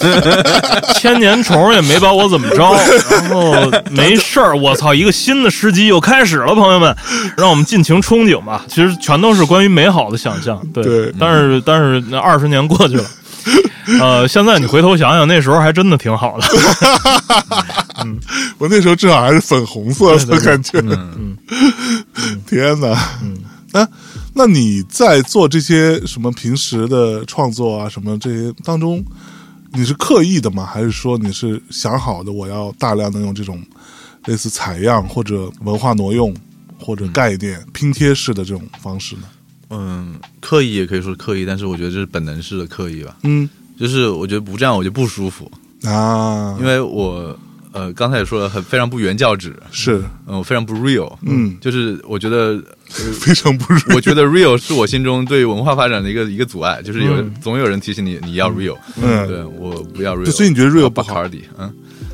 Speaker 3: (laughs) 千年虫也没把我怎么着，然后没事儿，我操，一个新的世纪又开始了，朋友们，让我们尽情憧憬吧。其实全都是关于美好的想象，对。
Speaker 1: 对
Speaker 3: 但是但是那二十年过去了。呃，现在你回头想想，那时候还真的挺好的。
Speaker 1: 我那时候至少还是粉红色的感觉。
Speaker 4: 嗯
Speaker 1: (laughs) 天哪！那那你在做这些什么平时的创作啊，什么这些当中，你是刻意的吗？还是说你是想好的，我要大量的用这种类似采样或者文化挪用或者概念拼贴式的这种方式呢？
Speaker 4: 嗯，刻意也可以说是刻意，但是我觉得这是本能式的刻意吧。
Speaker 1: 嗯
Speaker 4: 就是我觉得不这样我就不舒服，
Speaker 1: 啊，
Speaker 4: 因为我呃刚才也说了，很非常不原教旨，
Speaker 1: 是
Speaker 4: 嗯、非常不 real，
Speaker 1: 嗯
Speaker 4: 就是我觉得
Speaker 1: 非常不是
Speaker 4: 呃我觉
Speaker 1: (laughs)
Speaker 4: 得 real 是我心中对文化发展的一个一个阻碍，就是有、总有人提醒你你要 real，
Speaker 1: 嗯
Speaker 4: 对我不要 real，
Speaker 1: 所以你觉得 real
Speaker 4: 我
Speaker 1: 不好
Speaker 4: 卡尔迪，嗯，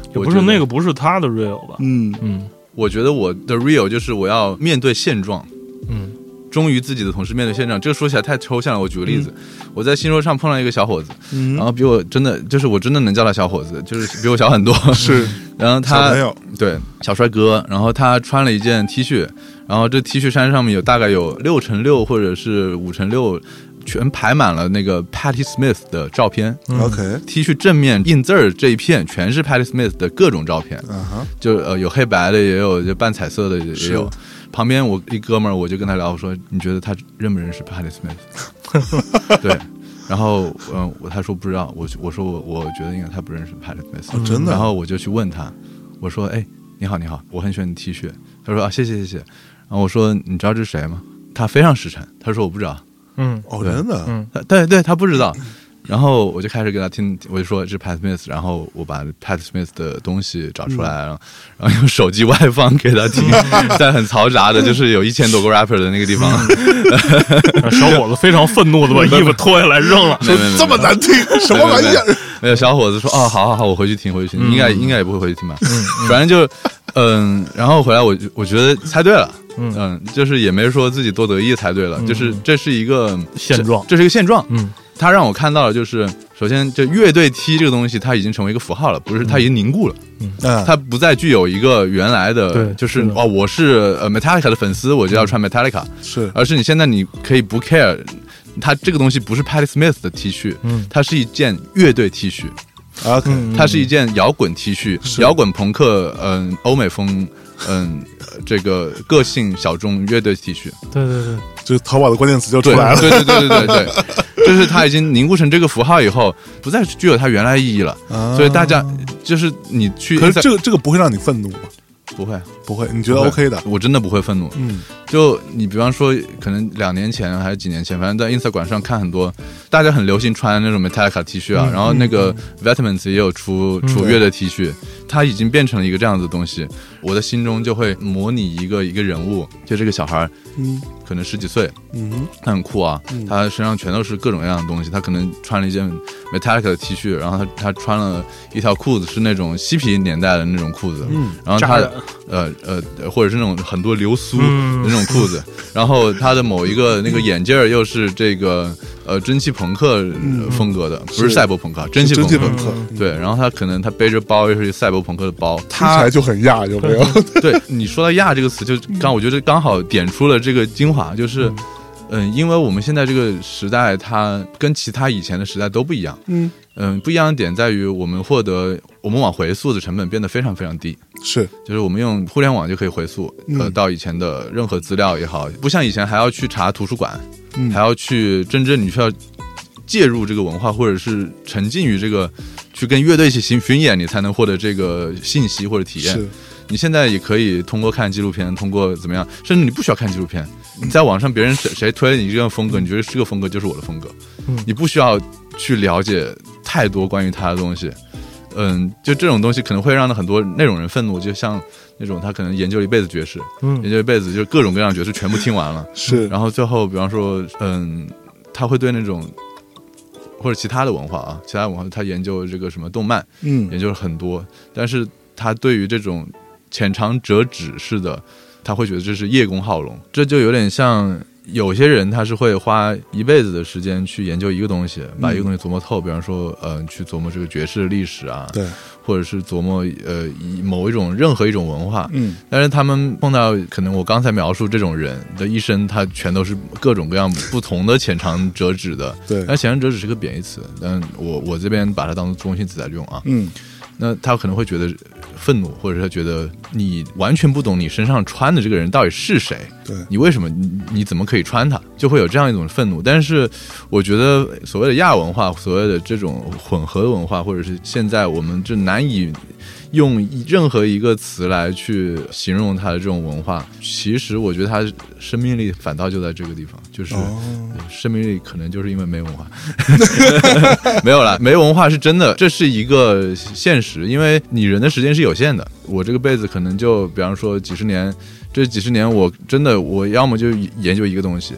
Speaker 3: 也
Speaker 4: 我
Speaker 3: 不是
Speaker 4: 觉得
Speaker 3: 那个，不是他的 real 吧？
Speaker 1: 嗯
Speaker 3: 嗯
Speaker 4: 我觉得我的 real 就是我要面对现状，
Speaker 3: 嗯
Speaker 4: 忠于自己的同时面对现状。这个说起来太抽象了，我举个例子，
Speaker 3: 嗯
Speaker 4: 我在新说唱碰到一个小伙子，
Speaker 1: 嗯
Speaker 4: 然后比我真的就是我真的能叫他小伙子， (laughs) 就是比我小很
Speaker 1: (laughs)
Speaker 4: 多，是， (laughs) 然后
Speaker 1: 小
Speaker 4: 他
Speaker 1: 朋友
Speaker 4: 对小帅哥，然后他穿了一件 T 恤，然后这 T 恤衫上面有大概有六乘六或者是五乘六，全排满了那个 Patty Smith 的照片。
Speaker 1: OK
Speaker 4: T 恤正面印字儿这一片全是 Patty Smith 的各种照片，
Speaker 1: 啊哈
Speaker 4: 就呃有黑白的，也有就半彩色的，也也
Speaker 1: 是
Speaker 4: 有。旁边我一哥们儿，我就跟他聊，我说你觉得他认不认识 Patty Smith？对， (laughs) 然后嗯，我他说不知道，我我说我我觉得应该他不认识 Patty Smith，、
Speaker 1: 哦真的
Speaker 4: 然后我就去问他，我说哎你好你好，我很喜欢你 T 恤。他说啊谢谢谢谢。然后我说你知道这是谁吗？他非常实诚，他说我不知道。
Speaker 3: 嗯
Speaker 1: 哦，
Speaker 4: 对
Speaker 1: 真的
Speaker 3: 嗯
Speaker 4: 他呃对对，他不知道。然后我就开始给他听，我就说这是 Pat Smith，然后我把 Pat Smith 的东西找出来，然后然后用手机外放给他听，在很嘈杂的，就是有一千多个 rapper 的那个地方，
Speaker 3: (laughs) 小伙子非常愤怒的把衣服脱下来扔了。
Speaker 4: 没有没有没有
Speaker 1: 这么难
Speaker 4: (laughs)
Speaker 1: 听，什么玩意儿？
Speaker 4: 没有小伙子说哦，好好好，我回去听，回去听，应该应该也不会回去听吧，反正就嗯，然后回来我就我觉得猜对了。嗯，就是也没说自己多得意猜对了，就是这是一个
Speaker 3: 现状
Speaker 4: 这这是一个现状。
Speaker 3: 嗯，
Speaker 4: 他让我看到了，就是首先这乐队 T 这个东西，它已经成为一个符号了，不是它已经凝固了，
Speaker 1: 啊
Speaker 4: 它不再具有一个原来的
Speaker 3: 对
Speaker 4: 就是
Speaker 3: 是的
Speaker 4: 哦，我是呃 Metallica 的粉丝，我就要穿 Metallica，
Speaker 1: 是
Speaker 4: 而是你现在你可以不 care，它这个东西不是 Patti Smith 的 T 恤，
Speaker 3: 嗯
Speaker 4: 它是一件乐队 T 恤，
Speaker 1: 啊 OK
Speaker 4: 它是一件摇滚 T 恤，摇滚朋克，嗯、欧美风，嗯、这个个性小众乐队 T 恤，
Speaker 3: (laughs) 对对对，
Speaker 1: 就淘宝的关键词就出
Speaker 4: 对
Speaker 1: 来了。
Speaker 4: 对对对对对对，就是它已经凝固成这个符号以后，不再具有它原来意义了。
Speaker 1: 啊
Speaker 4: 所以大家就是你去，
Speaker 1: (laughs) 可是这个这个不会让你愤怒吗？
Speaker 4: 不会，
Speaker 1: 不会，你觉得 OK 的？
Speaker 4: 我真的不会愤怒。
Speaker 1: 嗯
Speaker 4: 就你比方说，可能两年前还是几年前，反正在 Instagram 上看很多，大家很流行穿那种 Metallica T 恤啊，然后那个 Vitamins 也有出楚乐的 T 恤，它已经变成了一个这样子的东西，我的心中就会模拟一个一个人物，就这个小孩儿
Speaker 1: 嗯
Speaker 4: 可能十几岁，
Speaker 1: 嗯
Speaker 4: 他很酷啊，他身上全都是各种各样的东西。他可能穿了一件 Metallica 的 T 恤，然后他他穿了一条裤子是那种嬉皮年代的那种裤子，嗯，然后他
Speaker 3: 扎染
Speaker 4: 呃呃或者是那种很多流苏的
Speaker 3: 嗯
Speaker 4: 那种
Speaker 1: (laughs)
Speaker 4: 裤子，然后他的某一个那个眼镜儿又是这个呃蒸汽朋克呃风格的，不是
Speaker 1: 嗯
Speaker 4: 嗯
Speaker 1: 是
Speaker 4: 赛博朋克，蒸汽
Speaker 1: 蒸汽
Speaker 4: 朋
Speaker 1: 朋
Speaker 4: 克。
Speaker 1: 克，
Speaker 4: 对，然后他可能他背着包又是赛博朋克的包，
Speaker 1: 听起
Speaker 4: 他嗯
Speaker 1: 来就很亚，有没有？
Speaker 4: (laughs) 对你说到“亚”这个词，就
Speaker 1: 嗯
Speaker 4: 刚我觉得刚好点出了这个精华，就是，嗯，因为我们现在这个时代，它跟其他以前的时代都不一样。
Speaker 1: 嗯
Speaker 4: 嗯，不一样的点在于，我们获得我们往回溯的成本变得非常非常低，
Speaker 1: (laughs) 是，
Speaker 4: 就是我们用互联网就可以回溯，呃，
Speaker 1: 嗯
Speaker 4: 到以前的任何资料也好，不像以前还要去查图书馆，
Speaker 1: 嗯
Speaker 4: 还要去真正你需要介入这个文化，或者是沉浸于这个，去跟乐队一起巡巡演，你才能获得这个信息或者体验。
Speaker 1: 是，
Speaker 4: 你现在也可以通过看纪录片，通过怎么样，甚至你不需要看纪录片，你在网上别人谁谁推了你这个风格，你觉得这个风格就是我的风格，你不需要去了解太多关于他的东西。嗯，就这种东西可能会让很多那种人愤怒，就像那种他可能研究了一辈子爵士，
Speaker 3: 嗯
Speaker 4: 研究一辈子就各种各样的爵士全部听完了，
Speaker 1: 是，
Speaker 4: 嗯然后最后比方说，嗯，他会对那种或者其他的文化啊，其他文化他研究这个什么动漫，
Speaker 1: 嗯
Speaker 4: 也就是很多，但是他对于这种浅尝辄止式的，他会觉得这是叶公好龙，这就有点像有些人他是会花一辈子的时间去研究一个东西，
Speaker 1: 嗯
Speaker 4: 把一个东西琢磨透，比方说，呃，去琢磨这个爵士历史啊，
Speaker 1: 对，
Speaker 4: 或者是琢磨呃一某一种任何一种文化，
Speaker 1: 嗯，
Speaker 4: 但是他们碰到可能我刚才描述这种人的一生，他全都是各种各样不同的浅尝辄止的，
Speaker 1: 对
Speaker 4: 但浅尝辄止是个贬义词，但我我这边把它当做中性词来用啊，
Speaker 1: 嗯，
Speaker 4: 那他可能会觉得愤怒，或者是他觉得你完全不懂你身上穿的这个人到底是谁，
Speaker 1: 对
Speaker 4: 你为什么你你怎么可以穿它，就会有这样一种愤怒。但是我觉得所谓的亚文化，所谓的这种混合文化，或者是现在我们这难以用任何一个词来去形容它的这种文化，其实我觉得它生命力反倒就在这个地方，就是。
Speaker 1: 哦，
Speaker 4: 生命力可能就是因为
Speaker 1: (laughs)
Speaker 4: 没文化，没有啦， (laughs) 没文化是真的，这是一个现实，因为你人的时间是有限的。我这个辈子可能就，比方说几十年，这几十年我真的我要么就研究一个东西，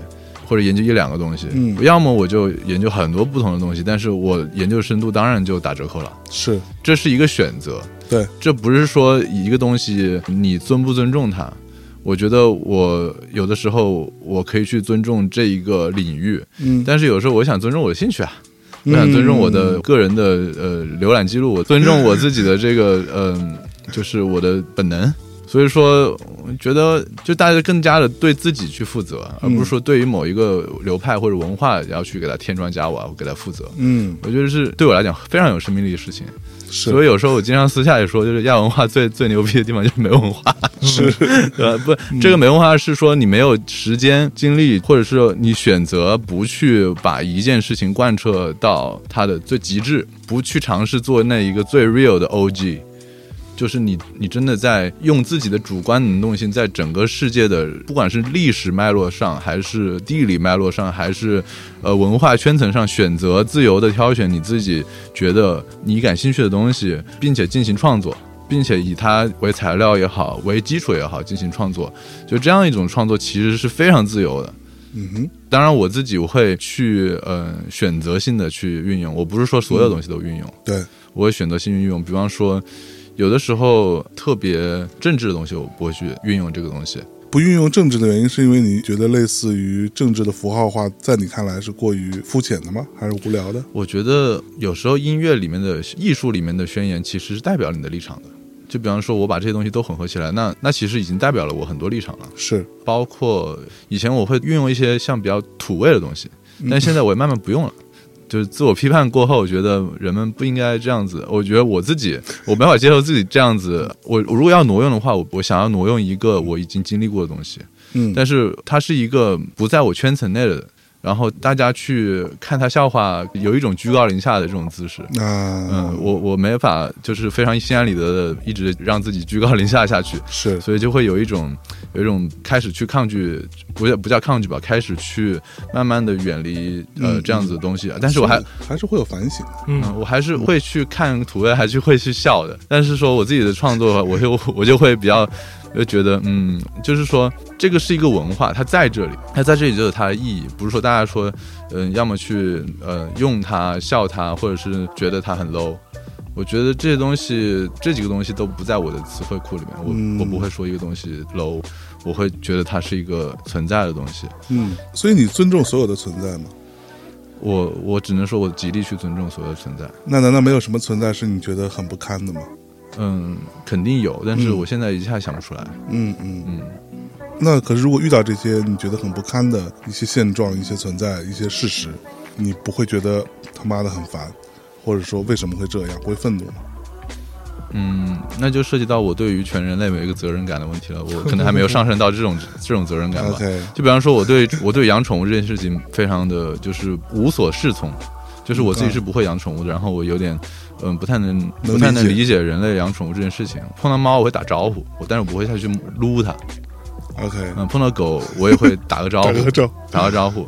Speaker 4: 或者研究一两个东西，
Speaker 1: 嗯
Speaker 4: 要么我就研究很多不同的东西，但是我研究深度当然就打折扣了，
Speaker 1: 是，
Speaker 4: 这是一个选择，
Speaker 1: 对，
Speaker 4: 这不是说一个东西你尊不尊重它。我觉得我有的时候我可以去尊重这一个领域，
Speaker 1: 嗯，
Speaker 4: 但是有时候我想尊重我的兴趣啊，我想尊重我的个人的呃浏览记录，我尊重我自己的
Speaker 1: (laughs)
Speaker 4: 这个嗯、就是我的本能。所以说，我觉得就大家更加的对自己去负责，而
Speaker 1: 嗯
Speaker 4: 不是说对于某一个流派或者文化要去给它添砖加瓦，我给它负责。
Speaker 1: 嗯，
Speaker 4: 我觉得是对我来讲非常有生命力的事情。
Speaker 1: 是，
Speaker 4: 所以有时候我经常私下也说，就是亚文化最最牛逼的地方就是没文化，是， (laughs) 对吧？不，这个没文化是说你没有时间、精力，或者是你选择不去把一件事情贯彻到它的最极致，不去尝试做那一个最 real 的 OG。就是你，你真的在用自己的主观能动性，在整个世界的，不管是历史脉络上，还是地理脉络上，还是呃文化圈层上，选择自由的挑选你自己觉得你感兴趣的东西，并且进行创作，并且以它为材料也好，为基础也好进行创作，就这样一种创作其实是非常自由的。
Speaker 1: 嗯哼，
Speaker 4: 当然，我自己我会去呃选择性的去运用，我不是说所有东西都运用。
Speaker 1: 对，
Speaker 4: 我会选择性运用。比方说，有的时候特别政治的东西，我不会去运用这个东西。
Speaker 1: 不运用政治的原因，是因为你觉得类似于政治的符号化，在你看来是过于肤浅的吗？还是无聊的？
Speaker 4: 我觉得有时候音乐里面的艺术里面的宣言，其实是代表你的立场的。就比方说，我把这些东西都混合起来，那那其实已经代表了我很多立场了。
Speaker 1: 是，
Speaker 4: 包括以前我会运用一些像比较土味的东西，但现在我也慢慢不用了。 (laughs) 就是自我批判过后，我觉得人们不应该这样子。我觉得我自己，我没法接受自己这样子。我我如果要挪用的话，我我想要挪用一个我已经经历过的东西，
Speaker 1: 嗯，
Speaker 4: 但是它是一个不在我圈层内的然后大家去看他笑话，有一种居高临下的这种姿势。
Speaker 1: 那
Speaker 4: 嗯，我我没法就是非常心安理得的一直让自己居高临下下去，
Speaker 1: 是
Speaker 4: 所以就会有一种有一种开始去抗拒，不叫不叫抗拒吧，开始去慢慢的远离呃
Speaker 1: 嗯
Speaker 4: 这样子的东西。但是我还
Speaker 1: 还是会有反省的，
Speaker 4: 嗯，我还是会去看图的，还是会去笑的。但是说我自己的创作，我就 (laughs) 我就会比较，就觉得嗯，就是说这个是一个文化，它在这里，它在这里就有它的意义，不是说大家说，嗯、要么去呃用它、笑它，或者是觉得它很 low。我觉得这些东西，这几个东西都不在我的词汇库里面，我、
Speaker 1: 嗯
Speaker 4: 我不会说一个东西 low，我会觉得它是一个存在的东西。
Speaker 1: 嗯，所以你尊重所有的存在吗？
Speaker 4: 我我只能说我极力去尊重所有的存在。
Speaker 1: 那难道没有什么存在是你觉得很不堪的吗？
Speaker 4: 嗯，肯定有，但是
Speaker 1: 嗯
Speaker 4: 我现在一下想不出来。
Speaker 1: 嗯嗯
Speaker 4: 嗯。
Speaker 1: 那可是如果遇到这些你觉得很不堪的一些现状、一些存在、一些事实，你不会觉得他妈的很烦，或者说为什么会这样，会愤怒吗？
Speaker 4: 嗯，那就涉及到我对于全人类每一个责任感的问题了。
Speaker 1: (laughs)
Speaker 4: 我可能还没有上升到这种这种责任感吧。
Speaker 1: OK
Speaker 4: 就比方说，我对我对养宠物这件事情非常的就是无所适从，就是我自己是不会养宠物的，然后我有点嗯不太能
Speaker 1: 嗯啊能
Speaker 4: 不太能
Speaker 1: 理解
Speaker 4: 理解人类养宠物这件事情。碰到猫我会打招呼，我但是我不会下去撸它。
Speaker 1: ？OK，
Speaker 4: 嗯，碰到狗我也会打个招
Speaker 1: (laughs)
Speaker 4: 呼，
Speaker 1: 打个招呼
Speaker 4: 打个招呼。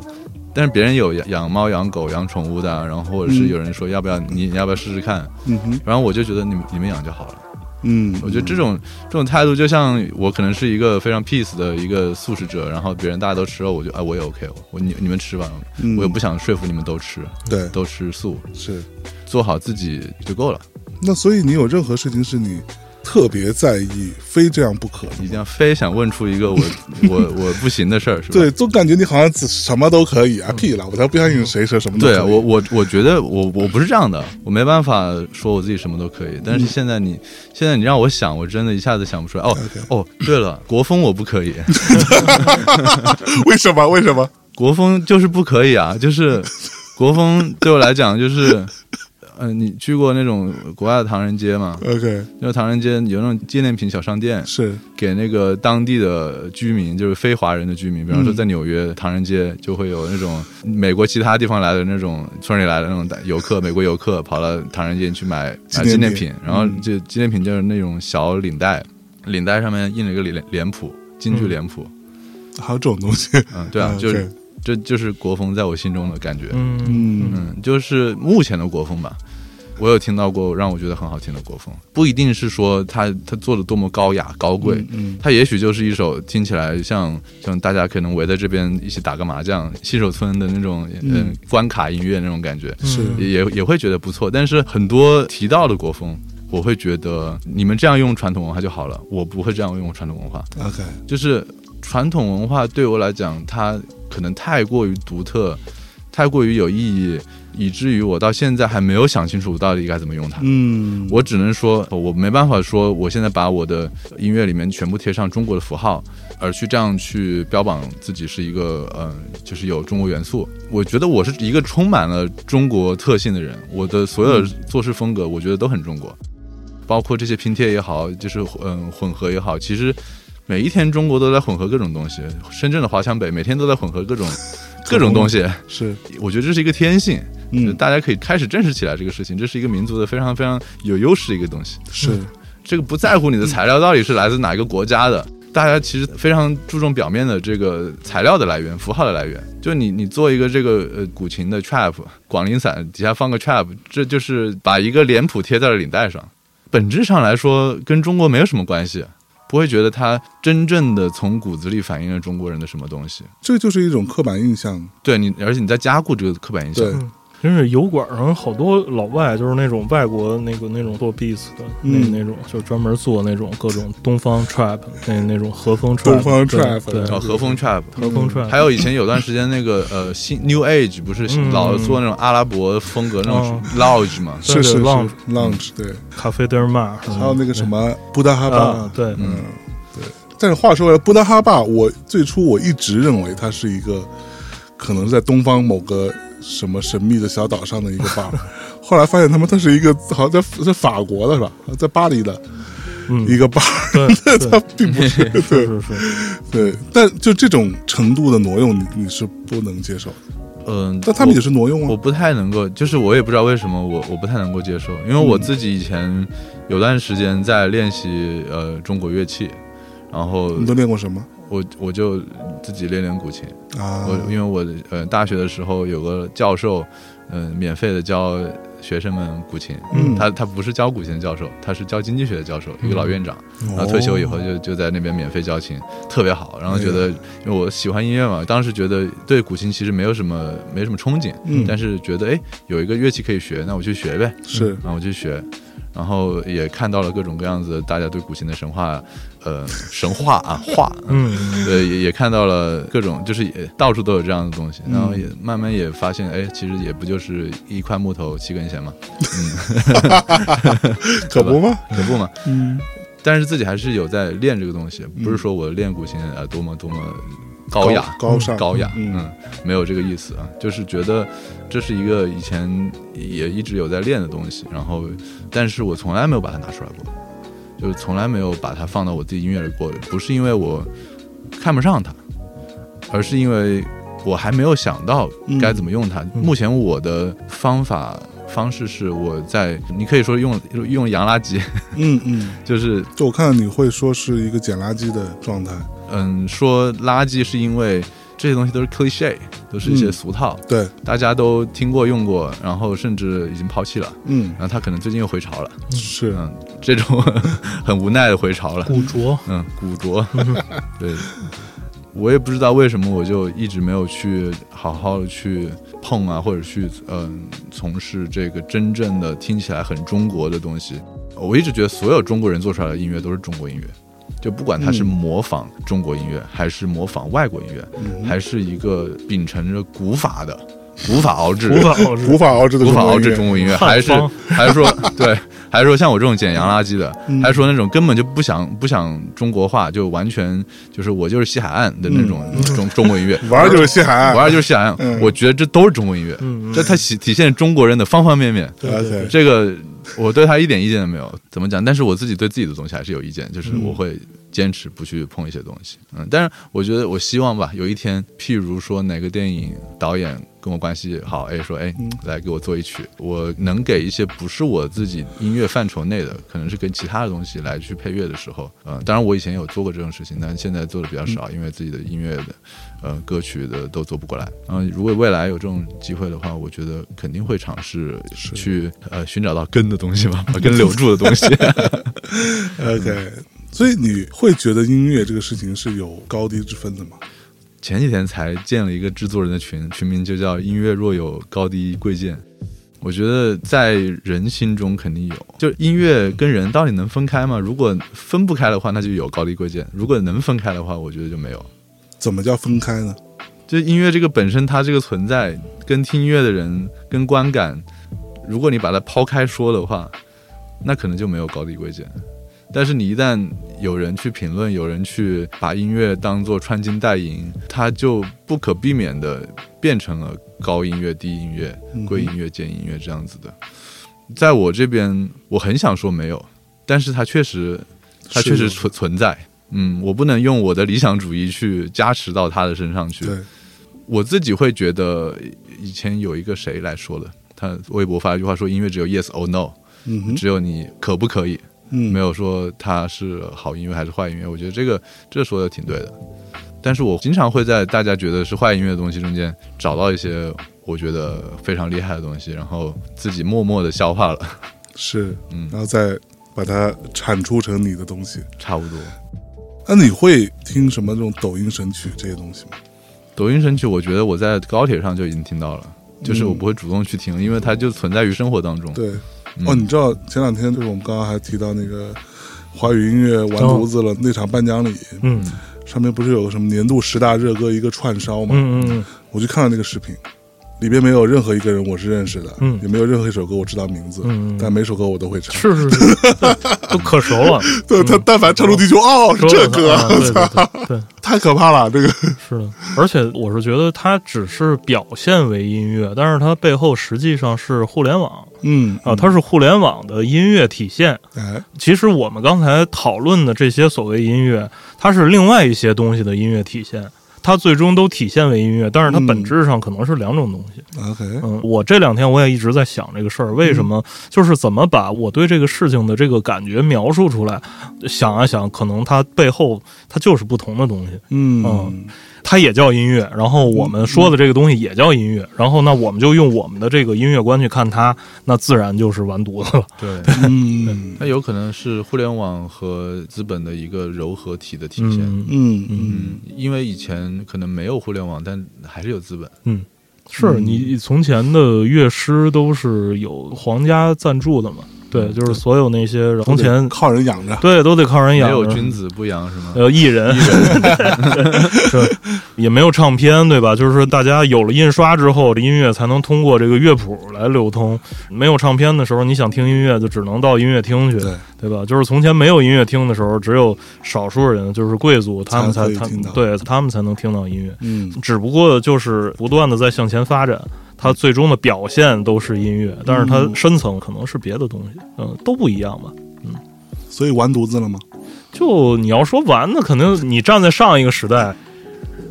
Speaker 4: 但是别人有养养猫、养狗、养宠物的，然后或者是有人说要不要你你要不要试试看，
Speaker 1: 嗯哼，
Speaker 4: 然后我就觉得你们你们养就好了。
Speaker 1: 嗯，
Speaker 4: 我觉得这种这种态度，就像我可能是一个非常 peace 的一个素食者，然后别人大家都吃肉，我就啊我也 OK，我你你们吃吧，
Speaker 1: 嗯
Speaker 4: 我也不想说服你们都吃，
Speaker 1: 对
Speaker 4: 都吃素，
Speaker 1: 是。
Speaker 4: 做好自己就够了，
Speaker 1: 那所以你有任何事情是你特别在意，非这样不可的
Speaker 4: 一
Speaker 1: 吗？
Speaker 4: 定要非想问出一个我 (laughs) 我我不行的事儿，是吧？
Speaker 1: 对，总感觉你好像只什么都可以啊，屁啦！我才不相信谁说什么都可以。
Speaker 4: 对啊我我我觉得我我不是这样的，我没办法说我自己什么都可以。但是现
Speaker 1: (laughs)
Speaker 4: 在你现在你让我想，我真的一下子想不出来。哦
Speaker 1: OK
Speaker 4: 哦，对了， (laughs) 国风我不可以，
Speaker 1: 为什么？为什么？
Speaker 4: 国风就是不可以啊，就是国风对我来讲就是，呃，你去过那种国外的唐人街吗？
Speaker 1: OK，
Speaker 4: 那唐人街有那种纪念品小商店，
Speaker 1: 是
Speaker 4: 给那个当地的居民，就是非华人的居民，比方
Speaker 1: 嗯
Speaker 4: 说在纽约唐人街就会有那种美国其他地方来的那种村里来的那种游客，美国游客跑到唐人街去买买
Speaker 1: 纪
Speaker 4: 纪
Speaker 1: 念
Speaker 4: 念
Speaker 1: 品
Speaker 4: 品，然后这纪念品就是那种小领带，嗯领带上面印了一个脸脸谱，京剧脸谱，
Speaker 1: 还有这种东西。
Speaker 4: 嗯，对啊，
Speaker 1: 嗯
Speaker 4: 就是
Speaker 1: 对
Speaker 4: 这就是国风在我心中的感觉，
Speaker 3: 嗯，
Speaker 1: 嗯
Speaker 4: 嗯，就是目前的国风吧。我有听到过让我觉得很好听的国风，不一定是说他他做的多么高雅高贵，
Speaker 1: 嗯
Speaker 4: 它也许就是一首听起来像像大家可能围在这边一起打个麻将，新手村的那种嗯关卡音乐那种感觉，
Speaker 1: 是
Speaker 4: 也也也会觉得不错。但是很多提到的国风，我会觉得你们这样用传统文化就好了，我不会这样用传统文化。
Speaker 1: OK，
Speaker 4: 就是传统文化对我来讲，它可能太过于独特，太过于有意义，以至于我到现在还没有想清楚我到底该怎么用它。
Speaker 1: 嗯
Speaker 4: 我只能说，我没办法说，我现在把我的音乐里面全部贴上中国的符号，而去这样去标榜自己是一个嗯、呃就是有中国元素。我觉得我是一个充满了中国特性的人，我的所有做事风格，我觉得都很中国，包括这些拼贴也好，就是嗯混合也好，其实。每一天，中国都在混合各种东西。深圳的华强北每天都在混合各种各种东西。
Speaker 1: 是
Speaker 4: 我觉得这是一个天性，
Speaker 1: 嗯
Speaker 4: 就大家可以开始正视起来这个事情，这是一个民族的非常非常有优势的一个东西。
Speaker 1: 是
Speaker 4: 这个不在乎你的材料到底是来自哪一个国家的，大家其实非常注重表面的这个材料的来源、符号的来源。就你你做一个这个呃古琴的 trap，广陵散底下放个 trap，这就是把一个脸谱贴在了领带上，本质上来说跟中国没有什么关系。不会觉得它真正的从骨子里反映了中国人的什么东西，
Speaker 1: 这就是一种刻板印象。
Speaker 4: 对你，而且你在加固这个刻板印象
Speaker 1: 对，，
Speaker 3: 真是油管上好多老外，就是那种外国那个那种做 beats 的那、
Speaker 1: 嗯
Speaker 3: 那种，就专门做那种各种东方 trap 那那种和风 trap，
Speaker 1: 东方
Speaker 3: 对
Speaker 1: trap
Speaker 3: 嗯
Speaker 1: 嗯
Speaker 3: 对，
Speaker 1: 然
Speaker 4: 叫
Speaker 1: 后
Speaker 4: 呃和风 trap，
Speaker 3: 和风 trap，
Speaker 4: 还有以前有段时间那个呃新 New Age 不是
Speaker 3: 嗯
Speaker 4: 老做那种阿拉伯风格那种
Speaker 3: 哦
Speaker 4: lounge 嘛？
Speaker 1: 是是是
Speaker 3: lounge
Speaker 1: lounge 对，
Speaker 3: 咖啡德尔玛，
Speaker 1: 还有那个什么布达哈
Speaker 3: 啊
Speaker 1: 巴，，
Speaker 3: 对，
Speaker 1: 嗯对。但是话说回来，布达哈巴，我最初我一直认为它是一个可能是在东方某个什么神秘的小岛上的一个 bar，后来发现他们它是一个好像在在法国的是吧，在巴黎的
Speaker 3: 嗯
Speaker 1: 一个 bar， (laughs)
Speaker 3: 对
Speaker 1: 它
Speaker 3: 对，
Speaker 1: 并不是对
Speaker 3: 是是是，
Speaker 1: 对，但就这种程度的挪用，你你是不能接受的。
Speaker 4: 嗯，
Speaker 1: 但他们也是挪用
Speaker 4: 我
Speaker 1: 啊。
Speaker 4: 不太能够，就是我也不知道为什么我我不太能够接受，因为
Speaker 3: 嗯
Speaker 4: 我自己以前有段时间在练习呃中国乐器，然后
Speaker 1: 你都练过什么
Speaker 4: 我我就自己练练古琴，
Speaker 1: 啊？
Speaker 4: 我因为我呃大学的时候有个教授，嗯、免费的教学生们古琴，
Speaker 1: 嗯
Speaker 4: 他他不是教古琴的教授，他是教经济学的教授，一个老院长，然
Speaker 1: 哦哎
Speaker 4: 后呃退休以后就就在那边免费教琴，特别好，然后觉得因为我喜欢音乐嘛，当时觉得对古琴其实没有什么没什么憧憬，
Speaker 1: 嗯
Speaker 4: 但是觉得哎有一个乐器可以学，那我去学呗，啊
Speaker 1: 是
Speaker 4: 然后我去学，然后也看到了各种各样子的大家对古琴的神话，呃，神话啊
Speaker 1: (laughs)
Speaker 4: 画，
Speaker 3: 嗯，
Speaker 4: 对，也也看到了各种，就是也到处都有这样的东西，然后
Speaker 1: 嗯
Speaker 4: 也慢慢也发现，哎，其实也不就是一块木头七根弦嘛，
Speaker 1: 可不吗？
Speaker 4: 可不嘛。
Speaker 1: 嗯，
Speaker 4: 但是自己还是有在练这个东西，不是说我练古琴啊多么多么高雅
Speaker 1: 高高尚
Speaker 4: 高雅，
Speaker 1: 嗯
Speaker 4: 嗯，没有这个意思啊，就是觉得这是一个以前也一直有在练的东西，然后但是我从来没有把它拿出来过，就是从来没有把它放到我自己音乐里过，不是因为我看不上它，而是因为我还没有想到该怎么用它。
Speaker 1: 嗯
Speaker 4: 目前我的方法。方式是我在，你可以说用用洋垃圾， (laughs)
Speaker 1: 嗯嗯，
Speaker 4: 就是
Speaker 1: 就我看你会说是一个捡垃圾的状态，
Speaker 4: 嗯，说垃圾是因为这些东西都是 cliche，都是一些
Speaker 1: 嗯
Speaker 4: 俗套，
Speaker 1: 对，
Speaker 4: 大家都听过用过，然后甚至已经抛弃了。
Speaker 1: 嗯，
Speaker 4: 然后他可能最近又回潮了，
Speaker 1: 是
Speaker 4: 嗯，这种 (laughs) 很无奈的回潮了，
Speaker 3: 古着，
Speaker 4: 嗯，古着，对，我也不知道为什么，我就一直没有去好好的去碰啊，或者去嗯、从事这个真正的听起来很中国的东西。我一直觉得所有中国人做出来的音乐都是中国音乐，就不管它是模仿中国音乐，还是模仿外国音乐，还是一个秉承着古法的古法熬制，
Speaker 3: 古法老师
Speaker 1: 古法熬制的
Speaker 4: 无
Speaker 1: 中
Speaker 4: 法
Speaker 1: 国
Speaker 4: 熬
Speaker 1: 音
Speaker 4: 制
Speaker 1: 乐，
Speaker 4: 中国音乐，
Speaker 3: 汉
Speaker 4: 还是
Speaker 3: 方
Speaker 4: 还是说对，还是说像我这种捡洋垃圾的，还是说那种根本就不想不想中国化，就完全就是我就是西海岸的那种中中国音乐
Speaker 1: 嗯玩儿就是嗯西海
Speaker 4: 我
Speaker 1: 岸
Speaker 4: 玩的就是西海岸，我觉得这都是中国音乐，这它体体现中国人的方方面面。
Speaker 1: ，OK，
Speaker 4: 这个我对他一点意见都没有，怎么讲？但是我自己对自己的东西还是有意见，就是我会坚持不去碰一些东西。嗯，但是我觉得我希望吧，有一天，譬如说哪个电影导演跟我关系好，哎，说哎，来给我做一曲，我能给一些不是我自己音乐范畴内的，可能是跟其他的东西来去配乐的时候，嗯，当然我以前有做过这种事情，但是现在做的比较少，因为自己的音乐的。呃，歌曲的都做不过来。嗯、如果未来有这种机会的话，我觉得肯定会尝试去呃寻找到根的东西吧，把根留住的东西。
Speaker 1: OK，所以你会觉得音乐这个事情是有高低之分的吗？
Speaker 4: 前几天才建了一个制作人的群，群名就叫“音乐若有高低贵贱”。我觉得在人心中肯定有，就音乐跟人到底能分开吗？如果分不开的话，那就有高低贵贱；如果能分开的话，我觉得就没有。
Speaker 1: 怎么叫分开呢？
Speaker 4: 就音乐这个本身，它这个存在跟听音乐的人跟观感，如果你把它抛开说的话，那可能就没有高低贵贱。但是你一旦有人去评论，有人去把音乐当做穿金戴银，它就不可避免的变成了高音乐、低音乐、贵音乐、贱音乐这样子的。在我这边，我很想说没有，但是它确实，它
Speaker 1: 是
Speaker 4: 确实
Speaker 1: 有
Speaker 4: 存存在。嗯，我不能用我的理想主义去加持到他的身上去。
Speaker 1: 对，
Speaker 4: 我自己会觉得，以前有一个谁来说的，他微博发一句话说：“音乐只有 yes or no，
Speaker 1: 嗯哼，
Speaker 4: 只有你可不可以，
Speaker 1: 嗯，
Speaker 4: 没有说它是好音乐还是坏音乐。”我觉得这个这说的挺对的，但是我经常会在大家觉得是坏音乐的东西中间找到一些我觉得非常厉害的东西，然后自己默默的消化了，
Speaker 1: 是，
Speaker 4: 嗯
Speaker 1: 然后再把它产出成你的东西。
Speaker 4: 差不多。
Speaker 1: 那你会听什么这种抖音神曲这些东西吗？
Speaker 4: 抖音神曲，我觉得我在高铁上就已经听到了，就是我不会主动去听，因为它就存在于生活当中。
Speaker 1: 对，哦，你知道前两天就是我们刚刚还提到那个华语音乐完犊子了、那场颁奖礼，
Speaker 3: 嗯
Speaker 1: 上面不是有个什么年度十大热歌一个串烧吗？
Speaker 3: 嗯嗯嗯，
Speaker 1: 我就看了那个视频，里边没有任何一个人我是认识的，
Speaker 3: 嗯
Speaker 1: 也没有任何一首歌我知道名字，
Speaker 3: 嗯嗯
Speaker 1: 但每首歌我都会唱。
Speaker 3: 是是是，
Speaker 1: (laughs)
Speaker 3: 都可熟了，
Speaker 1: 对他，但凡唱出地球，哦，是
Speaker 3: 熟了
Speaker 1: 这歌，
Speaker 3: 啊对对对对。
Speaker 1: 太可怕了，这个
Speaker 3: 是的，而且我是觉得它只是表现为音乐，但是它背后实际上是互联网
Speaker 1: 嗯
Speaker 3: 啊，它是互联网的音乐体现。
Speaker 1: 哎，
Speaker 3: 其实我们刚才讨论的这些所谓音乐，它是另外一些东西的音乐体现。它最终都体现为音乐，但是它
Speaker 1: 嗯
Speaker 3: 本质上可能是两种东西。
Speaker 1: OK，
Speaker 3: 嗯，我这两天我也一直在想这个事儿，为什么就是怎么把我对这个事情的这个感觉描述出来？想啊想，可能它背后它就是不同的东西，
Speaker 1: 嗯
Speaker 3: 嗯它也叫音乐，然后我们说的这个东西也叫音乐，然后那我们就用我们的这个音乐观去看它，那自然就是完犊子了。
Speaker 4: 对，
Speaker 1: 嗯
Speaker 4: 那有可能是互联网和资本的一个柔合体的体现。
Speaker 3: 嗯
Speaker 1: 嗯嗯，
Speaker 4: 嗯，因为以前可能没有互联网，但还是有资本。
Speaker 3: 嗯，是你从前的乐师都是有皇家赞助的嘛？嗯对，就是所有那些从前
Speaker 1: 靠人养着，
Speaker 3: 对都得靠人
Speaker 4: 没
Speaker 3: 养着，
Speaker 4: 有君子不扬是
Speaker 3: (laughs)
Speaker 4: 吗？
Speaker 3: 呃，艺人， (laughs) 是也没有唱片，对吧？就是说大家有了印刷之后，这音乐才能通过这个乐谱来流通。没有唱片的时候，你想听音乐就只能到音乐厅去，
Speaker 1: 对
Speaker 3: 对吧？就是从前没有音乐厅的时候，只有少数人，就是贵族，他们
Speaker 1: 才
Speaker 3: 才
Speaker 1: 可以
Speaker 3: 他
Speaker 1: 听到
Speaker 3: 对他们才能听到音乐。
Speaker 1: 嗯
Speaker 3: 只不过就是不断的在向前发展。它最终的表现都是音乐，但
Speaker 1: 嗯
Speaker 3: 是它深层可能是别的东西，嗯，都不一样吧。
Speaker 1: 所以完犊子了吗？
Speaker 3: 就你要说完，那肯定你站在上一个时代，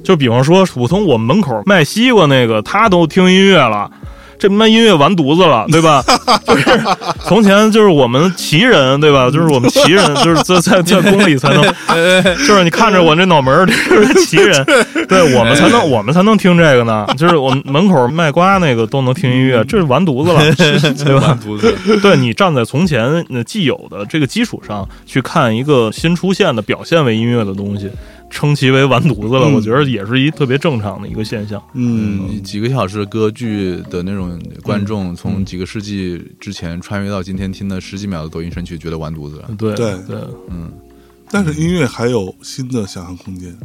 Speaker 3: 就比方说普通我们门口卖西瓜那个，他都听音乐了。这他妈音乐完犊子了，对吧？ (laughs) 就是从前就是我们旗人，对吧？就是我们旗人，就是在在在宫里才能，就是你看着我这脑门儿，就是旗人，对我们才能我们才能听这个呢。就是我们门口卖瓜那个都能听音乐，这完犊子了， (laughs) 对吧？
Speaker 4: 犊子，
Speaker 3: (laughs) 对你站在从前呃既有的这个基础上去看一个新出现的表现为音乐的东西，称其为完犊子了，
Speaker 1: 嗯
Speaker 3: 我觉得也是一特别正常的一个现象。
Speaker 1: 嗯，
Speaker 4: 几个小时的歌剧的那种观众，
Speaker 3: 嗯
Speaker 4: 从几个世纪之前穿越到今天听的十几秒的抖音神曲，觉得完犊子了，
Speaker 3: 对
Speaker 1: 对
Speaker 3: 对，
Speaker 4: 嗯，
Speaker 1: 但是音乐还有新的想象空间。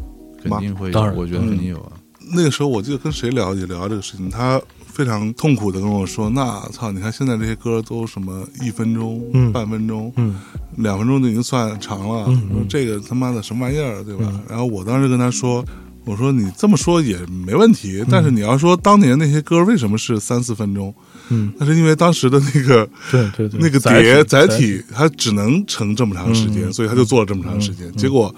Speaker 4: 肯定会，
Speaker 3: 当然嗯
Speaker 4: 我觉得肯定有啊。
Speaker 1: 那个时候我记得跟谁聊也聊这个事情，他非常痛苦的跟我说：“那操，你看现在这些歌都什么一分钟、
Speaker 3: 嗯
Speaker 1: 半分钟、
Speaker 3: 嗯
Speaker 1: 两分钟就已经算长了，说这个他妈的什么玩意儿，对吧？”
Speaker 3: 嗯
Speaker 1: 然后我当时跟他说。我说你这么说也没问题，但是你要说当年那些歌为什么是三四分钟，
Speaker 3: 嗯，
Speaker 1: 那是因为当时的那个
Speaker 3: 对对对，
Speaker 1: 那个碟
Speaker 3: 载体嗯
Speaker 1: 载
Speaker 3: 载
Speaker 1: 体它只能撑这么长时间，所以它就做了这么长时
Speaker 3: 嗯
Speaker 1: 间。结果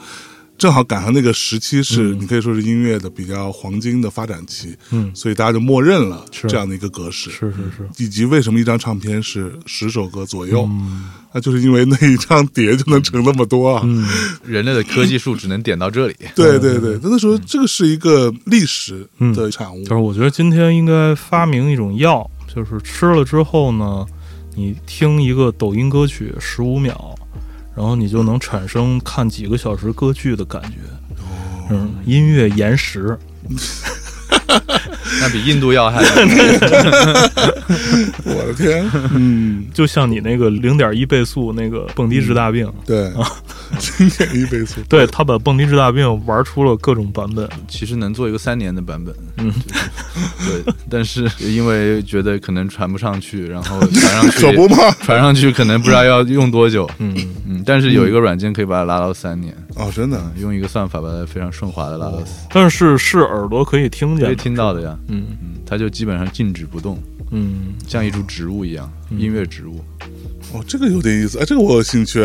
Speaker 1: 正好赶上那个时期是、你可以说是音乐的比较黄金的发展期，
Speaker 3: 嗯
Speaker 1: 所以大家就默认了
Speaker 3: 是
Speaker 1: 这样的一个格式。
Speaker 3: 是是是，
Speaker 1: 以及为什么一张唱片是十首歌左右，
Speaker 3: 嗯
Speaker 1: 那就是因为那一张碟就能盛那么多啊！
Speaker 3: 嗯
Speaker 4: 人类的科技树只能点到这里，
Speaker 1: 对对对，那时候这个是一个历史的产物
Speaker 3: 就。是我觉得今天应该发明一种药，就是吃了之后呢，你听一个抖音歌曲十五秒，然后你就能产生看几个小时歌剧的感觉。
Speaker 1: 哦
Speaker 3: 嗯，音乐延时，
Speaker 4: 那比印度要
Speaker 3: (laughs)
Speaker 4: 还
Speaker 1: 我的天，
Speaker 3: (laughs)
Speaker 1: 嗯，
Speaker 3: 就像你那个零点一倍速那个蹦迪治大病，
Speaker 4: 嗯
Speaker 3: (laughs)
Speaker 1: 对，经典一倍速，
Speaker 3: 对他把蹦迪治大病玩出了各种版本。
Speaker 4: 其实能做一个三年的版本，嗯， (laughs) 对，但是因为觉得可能传不上去，然 (laughs) 后传上去
Speaker 1: 可不嘛！
Speaker 4: 传上去可能不知道要用多久，
Speaker 3: 嗯，
Speaker 4: 嗯，但是有一个软件可以把它拉到三年，
Speaker 1: 哦，真的，
Speaker 4: 用一个算法把它非常顺滑的拉到四，
Speaker 3: 但是是耳朵可以听
Speaker 4: 可以
Speaker 3: 见的。
Speaker 4: 听到的呀，
Speaker 3: 嗯
Speaker 4: 嗯，它就基本上静止不动，
Speaker 3: 嗯，
Speaker 4: 像一株植物一样，音乐植物。
Speaker 1: 哦，这个有点意思，哎，这个我有兴
Speaker 4: (laughs)
Speaker 1: 趣。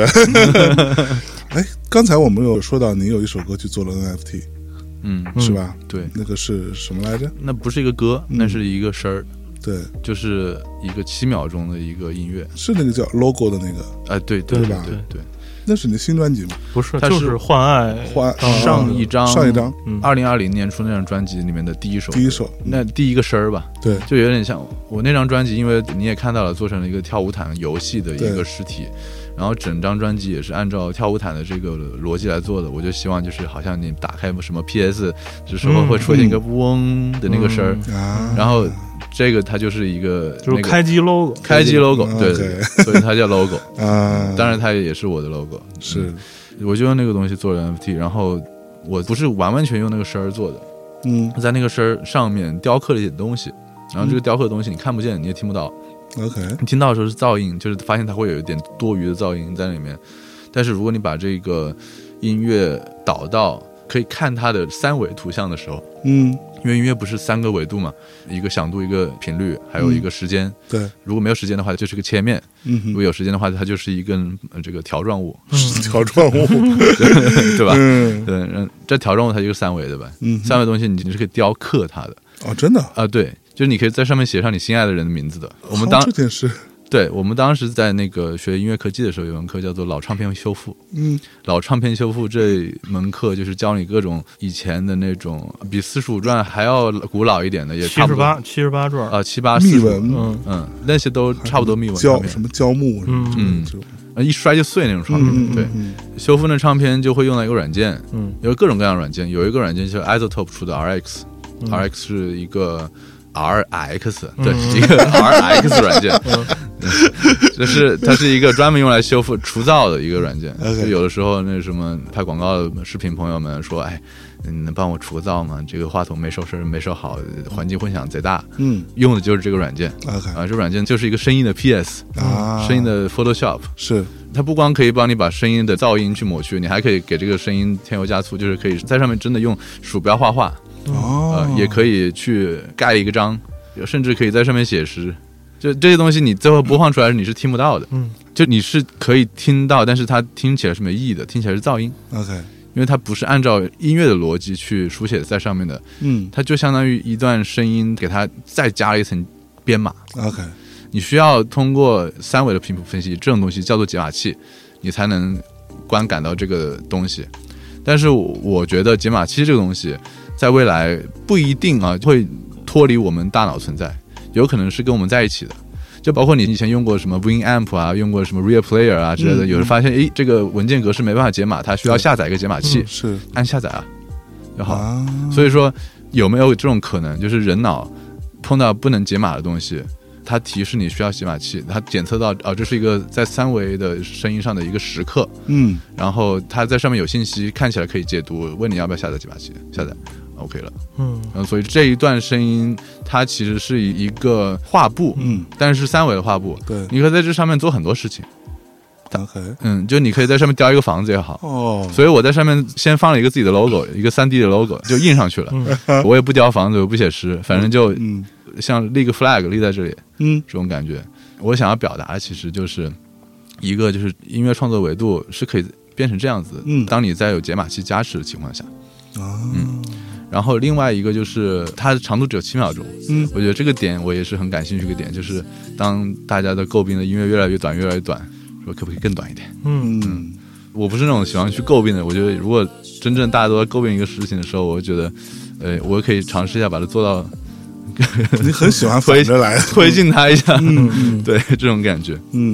Speaker 1: 哎，刚才我们有说到你有一首歌去做了 NFT，、
Speaker 4: 嗯，嗯
Speaker 1: 是吧？
Speaker 4: 对，
Speaker 1: 那个是什么来着？
Speaker 4: 那不是一个歌，那是一个声儿，
Speaker 1: 对，
Speaker 4: 就是一个七秒钟的一个音乐。
Speaker 1: 是那个叫 logo 的那个，
Speaker 4: 哎，对对
Speaker 1: 对吧
Speaker 4: 对对，
Speaker 1: 那是你的新专辑吗？
Speaker 3: 不是，
Speaker 4: 它
Speaker 3: 就
Speaker 4: 是
Speaker 3: 是换爱。
Speaker 1: 花
Speaker 4: 对啊上一张，
Speaker 1: 上一张，
Speaker 4: 二零二零年出那张专辑里面的第一首，
Speaker 1: 第一首，
Speaker 4: 那第一个声儿吧，
Speaker 1: 对，
Speaker 4: 就有点像我那张专辑，因为你也看到了，做成了一个跳舞毯游戏的一
Speaker 1: 对
Speaker 4: 个实体，然后整张专辑也是按照跳舞毯的这个逻辑来做的。我就希望就是好像你打开
Speaker 1: 嗯
Speaker 4: 什么 PS，这时候
Speaker 3: 嗯
Speaker 4: 会出现一个嗡的那个声儿，
Speaker 1: 啊，
Speaker 4: 然后这个它就是一个
Speaker 3: 就是
Speaker 4: 那个
Speaker 3: 开机 logo，
Speaker 4: 开机 logo，
Speaker 1: 嗯
Speaker 4: 对
Speaker 1: OK
Speaker 4: 对，对所以它
Speaker 1: (laughs)
Speaker 4: 叫 logo，
Speaker 1: 啊，
Speaker 4: 当然它也是我的 logo，嗯
Speaker 1: 是，
Speaker 4: 我就用那个东西做了 NFT，然后我不是完完全用那个声儿做的，
Speaker 1: 嗯
Speaker 4: 在那个声儿上面雕刻了一点东西，然后这个雕刻的东西你看不见，你也听不到。
Speaker 1: ，OK，
Speaker 4: 你听到的时候是噪音，就是发现它会有一点多余的噪音在里面。但是如果你把这个音乐导到可以看它的三维图像的时候，
Speaker 1: 嗯，
Speaker 4: 因为音乐不是三个维度嘛，一个响度，一个频率，还
Speaker 1: 嗯
Speaker 4: 有一个时间。
Speaker 1: 对，
Speaker 4: 如果没有时间的话，就是个切面；
Speaker 1: 嗯哼，
Speaker 4: 如果有时间的话，它就是一根呃这个条
Speaker 1: (laughs)
Speaker 4: 状物，
Speaker 1: 条状物，
Speaker 4: 对吧？
Speaker 1: 嗯，
Speaker 4: 对，嗯，这条状物它就是三维的吧？
Speaker 1: 嗯哼
Speaker 4: 三维东西你你是可以雕刻它的
Speaker 1: 哦，真的，
Speaker 4: 啊，对，就是你可以在上面写上你心爱的人的名字的。我们
Speaker 1: 好
Speaker 4: 当
Speaker 1: 这件事，
Speaker 4: 对我们当时在那个学音乐科技的时候，有门课叫做老唱片修复。
Speaker 1: 嗯
Speaker 4: 老唱片修复这门课就是教你各种以前的那种比《四书传》还要古老一点的，也
Speaker 3: 七
Speaker 4: 差不
Speaker 3: 十
Speaker 4: 多
Speaker 3: 八七十八转，
Speaker 4: 啊，七八
Speaker 1: 密
Speaker 4: 四
Speaker 1: 文
Speaker 4: 嗯嗯，那些都差不多密文唱
Speaker 1: 胶
Speaker 4: 片
Speaker 1: 什么胶木什么，
Speaker 4: 嗯
Speaker 1: 这种
Speaker 4: 呃一摔就碎那种唱
Speaker 1: 嗯
Speaker 4: 片。对，修复那唱片就会用到一个软件，
Speaker 3: 嗯，
Speaker 4: 有各种各样的软件，有一个软件就是 Isotope 出的 RX，RX 是一个 RX，对，一个 RX 软件。就是它是一个专门用来修复除噪的一个软件，
Speaker 1: OK
Speaker 4: 就有的时候那什么拍广告的视频朋友们说，哎，你能帮我除个噪吗？这个话筒没收声，没收好，环境混响贼大。
Speaker 1: 嗯
Speaker 4: 用的就是这个软件
Speaker 1: ，OK
Speaker 4: 啊，这软件就是一个声音的 PS，
Speaker 1: 啊，
Speaker 4: 声音的 Photoshop，
Speaker 1: 是
Speaker 4: 它不光可以帮你把声音的噪音去抹去，你还可以给这个声音添油加醋，就是可以在上面真的用鼠标画画，
Speaker 1: 哦
Speaker 4: 呃，，也可以去盖一个章，甚至可以在上面写诗。就这些东西，你最后播放出来你是听不到的，
Speaker 3: 嗯，
Speaker 4: 就你是可以听到，但是它听起来是没意义的，听起来是噪音，
Speaker 1: OK，
Speaker 4: 因为它不是按照音乐的逻辑去书写在上面的，
Speaker 1: 嗯
Speaker 4: 它就相当于一段声音给它再加了一层编码，
Speaker 1: ，OK，
Speaker 4: 你需要通过三维的频谱分析，这种东西叫做解码器，你才能观感到这个东西。但是我我觉得解码器这个东西，在未来不一定啊会脱离我们大脑存在，有可能是跟我们在一起的。就包括你以前用过什么 Winamp 啊，用过什么 Real Player 啊之类的，有人发现，诶，这个文件格式没办法解码，它需要下载一个解码器，
Speaker 1: 是
Speaker 4: 按下载啊，就好了。
Speaker 1: 啊，
Speaker 4: 所以说，有没有这种可能，就是人脑碰到不能解码的东西，它提示你需要解码器，它检测到啊，这是一个在三维的声音上的一个时刻，
Speaker 1: 嗯
Speaker 4: 然后它在上面有信息，看起来可以解读，问你要不要下载解码器，下载，OK 了。
Speaker 3: 嗯
Speaker 4: 嗯，所以这一段声音它其实是一个画布，
Speaker 1: 嗯，
Speaker 4: 但是三维的画布，
Speaker 1: 对
Speaker 4: 你可以在这上面做很多事情，
Speaker 1: ，OK，
Speaker 4: 嗯，就你可以在上面雕一个房子也好，
Speaker 1: 哦，
Speaker 4: 所以我在上面先放了一个自己的 logo，一个3 D 的 logo 就印上去了。 (laughs) 我也不雕房子，我也不写诗，反正就
Speaker 1: 嗯
Speaker 4: 像立个 flag 立在这里
Speaker 1: 嗯
Speaker 4: 这种感觉。我想要表达的其实就是一个就是音乐创作维度是可以变成这样子
Speaker 1: 嗯。
Speaker 4: 当你在有解码器加持的情况下，
Speaker 1: 啊，
Speaker 4: 嗯然后另外一个就是它的长度只有七秒钟，
Speaker 1: 嗯，
Speaker 4: 我觉得这个点我也是很感兴趣的一个点，就是当大家的诟病的音乐越来越短，越来越短，说可不可以更短一点？
Speaker 3: 嗯，
Speaker 1: 嗯
Speaker 4: 我不是那种喜欢去诟病的。我觉得如果真正大家都在诟病一个事情的时候，我会觉得，呃，我可以尝试一下把它做到 (laughs) 嗯
Speaker 1: 你很喜欢反着来，
Speaker 4: 推进它一下， (laughs) 对这种感觉。
Speaker 1: 嗯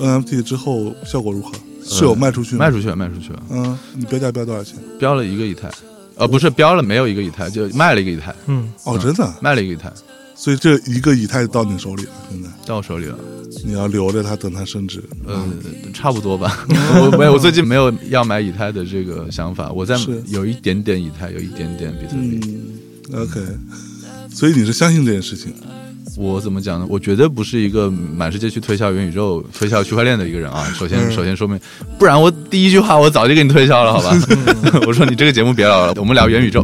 Speaker 1: ，NFT 之后效果如何？是有卖出去吗？
Speaker 4: 呃卖出去了，卖出去了，
Speaker 1: 嗯，你标价标多少钱？
Speaker 4: 标了一个以太，呃，不是标了没有一个以太，就卖了一个以太，
Speaker 3: 嗯，
Speaker 1: 哦，真的，
Speaker 4: 卖了一个以太
Speaker 1: 所以这一个以太到你手里了，现在
Speaker 4: 到我手里了，
Speaker 1: 你要留着它，等它升值。
Speaker 4: 呃，差不多吧。我 (laughs) 没有，我最近没有要买以太的这个想法，我在
Speaker 1: 是
Speaker 4: 有一点点以太，有一点点比特币。
Speaker 1: 嗯，OK，所
Speaker 4: 嗯
Speaker 1: 以你是相信这件事情？
Speaker 4: 我怎么讲呢？我绝对不是一个满世界去推销元宇宙、推销区块链的一个人啊。首
Speaker 1: 嗯
Speaker 4: 先，首先说明，不然我第一句话我早就给你推销了，好吧？
Speaker 1: 嗯
Speaker 4: (laughs) 我说你这个节目别聊了，我们聊元宇宙。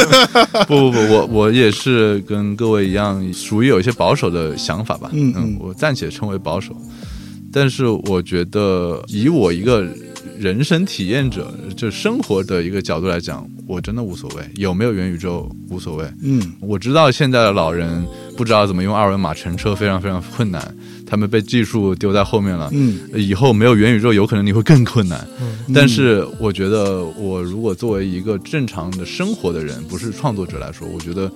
Speaker 4: (laughs) 不不不，我我也是跟各位一样，属于有一些保守的想法吧。
Speaker 1: 嗯嗯
Speaker 4: 我暂且称为保守，但是我觉得以我一个。人生体验者，就生活的一个角度来讲，我真的无所谓，有没有元宇宙无所谓。
Speaker 1: 嗯
Speaker 4: 我知道现在的老人不知道怎么用二维码乘车，非常非常困难，他们被技术丢在后面了。
Speaker 1: 嗯
Speaker 4: 以后没有元宇宙，有可能你会更困难。
Speaker 3: 嗯
Speaker 4: 但是我觉得，我如果作为一个正常的生活的人，不是创作者来说，我觉得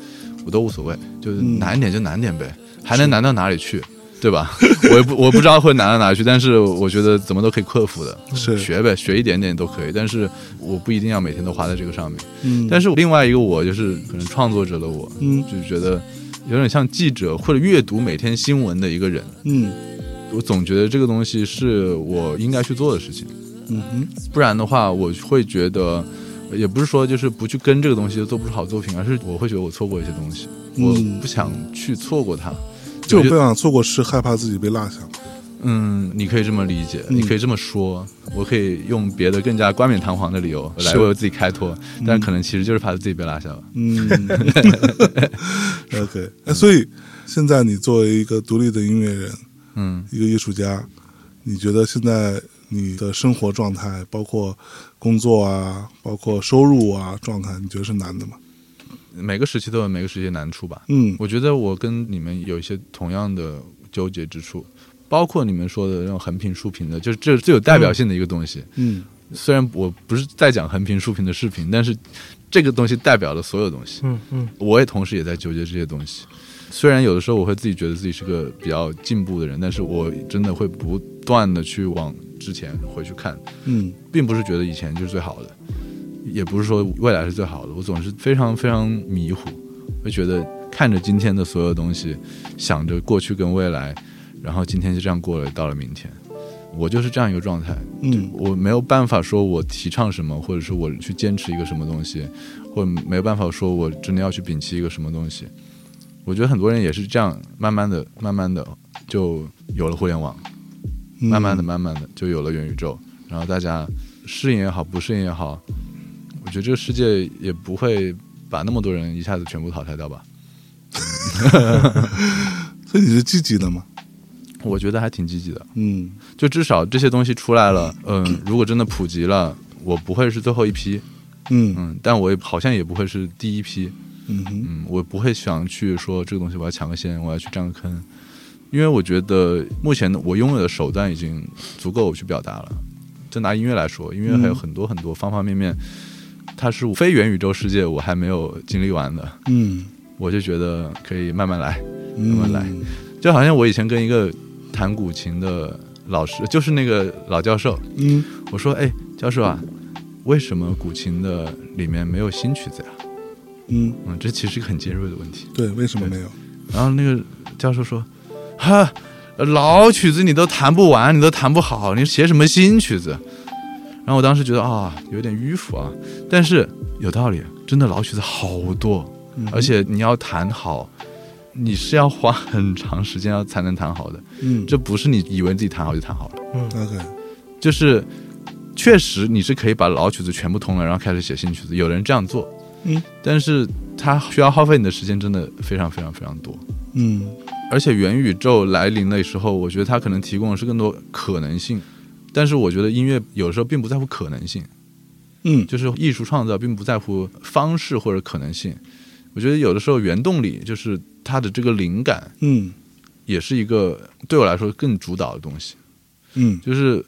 Speaker 4: 我都无所谓，就是
Speaker 1: 嗯
Speaker 4: 难点就难点呗，还能难到哪里去，对吧？ (laughs) 我也不我不知道会难到哪里去，但是我觉得怎么都可以克服的，
Speaker 1: 是
Speaker 4: 学呗，学一点点都可以。但是我不一定要每天都花在这个上面。
Speaker 1: 嗯，
Speaker 4: 但
Speaker 1: 是
Speaker 4: 是另外一个我就是可能创作者的我，
Speaker 1: 嗯
Speaker 4: 就觉得有点像记者或者阅读每天新闻的一个人。
Speaker 1: 嗯
Speaker 4: 我总觉得这个东西是我应该去做的事情，
Speaker 1: 嗯哼
Speaker 4: 不然的话，我会觉得，也不是说就是不去跟这个东西就做不出好作品，而是我会觉得我错过一些东西，我
Speaker 1: 嗯
Speaker 4: 不想去错过它。
Speaker 1: 就
Speaker 4: 我觉
Speaker 1: 不
Speaker 4: 得
Speaker 1: 想错过是害怕自己被落下。
Speaker 4: 嗯，你可以这么理解，
Speaker 1: 嗯
Speaker 4: 你可以这么说，我可以用别的更加冠冕堂皇的理由来
Speaker 1: 是
Speaker 4: 为我自己开脱，但可能其实就是怕自己被拉下吧。
Speaker 1: (laughs) 嗯
Speaker 4: 嗯
Speaker 1: ，OK，哎，所以现在你作为一个独立的音乐人，
Speaker 4: 嗯，
Speaker 1: 一个艺术家，你觉得现在你的生活状态，包括工作啊，包括收入啊状态，你觉得是难的吗？
Speaker 4: 每个时期都有每个时期的难处吧。
Speaker 1: 嗯
Speaker 4: 我觉得我跟你们有一些同样的纠结之处，包括你们说的那种横评竖评的，就是这是最有代表性的一个东西。
Speaker 1: 嗯
Speaker 4: 虽然我不是在讲横评竖评的视频，但是这个东西代表了所有东西。
Speaker 3: 嗯嗯
Speaker 4: 我也同时也在纠结这些东西。虽然有的时候我会自己觉得自己是个比较进步的人，但是我真的会不断的去往之前回去看，
Speaker 1: 嗯
Speaker 4: 并不是觉得以前就是最好的，也不是说未来是最好的，我总是非常非常迷糊，会觉得看着今天的所有东西，想着过去跟未来，然后今天就这样过了，到了明天，我就是这样一个状态。
Speaker 1: 嗯
Speaker 4: 我没有办法说我提倡什么，或者是我去坚持一个什么东西，或者没有办法说我真的要去摒弃一个什么东西。我觉得很多人也是这样，慢慢的、慢慢的就有了互联网，
Speaker 1: 嗯，
Speaker 4: 慢慢的、慢慢的就有了元宇宙，然后大家适应也好，不适应也好，我觉得这个世界也不会把那么多人一下子全部淘汰掉吧。
Speaker 1: 所以你是积极的嘛？
Speaker 4: 我觉得还挺积极的，
Speaker 1: 嗯
Speaker 4: 就至少这些东西出来 (clears throat) 了，嗯、如果真的普及了，我不会是最后一批，
Speaker 1: 嗯
Speaker 4: 嗯，但我也好像也不会是第一批，
Speaker 1: 嗯哼
Speaker 4: 嗯，我不会想去说这个东西我要抢个先，我要去占个坑，因为我觉得目前我拥有的手段已经足够我去表达了。就拿音乐来说，音乐还有很多很多方方面面，它是非元宇宙世界我还没有经历完的，
Speaker 1: 嗯
Speaker 4: 我就觉得可以慢慢来。
Speaker 1: 嗯，
Speaker 4: 慢来就好像我以前跟一个弹古琴的老师，就是那个老教授，
Speaker 1: 嗯
Speaker 4: 我说：“哎，教授啊，为什么古琴的里面没有新曲子呀、
Speaker 1: 嗯，
Speaker 4: 嗯，这其实是个很尖锐的问题。
Speaker 1: 对，为什么没有？
Speaker 4: 然后那个教授说：“哈，老曲子你都弹不完，你都弹不好，你写什么新曲子？”然后我当时觉得啊，有点迂腐啊，但是有道理，真的老曲子好多，嗯
Speaker 1: 嗯
Speaker 4: 而且你要弹好，你是要花很长时间要才能弹好的，
Speaker 1: 嗯，
Speaker 4: 这不是你以为自己弹好就弹好了，
Speaker 1: OK，
Speaker 4: 就是确实你是可以把老曲子全部通了，然后开始写新曲子，有人这样做，
Speaker 1: 嗯，
Speaker 4: 但是它需要耗费你的时间真的非常非常非常多，
Speaker 1: 嗯
Speaker 4: 而且元宇宙来临的时候，我觉得它可能提供的是更多可能性。但是我觉得音乐有时候并不在乎可能性，
Speaker 1: 嗯
Speaker 4: 就是艺术创造并不在乎方式或者可能性。我觉得有的时候原动力就是它的这个灵感，
Speaker 1: 嗯
Speaker 4: 也是一个对我来说更主导的东西。
Speaker 1: 嗯
Speaker 4: 就是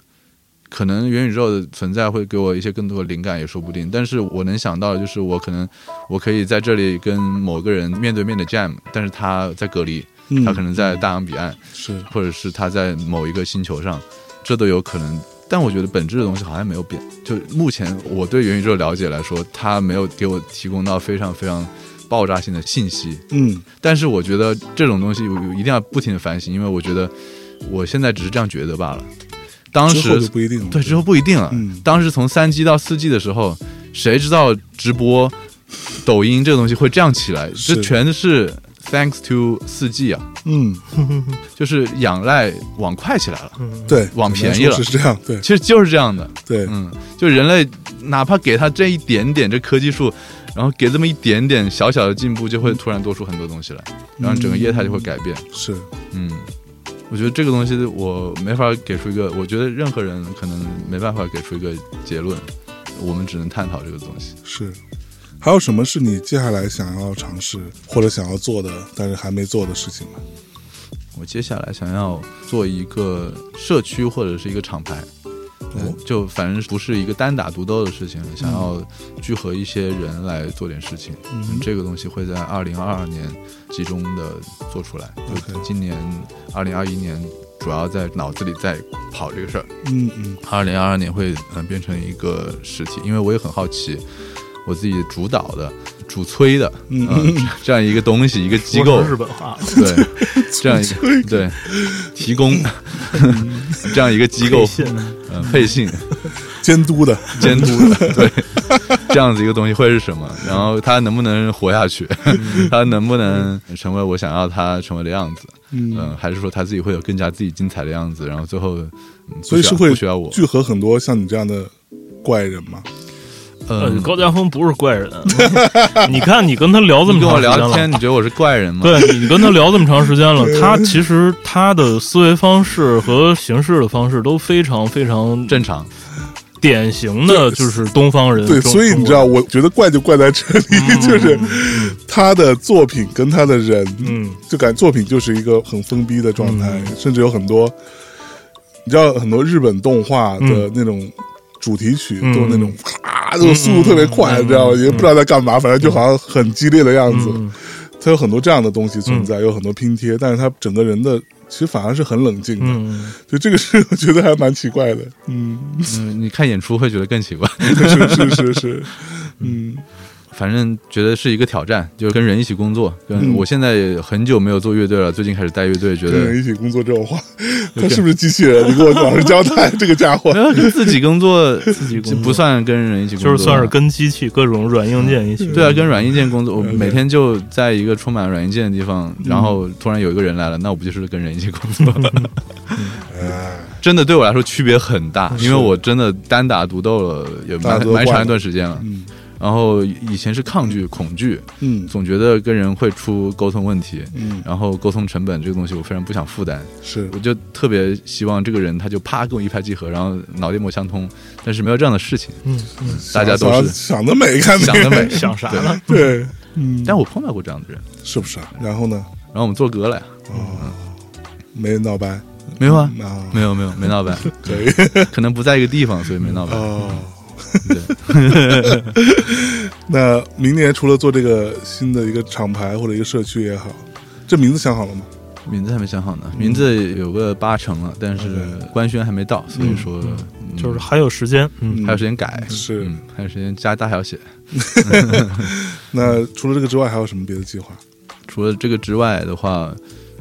Speaker 4: 可能元宇宙的存在会给我一些更多的灵感，也说不定。但是我能想到的就是，我可能我可以在这里跟某个人面对面的 jam，但是他在隔离，
Speaker 1: 嗯，
Speaker 4: 他可能在大洋彼岸。
Speaker 1: 是
Speaker 4: 或者是他在某一个星球上，这都有可能。但我觉得本质的东西好像没有变。就目前我对元宇宙的了解来说，它没有给我提供到非常非常爆炸性的信息。
Speaker 1: 嗯
Speaker 4: 但是我觉得这种东西我一定要不停的反省，因为我觉得我现在只是这样觉得罢了。当
Speaker 1: 之后就
Speaker 4: 时
Speaker 1: 不一定了。
Speaker 4: 对之后不一定了。
Speaker 1: 嗯
Speaker 4: 当时从三 G 到四 G 的时候，谁知道直播、抖音这个东西会这样起来？
Speaker 1: 是
Speaker 4: 这全是 thanks to 四 G 啊。
Speaker 1: 嗯
Speaker 4: 就是仰赖往快起来了。
Speaker 1: 对，
Speaker 4: 往
Speaker 1: 只能
Speaker 4: 便宜
Speaker 1: 说
Speaker 4: 了
Speaker 1: 是这样，对
Speaker 4: 其实就是这样的，
Speaker 1: 对，
Speaker 4: 嗯，就人类哪怕给他这一点点这科技树，然后给这么一点点小小的进步，就会突然多出很多东西来，然后整个业态就会改变。
Speaker 1: 是
Speaker 4: 嗯，我觉得这个东西我没法给出一个，我觉得任何人可能没办法给出一个结论，我们只能探讨这个东西。
Speaker 1: 是。还有什么是你接下来想要尝试或者想要做的，但是还没做的事情吗？
Speaker 4: 我接下来想要做一个社区或者是一个厂牌，
Speaker 1: 哦，
Speaker 4: 就反正不是一个单打独斗的事情，想要聚合一些人来做点事情。
Speaker 1: 嗯
Speaker 4: 这个东西会在二零二二年集中的做出来。
Speaker 1: OK
Speaker 4: 就今年二零二一年主要在脑子里在跑这个事儿，
Speaker 1: 嗯嗯
Speaker 4: 二零二二年会嗯、呃变成一个实体，因为我也很好奇，我自己主导的、主催的，
Speaker 1: 嗯
Speaker 4: 呃这样一个东西、一个机构
Speaker 3: 说，日本话，
Speaker 4: 对，这样一个对提供这样一个机构
Speaker 3: 信，
Speaker 4: 嗯、配信。
Speaker 1: 监督的，
Speaker 4: 监督的，对，这样子一个东西会是什么，然后它能不能活下去，它能不能成为我想要它成为的样子，嗯、还是说它自己会有更加自己精彩的样子，然后最后，嗯不
Speaker 1: 所以
Speaker 4: 需
Speaker 1: 是
Speaker 4: 要
Speaker 1: 会
Speaker 4: 不需要我，
Speaker 1: 聚合很多像你这样的怪人嘛？
Speaker 3: 呃
Speaker 4: 嗯，
Speaker 3: 高家峰不是怪
Speaker 4: (laughs)
Speaker 3: 人，你看你跟他聊这么
Speaker 4: 你跟
Speaker 3: 长时
Speaker 4: 我
Speaker 3: 间
Speaker 4: 聊
Speaker 3: 了
Speaker 4: 天，，你觉得我是怪人吗？
Speaker 3: 对你跟他聊这么长时间
Speaker 4: (laughs)
Speaker 3: 了，他其实他的思维方式和行事的方式都非常非常
Speaker 4: 正常，
Speaker 3: 典型的，就是东方人。
Speaker 1: 对，
Speaker 3: 中嗯
Speaker 1: 所以你知道，
Speaker 3: 中国人
Speaker 1: 我觉得怪就怪在这里， (laughs) 就是他的作品跟他的人，
Speaker 3: 嗯，
Speaker 1: 就感觉作品就是一个很封闭的状态，甚至有很多，你知道很多日本动画的那种主题曲，
Speaker 3: 嗯
Speaker 1: 都是那种咔，就速度特别快，你知道吗？也不知道在干嘛，反正就好像很激烈的样子。
Speaker 3: 嗯
Speaker 1: 它有很多这样的东西存在，有很多拼贴，但是它整个人的其实反而是很冷静的，
Speaker 3: 嗯
Speaker 1: 就这个是我觉得还蛮奇怪的。
Speaker 3: (laughs)
Speaker 1: 嗯，
Speaker 4: 嗯，你看演出会觉得更奇怪。
Speaker 1: 是是是是，嗯
Speaker 4: 反正觉得是一个挑战，就是跟人一起工作。
Speaker 1: 嗯
Speaker 4: 跟我现在也很久没有做乐队了，最近开始带乐队，觉
Speaker 1: 跟人
Speaker 4: 得
Speaker 1: 一起工作这种话，他是不是机器人？你给我老实交代，这个家伙
Speaker 4: (laughs) 没。有跟自己工作，自
Speaker 3: 己工作
Speaker 4: 不算跟人一起工
Speaker 3: 就
Speaker 4: 作，
Speaker 3: 是算是跟机器各种软硬件一起。
Speaker 4: 对啊，跟软硬件工
Speaker 1: 嗯
Speaker 4: 作。我每天就在一个充满软硬件的地方，然后突然有一个人来了，那我不就是跟人一起
Speaker 1: (laughs)
Speaker 4: 工作？
Speaker 1: 嗯
Speaker 4: 真的对我来说区别很大，因为我真的单打独斗了也
Speaker 1: 大家
Speaker 4: 蛮
Speaker 1: 都
Speaker 4: 蛮
Speaker 1: 惯
Speaker 4: 长
Speaker 1: 了
Speaker 4: 一段时间了。
Speaker 1: 嗯
Speaker 4: 然后以前是抗拒、恐惧，
Speaker 1: 嗯
Speaker 4: 总觉得跟人会出沟通问题，
Speaker 1: 嗯，
Speaker 4: 然后沟通成本这个东西我非常不想负担，
Speaker 1: 是
Speaker 4: 我就特别希望这个人他就啪跟我一拍即合，然后脑电波相通，但是没有这样的事情，
Speaker 3: 嗯嗯，
Speaker 4: 大家都
Speaker 1: 想
Speaker 4: 是
Speaker 1: 想得美，看
Speaker 4: 想得美，嗯
Speaker 3: 想啥呢？
Speaker 1: 对，
Speaker 4: (laughs)
Speaker 1: 嗯
Speaker 4: 但我碰到过这样的人，
Speaker 1: 是不是啊？然后呢？
Speaker 4: 然后我们做歌了呀，
Speaker 1: 没人闹掰
Speaker 4: 没有啊，
Speaker 1: 啊？
Speaker 4: 没有没有没
Speaker 1: (laughs)
Speaker 4: 闹掰，
Speaker 1: 可以
Speaker 4: 可能不在一个地方，所以没闹掰。
Speaker 1: 哦。 (laughs) 那明年除了做这个新的一个厂牌或者一个社区也好，这名字想好了吗？
Speaker 4: 名字还没想好呢，
Speaker 1: 嗯
Speaker 4: 名字有个八成了，但是官宣还没到，所以说嗯
Speaker 3: 就是还有时间，嗯，
Speaker 4: 还有时间改，
Speaker 1: 是
Speaker 4: 嗯还有时间加大小写。
Speaker 1: 那除了这个之外，还有什么别的计划？
Speaker 4: 除了这个之外的话，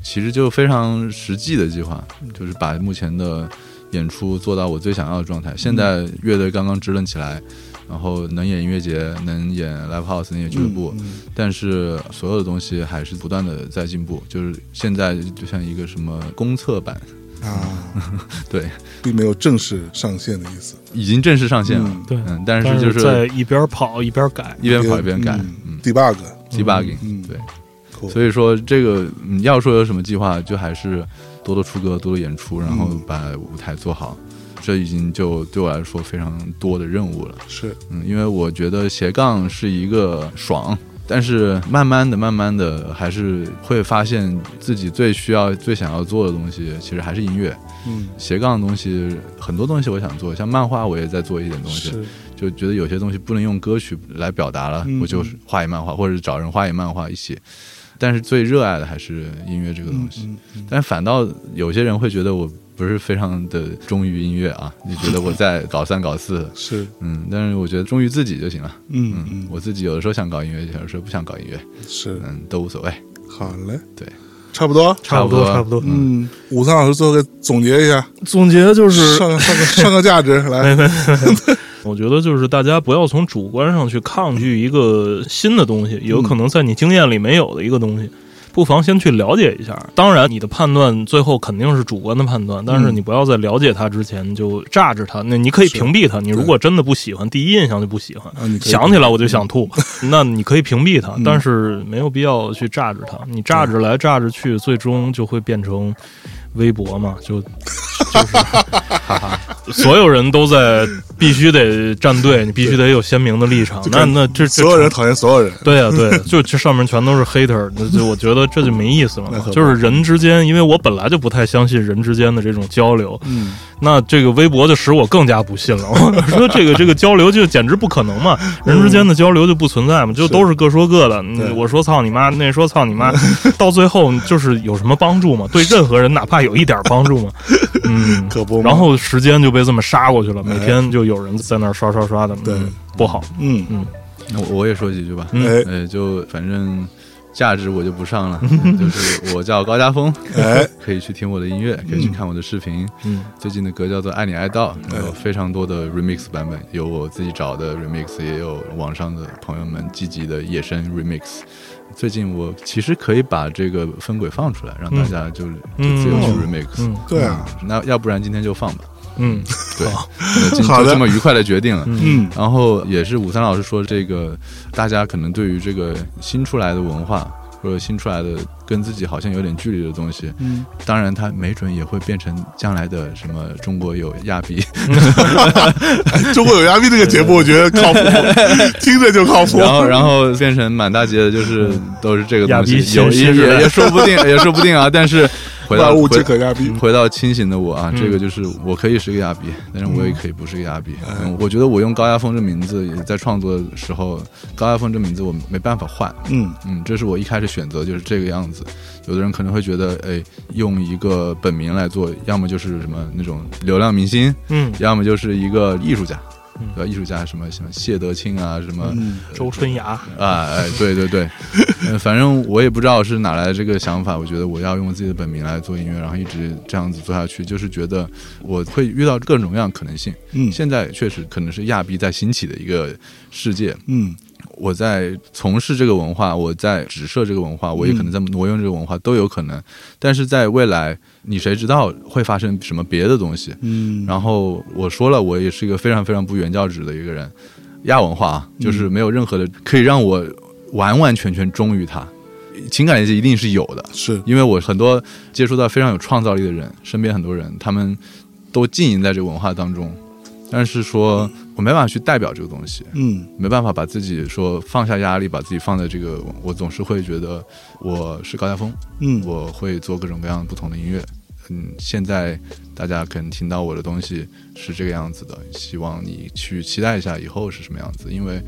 Speaker 4: 其实就非常实际的计划，就是把目前的演出做到我最想要的状态。现在乐队刚刚支棱起来，然后能演音乐节，能演 live house，能演俱乐
Speaker 1: 嗯
Speaker 4: 部，但是所有的东西还是不断的在进步。就是现在就像一个什么公测版，
Speaker 1: 啊，
Speaker 4: (laughs) 对，
Speaker 1: 并没有正式上线的意思。
Speaker 4: 已经正式上线了，
Speaker 1: 嗯
Speaker 3: 对
Speaker 4: 嗯，但
Speaker 3: 但
Speaker 4: 是就是
Speaker 3: 在一边跑一边改，
Speaker 4: 一边跑一边改，嗯
Speaker 1: debug，
Speaker 4: ，debugging，
Speaker 1: 嗯
Speaker 4: 对。
Speaker 1: cool
Speaker 4: 所以说，这个嗯要说有什么计划，就还是多多出歌，多多演出，然后把舞台做好。这已经就对我来说非常多的任务了。
Speaker 1: 是
Speaker 4: 嗯，因为我觉得斜杠是一个爽，但是慢慢的、慢慢的，还是会发现自己最需要、最想要做的东西，其实还是音乐。
Speaker 1: 嗯
Speaker 4: 斜杠的东西很多东西我想做，像漫画我也在做一点东西，
Speaker 1: 是
Speaker 4: 就觉得有些东西不能用歌曲来表达了，
Speaker 1: 嗯
Speaker 4: 我就画一漫画，或者找人画一漫画一起。但是最热爱的还是音乐这个东西，但反倒有些人会觉得我不是非常的忠于音乐啊，你觉得我在搞三搞四，
Speaker 1: 是
Speaker 4: 嗯，但是我觉得忠于自己就行了，
Speaker 1: 嗯
Speaker 4: 嗯，
Speaker 1: 嗯
Speaker 4: 我自己有的时候想搞音乐，有的时候不想搞音乐，
Speaker 1: 是
Speaker 4: 嗯，都无所谓，
Speaker 1: 好嘞，
Speaker 4: 对，
Speaker 1: 差不多。
Speaker 3: 差不多差不多。
Speaker 1: 嗯，武三老师做个总结一下，
Speaker 3: 总结就是
Speaker 1: 上个上
Speaker 4: (laughs)
Speaker 1: 个上个价值来，
Speaker 3: 我觉得就是大家不要从主观上去抗拒一个新的东西，有可能在你经验里没有的一个东西，不妨先去了解一下。当然，你的判断最后肯定是主观的判断，但是
Speaker 1: 嗯
Speaker 3: 你不要在了解它之前就榨制它。那你可以屏蔽它，你如果真的不喜欢，第一印象就不喜欢，
Speaker 1: 啊你可以嗯
Speaker 3: 想起来我就想吐，那你可以屏蔽它，但是没有必要去榨制它。你榨制来榨制去，最终就会变成微博嘛，就所有人都在必须得站队，你必须得有鲜明的立场。那那这这
Speaker 1: 所有人讨厌所有人，
Speaker 3: 对
Speaker 1: (laughs)
Speaker 3: 呀、对、啊就这上面全都是 hater，那就我觉得这就没意思了
Speaker 1: 那
Speaker 3: 嘛
Speaker 1: 可。不
Speaker 3: 就是人之间，因为我本来就不太相信人之间的这种交流，
Speaker 1: 嗯，
Speaker 3: 那这个微博就使我更加不信了。 (laughs) 我说这个这个交流就简直不可能嘛，人之间的交流就不存在嘛，就都是各说各的。
Speaker 1: 嗯
Speaker 3: 你
Speaker 1: 对
Speaker 3: 我说操你妈，那说操
Speaker 1: (laughs)
Speaker 3: 你妈，到最后就是有什么帮助吗？对任何人，哪怕有一点帮助吗？嗯，
Speaker 1: 可不嘛。
Speaker 3: 然后时间就被这么杀过去了，每天就有人在那儿刷刷刷的，
Speaker 1: 哎对
Speaker 3: 嗯，不好。
Speaker 1: 嗯，
Speaker 4: 那我我也说几句吧，
Speaker 1: 哎，
Speaker 4: 呃，就反正价值我就不
Speaker 1: (laughs)
Speaker 4: 上了，就是我叫高家峰，
Speaker 1: 哎，嗯
Speaker 4: 可以去听我的音乐，可以去看我的视频。
Speaker 3: 嗯，
Speaker 4: 最近的歌叫做《爱你爱到》，
Speaker 1: 哎
Speaker 4: 有非常多的 remix 版本，有我自己找的 remix，也有网上的朋友们积极的野生 remix。最近我其实可以把这个分轨放出来，让大家就、就自由去 remix。
Speaker 3: 嗯
Speaker 1: 哦对啊，哦
Speaker 4: 那要不然今天就放吧。
Speaker 3: 嗯
Speaker 4: 对，那今
Speaker 1: 好
Speaker 4: 就
Speaker 1: 的
Speaker 4: 这么愉快的决定了。
Speaker 1: 嗯
Speaker 4: 然后也是武三老师说，这个大家可能对于这个新出来的文化或者新出来的跟自己好像有点距离的东西，
Speaker 1: 嗯，
Speaker 4: 当然它没准也会变成将来的什么中国有亚
Speaker 3: (laughs)
Speaker 4: 比，
Speaker 1: 中国有鸦片这个节目，我觉得靠谱， (laughs) 听着就靠谱。
Speaker 4: 然后然后变成满大街的就是都是这个东
Speaker 3: 嗯亚比
Speaker 4: 西，
Speaker 3: 新
Speaker 4: 有也
Speaker 3: 时代
Speaker 4: 也也说不定，也说不定啊。但是回到
Speaker 1: 万物
Speaker 4: 回
Speaker 1: 皆可亚比
Speaker 4: 回到清醒的我啊，这个就是我可以是个亚比，但是我也可以不是个亚比。嗯我觉得我用高亚峰这名字也在创作的时候，高亚峰这名字我没办法换，
Speaker 1: 嗯，
Speaker 4: 嗯，这是我一开始选择就是这个样子。有的人可能会觉得，哎，用一个本名来做，要么就是什么那种流量明星，
Speaker 1: (laughs)
Speaker 3: 嗯，
Speaker 4: 要么就是一个艺术家，对吧？艺术家什么什么谢德庆啊，什么。
Speaker 3: 周春芽，
Speaker 4: 啊，哎，对对对，呃反正我也不知道是哪来的这个想法。我觉得我要用自己的本名来做音乐，然后一直这样子做下去，就是觉得我会遇到各种各样的可能性。
Speaker 1: 嗯
Speaker 4: 现在确实可能是亚裔在兴起的一个世界，
Speaker 1: 嗯
Speaker 4: 我在从事这个文化，我在直射这个文化，我也可能在挪用这个文化，都有可能。但是在未来，你谁知道会发生什么别的东西？
Speaker 1: 嗯，
Speaker 4: 然后我说了，我也是一个非常非常不原教旨的一个人，亚文化啊，就是没有任何的可以让我完完全全忠于它，情感联系一定是有的，
Speaker 1: 是
Speaker 4: 因为我很多接触到非常有创造力的人，身边很多人他们都浸淫在这个文化当中，但是说我没办法去代表这个东西，
Speaker 1: 嗯
Speaker 4: 没办法把自己说放下压力，把自己放在这个，我总是会觉得我是高家峰，
Speaker 1: 嗯
Speaker 4: 我会做各种各样不同的音乐。嗯，现在大家可能听到我的东西是这个样子的，希望你去期待一下以后是什么样子，因为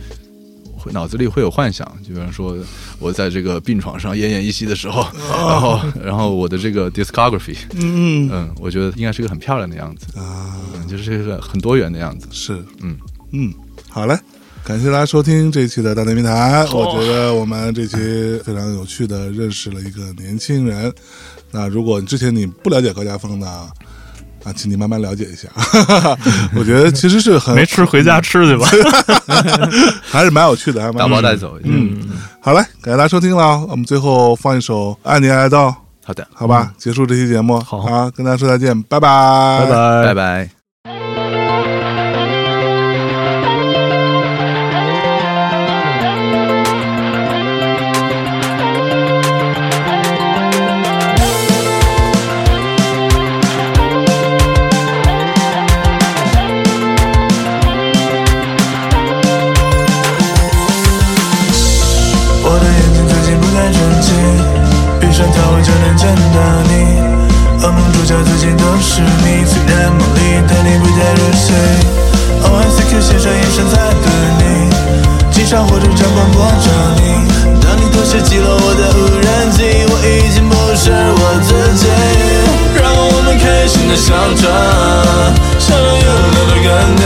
Speaker 4: 会脑子里会有幻想，就比方说我在这个病床上奄奄一息的时候，然后然后我的这个 discography，
Speaker 1: 嗯
Speaker 4: 嗯，我觉得应该是一个很漂亮的样子，
Speaker 1: 嗯啊，
Speaker 4: 嗯，就是一个很多元的样子。
Speaker 1: 是
Speaker 4: 嗯
Speaker 1: 嗯，好嘞。感谢大家收听这一期的大内密谈，我觉得我们这期非常有趣的认识了一个年轻人。那如果之前你不了解高家峰呢，啊，请你慢慢了解一下。我觉得其实是很
Speaker 3: 没吃回家吃去吧。
Speaker 1: 还是蛮有趣的，还蛮
Speaker 4: 打包带走，嗯，
Speaker 1: 好嘞，感谢大家收听了，我们最后放一首《爱你爱到》，
Speaker 4: 好的，
Speaker 1: 好吧，结束这期节目。
Speaker 3: 好
Speaker 1: 啊，跟大家说再见，拜 (laughs) 拜，
Speaker 3: 拜拜 (laughs)
Speaker 4: 拜。拜。
Speaker 5: 我的眼睛最近不太争气，闭上它我就能见到你。噩梦主角最近都是你，虽然梦里但你不太入睡。O I C Q 先生眼神在对你，机场火车站广播找你。当你透视击落我的无人机，我已经不是我自己。让我们开心的相撞，笑容有那么尴尬。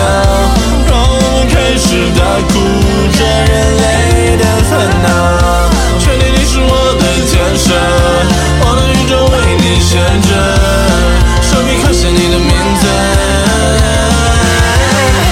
Speaker 5: 让我们开始大哭着人类的烦恼。确定你是我的天使，我的宇宙为你旋转，手臂刻下你的名字。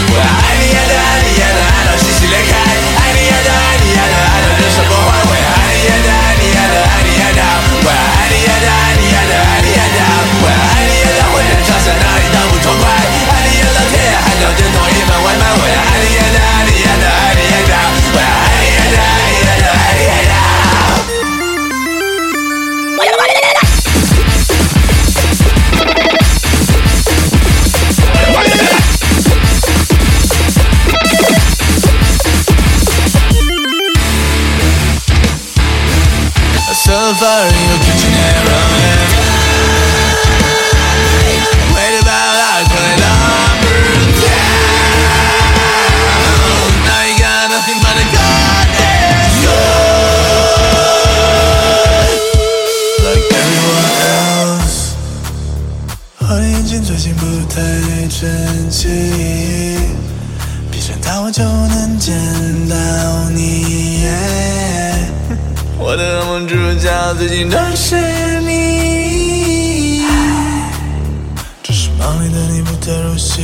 Speaker 5: 我要爱你爱的爱你爱的爱到信息裂开，爱你爱的爱你爱的爱到人生崩坏。我要爱你爱的爱你爱的爱你爱到，我要爱你爱的爱你爱的爱你爱到，我要爱你爱到浑身上下哪里都不痛快，爱你爱到天涯海角等同一份外卖。我要爱你爱的爱你爱的爱你爱到，我要爱你爱的爱你爱的爱你爱到。So far in your kitchen area Wait about I call it number down Now you got nothing but a goddamn soul Like everyone else 我的眼睛最近不太争气闭上它我就能见到你、我的噩梦梦主角最近都是你。只是忙里的你不太入戏。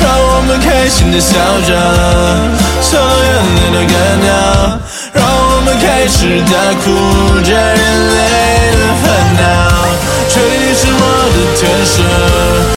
Speaker 5: 让我们开心的笑着，所有眼泪都干掉，让我们开始大哭着人类的烦恼。这里是我的特赦，